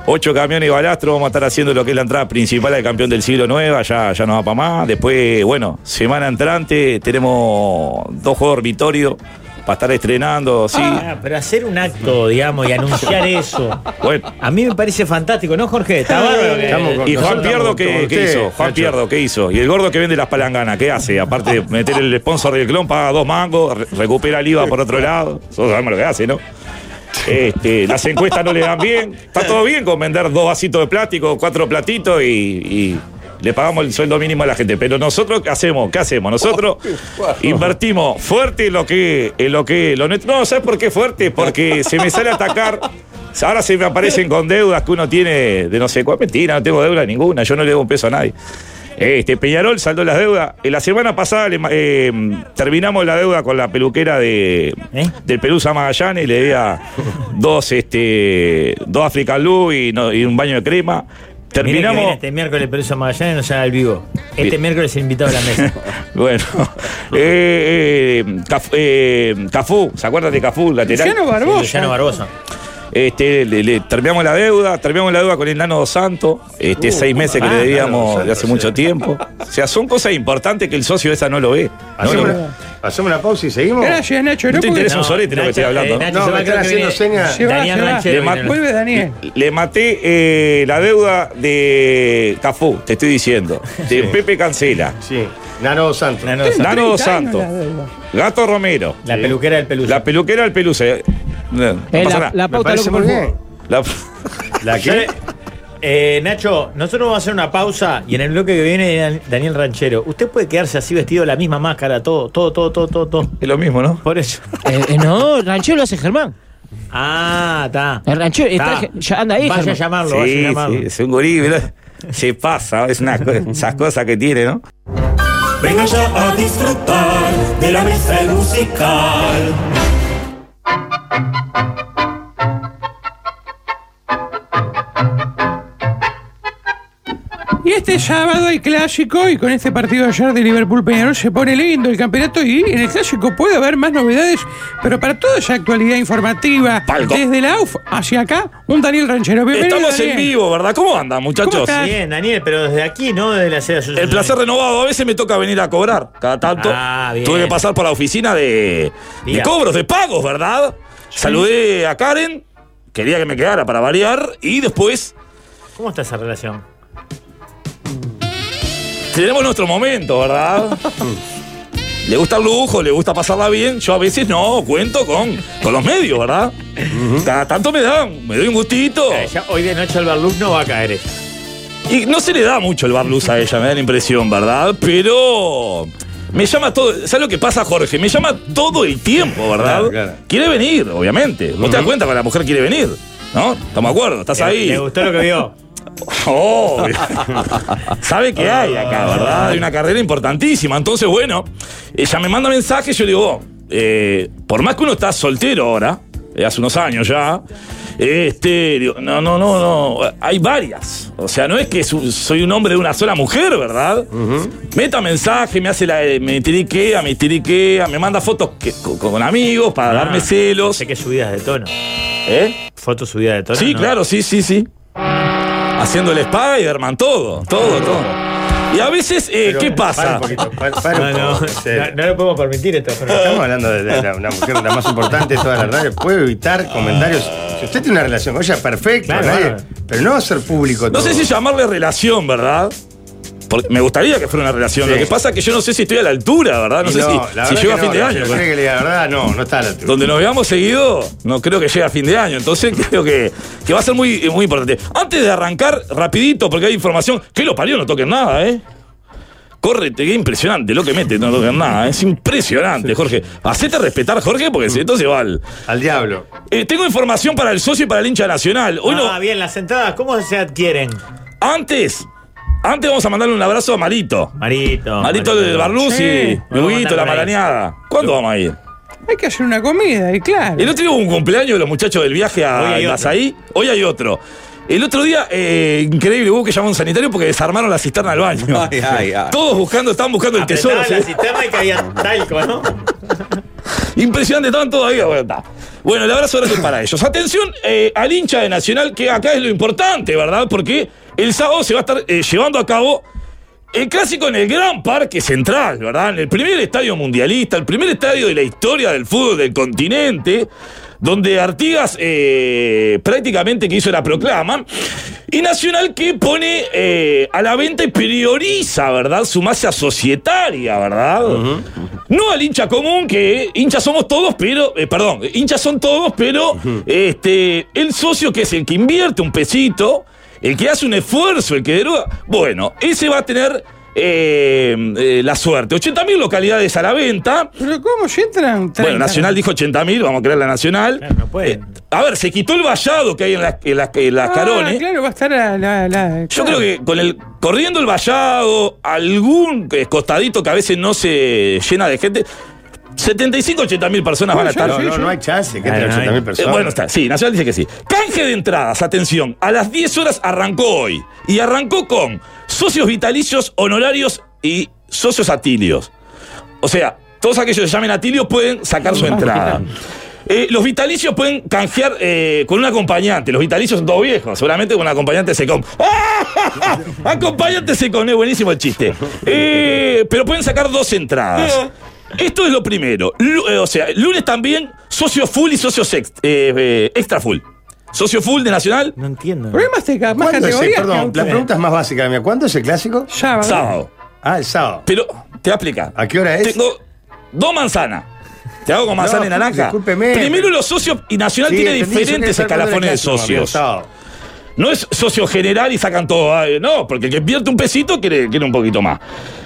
Ocho camiones y balastro, vamos a estar haciendo lo que es la entrada principal al campeón del siglo nueva, ya, ya no va para más. Después, bueno, semana entrante tenemos dos juegos dormitorios para estar estrenando, sí.
Ah, pero hacer un acto, digamos, y anunciar eso.
Bueno.
A mí me parece fantástico, ¿no, Jorge? Está bárbaro. que-
y Juan
Nosotros
Pierdo,
estamos
¿qué,
como
qué
usted,
hizo? Juan
Nacho.
Pierdo, ¿qué hizo? Y el gordo que vende las palanganas, ¿qué hace? Aparte de meter el sponsor del clon, paga dos mangos, re- recupera el IVA por otro lado. Eso sabemos lo que hace, ¿no? Este, las encuestas no le dan bien. Está todo bien con vender dos vasitos de plástico, cuatro platitos y, y le pagamos el sueldo mínimo a la gente. Pero nosotros, ¿qué hacemos? ¿Qué hacemos? Nosotros invertimos fuerte en lo que, en lo que, lo nuestro. No, ¿sabes por qué fuerte? Porque se me sale a atacar Ahora se me aparecen con deudas que uno tiene de no sé cuál. Mentira, no tengo deuda ninguna. Yo no le debo un peso a nadie. Este, Peñarol saldó las deudas. Eh, La semana pasada le ma- eh, terminamos la deuda con la peluquera de,
¿Eh?
del Pelusa Magallanes. Le debía dos, este, dos African Blue y, no- y un baño de crema.
Mirá que viene
Terminamos.
este miércoles Pelusa Magallanes no sale al vivo. Este
Bien.
miércoles el invitado a la mesa.
Bueno, eh, eh, Caf- eh, Cafú, ¿se acuerdan de Cafú, lateral?
Luciano Barbosa. Sí, Luciano Barbosa.
Este, le, le- terminamos la deuda, terminamos la deuda con el Nano Dos Santos, este, seis meses que le
ah, Nano Dos
debíamos
Santos,
de hace mucho tiempo. O sea, son cosas importantes que el socio esa no lo ve. No
Hacemos
lo-
una, hacemos una pausa y seguimos.
Gracias, Nacho.
No te interesa un
No,
solete lo que
Nacho,
estoy hablando.
eh, Nacho No, se me va, están creo que haciendo viene señas.
Se va,
Daniel
se va.
Ranchero
Le
viene
mat-
el-
Vuelve Daniel.
Le maté eh, la deuda de Cafú, te estoy diciendo. De Pepe Cancela.
Sí. Nano Dos Santos.
Nano Dos Santos. Nano Dos Santos. Gato Romero. La peluquera del pelusa. La peluquera del pelusa. No, no
Eh,
pasa
la-
nada.
la Me pauta, parece loco, muy por bien.
La, la
¿Sabe? Eh, Nacho, nosotros vamos a hacer una pausa y en el bloque que viene Dan- Daniel Ranchero, usted puede quedarse así vestido la misma máscara, todo, todo, todo, todo, todo. todo.
Es lo mismo, ¿no?
Por eso.
Eh, no, ranchero lo hace Germán.
Ah, está.
El ranchero está- ya anda ahí,
Vaya a
Germán.
llamarlo,
Sí,
vaya a llamarlo.
sí, es un gurí, ¿verdad? Se pasa, es una co- esas cosas que tiene, ¿no?
Venga ya a disfrutar de la mesa musical.
Y este sábado hay clásico y con este partido ayer de Liverpool Peñarol se pone lindo el campeonato y en el clásico puede haber más novedades, pero para toda esa actualidad informativa, desde la UF hacia acá, un Daniel Ranchero. Bienvenido,
Estamos en
Daniel.
vivo, ¿verdad? ¿Cómo andan, muchachos?
Bien, Daniel, pero desde aquí, ¿no? Desde la sede
El placer renovado, a veces me toca venir a cobrar. Cada tanto
Ah, bien.
tuve que pasar por la oficina de, de
Bien.
cobros, de pagos, ¿verdad? Saludé a Karen, quería que me quedara para variar, y después
¿Cómo está esa relación?
tenemos nuestro momento, ¿verdad? le gusta el lujo, le gusta pasarla bien. Yo a veces no cuento con, con los medios, ¿verdad? Cada tanto me dan, me doy un gustito.
Eh, hoy de noche el Barluz no va a caer ella.
Y no se le da mucho el barluz a ella, me da la impresión, ¿verdad? Pero me llama todo. ¿Sabes lo que pasa, Jorge? Me llama todo el tiempo, ¿verdad?
Claro, claro.
Quiere venir, obviamente. Vos te das cuenta que la mujer quiere venir, ¿no? Estamos de acuerdo, estás
Le-
ahí.
Eh, le gustó lo que vio.
Obvio. Oh. Sabe que hay
Ah.
acá, ¿verdad? Hay una carrera importantísima. Entonces, bueno, ella me manda mensajes, yo digo, eh, por más que uno está soltero ahora, eh, hace unos años ya, este, digo, no, no, no, no, hay varias. O sea, no es que su- soy un hombre de una sola mujer, ¿verdad? Meta mensaje, me hace la, eh, me tiriquea, me tiriquea, me manda fotos que- con, con amigos para darme celos.
Ah. Sé que subidas de tono.
¿Eh?
Fotos subidas de tono.
Sí,
¿no?
claro, sí, sí, sí. Haciendo el Spider-Man, todo, todo, todo. Y a veces, eh, ¿qué
Para
pasa?
un poquito, para, para
No,
un
no,
poco, en serio.
no, no lo podemos permitir esto. Jorge.
Estamos hablando de, de la- una mujer la más importante de todas las radios. Puede evitar comentarios. Si usted tiene una relación con ella, perfecto.
Claro,
nadie-
claro.
Pero no va a ser público
No
todo.
sé si llamarle relación, ¿verdad? Porque me gustaría que fuera una relación.
Sí.
Lo que pasa es que yo no sé si estoy a la altura, ¿verdad? No
Y
sé si-
la
si,
verdad
llego a
que
fin
no,
de
la-
año.
yo creo que la verdad no, no está a la altura.
Donde nos veamos seguido, no creo que llegue a fin de año. Entonces creo que, que va a ser muy, eh, muy importante. Antes de arrancar, rapidito, porque hay información. Que lo parió, no toquen nada, ¿eh? Córrete, qué impresionante lo que mete, no toquen nada. ¿eh? Es impresionante, Jorge. Hacete respetar, Jorge, porque si entonces va al...
Al diablo.
tengo información para el socio y para el hincha nacional. Hoy no-
Ah, bien, las entradas, ¿cómo se adquieren?
Antes, antes vamos a mandarle un abrazo a Marito.
Marito.
Marito del Barluz
Sí.
y
Vamos a
Luguito, la
mandarlo ahí.
maraneada. ¿Cuándo vamos a ir?
Hay que hacer una comida, y claro.
El otro día hubo un cumpleaños de los muchachos del viaje
Hoy
a
hay otro.
Nazaí. Hoy hay otro. El otro día, eh, increíble, hubo que llamar a un sanitario porque desarmaron la cisterna del baño.
Ay, ay, ay.
Todos buscando, estaban buscando el tesoro.
Apretaba la cisterna y caía talco, ¿no?
Impresionante, estaban todos ahí. Bueno, está. Bueno, el abrazo grande para ellos. Atención eh, al hincha de Nacional, que acá es lo importante, ¿verdad? Porque el sábado se va a estar eh, llevando a cabo el clásico en el Gran Parque Central, ¿verdad? En el primer estadio mundialista, el primer estadio de la historia del fútbol del continente, donde Artigas eh, prácticamente que hizo la proclama, y Nacional que pone eh, a la venta y prioriza, ¿verdad? Su masa societaria, ¿verdad? No al hincha común, que hinchas somos todos, pero, eh, perdón, hinchas son todos, pero este, el socio que es el que invierte un pesito, el que hace un esfuerzo, el que deroga, bueno, ese va a tener eh, eh, la suerte. 80.000 localidades a la venta.
Pero ¿cómo se entran?
Bueno, Nacional dijo 80.000, vamos a creer la Nacional. Eh, A ver, se quitó el vallado que hay en las, en las, en las
Ah,
carones.
Claro, va a estar la. la- la-
Yo
claro.
creo que con el corriendo el vallado, algún eh, costadito que a veces no se llena de gente, 75, 80 mil personas van a estar.
No, no, no hay chance que entre 80.000
Eh,
personas.
bueno, está, sí, Nacional dice que sí. Canje de entradas, atención, a las 10 horas arrancó hoy. Y arrancó con socios vitalicios, honorarios y socios atilios. O sea, todos aquellos que llamen atilios pueden sacar su entrada. Eh, los vitalicios pueden canjear eh, con un acompañante. Los vitalicios son todos viejos, seguramente con un acompañante secom. ¡Ah! acompañante secom, es buenísimo el chiste. Eh, pero pueden sacar dos entradas. Esto es lo primero. Lu- eh, o sea, lunes también, socio full y socio sext- eh, eh, extra full. Socio full de Nacional.
No entiendo.
Pero hay más, teca- más
¿Cuándo es el-
categorías.
perdón,
que
la
autos.
pregunta es más básica mía. ¿Cuándo es el clásico?
Sábado.
Sábado.
Ah, el sábado.
Pero te voy a explicar.
¿A qué hora es?
Tengo dos manzanas. Te hago con manzana
No,
y naranja.
discúlpeme.
Primero los socios y Nacional
Sí,
tiene
entendí, yo quería
diferentes
saber cuándo
escalafones de
era el clásico,
socios.
amigo, sábado.
No es socio general y sacan todo. ah, eh, No, porque el que invierte un pesito quiere, quiere un poquito más.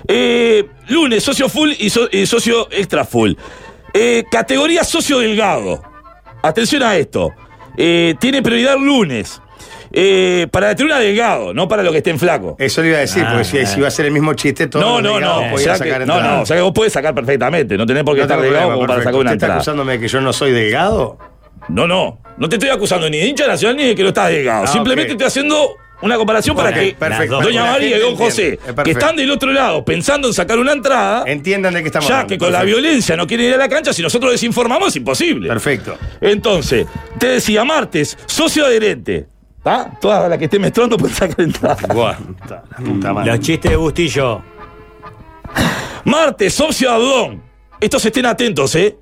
Eh, lunes, socio full y, so- y socio extra full. Eh, categoría socio delgado. Atención a esto. Eh, tiene prioridad lunes. Eh, para la tribuna delgado, no para los que estén flacos.
Eso le iba a decir,
Ah,
porque si,
claro.
si iba a ser el mismo chiste, todo
No, no, no. o sea que- no, no. O sea que vos podés sacar perfectamente. No tenés por qué estar delgado como para sacar una
¿Usted está
entrada.
acusándome de que yo no soy delgado?
No, no. No te estoy acusando ni de hincha nacional ni de que no estás delgado.
Ah,
Simplemente
ok.
estoy haciendo una comparación para
Ok,
que
perfecto. Para que
Doña
la
María y
gente
Don José,
entienda. Eh, perfecto.
que están del otro lado pensando en sacar una entrada,
Entiendan de qué estamos
ya
hablando.
que con la
Perfecto.
violencia no quieren ir a la cancha, si nosotros desinformamos es imposible.
Perfecto.
Entonces, te decía, martes, socio adherente. ¿Está? Toda la que esté menstruando puede sacar entrada.
Los chistes de Bustillo.
Martes, socio Abdón. Estos estén atentos, ¿eh?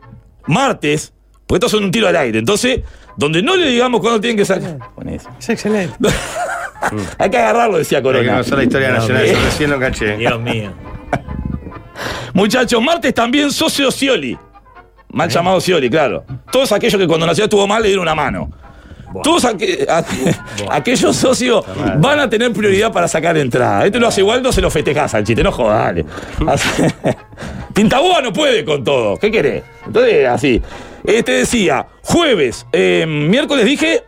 Martes, porque estos son un tiro al aire. Entonces, donde no le digamos cuándo tienen que sacar. Con eso.
Es excelente.
Hay que agarrarlo, decía Corona.
Hay que conocer la historia nacional,
bien.
eso recién lo caché.
Dios mío.
Muchachos, martes también socio Scioli. Mal llamado Scioli, claro. Todos aquellos que cuando Nacional estuvo mal le dieron una mano. Todos aque- a- aquellos socios van a tener prioridad para sacar entrada. Este lo hace Waldo, se lo festejás al chiste, no jodas, dale. Así- Tintaboa no puede con todo, ¿qué querés? Entonces, así. Eh, te decía, jueves, eh, miércoles dije,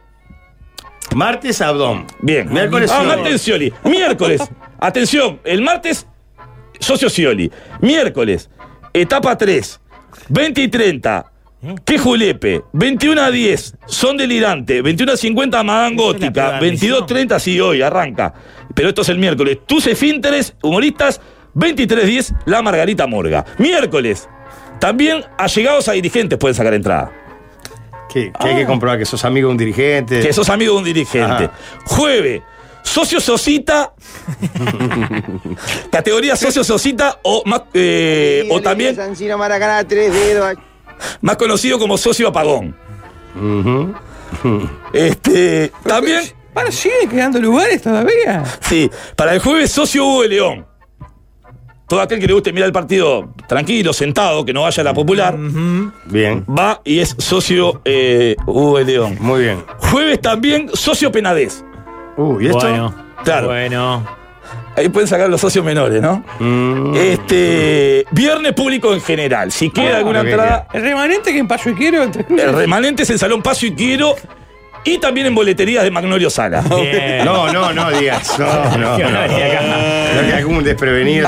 Martes, abdón.
Bien.
Miércoles,
Ah,
Scioli.
martes Scioli. Miércoles. Atención, el martes, socio Scioli. Miércoles, etapa 3, 20 y 30.
¿Eh?
Que Julepe, 21 a 10, son delirante, 21 a 50 Madame Gótica, 22 30 sí hoy, arranca. Pero esto es el miércoles. Tus esfínteres, humoristas, 23 10, la Margarita Morga. Miércoles, también allegados a dirigentes pueden sacar entrada.
Que, que hay que comprobar que sos amigo de un dirigente.
Ah. Que sos amigo de un dirigente.
Ajá.
Jueves, socio Sosita. categoría socio Sosita o, más, eh, o también más conocido como socio apagón. Este, también,
Para, siguen quedando lugares todavía.
sí, para el jueves socio Hugo de León. Todo aquel que le guste mirar el partido tranquilo, sentado, que no vaya a la popular,
Bien.
va y es socio eh, Hugo de León.
Muy bien.
Jueves también socio Penadez.
Uh, ¿y esto?
Bueno,
Claro.
bueno.
Ahí pueden sacar los socios menores, ¿no?
Mm.
Este. Viernes público en general. Si queda
Ah,
alguna
ok,
entrada,
El remanente que en Paso y Quiero entre cruces.
el remanente es en Salón Paso y Quiero. Y también en boleterías de Magnolio Sala.
Ah,
Bien.
No, no, no digas. No, no. no. Creo que algún desprevenido.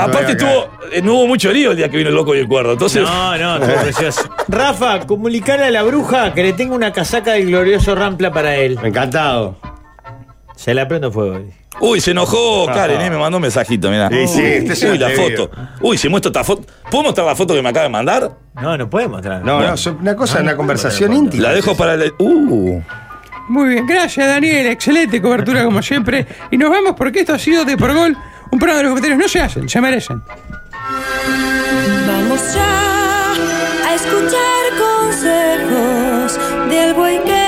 Aparte
todavía acá.
estuvo, eh, no hubo mucho lío el día que vino el loco y el cuerdo. Entonces,
No, no, estuvo precioso. Rafa, comunicale a la bruja que le tengo una casaca del glorioso Rampla para él.
Encantado.
Se la prendo fuego.
uy, se enojó Karen, eh, me mandó un mensajito, mirá.
Sí, sí, este es un
uy, la
atrevido.
foto. Uy, si muestro esta foto. ¿Puedo mostrar la foto que me acaba de mandar?
No, no puede mostrar.
No, Ah, no, so- una cosa, una conversación íntima.
La dejo para el. Uh.
Muy bien, gracias Daniel, excelente cobertura como siempre. Y nos vamos porque esto ha sido de por gol. Un programa de los comentarios no se hacen, se merecen.
Vamos ya a escuchar consejos del buen que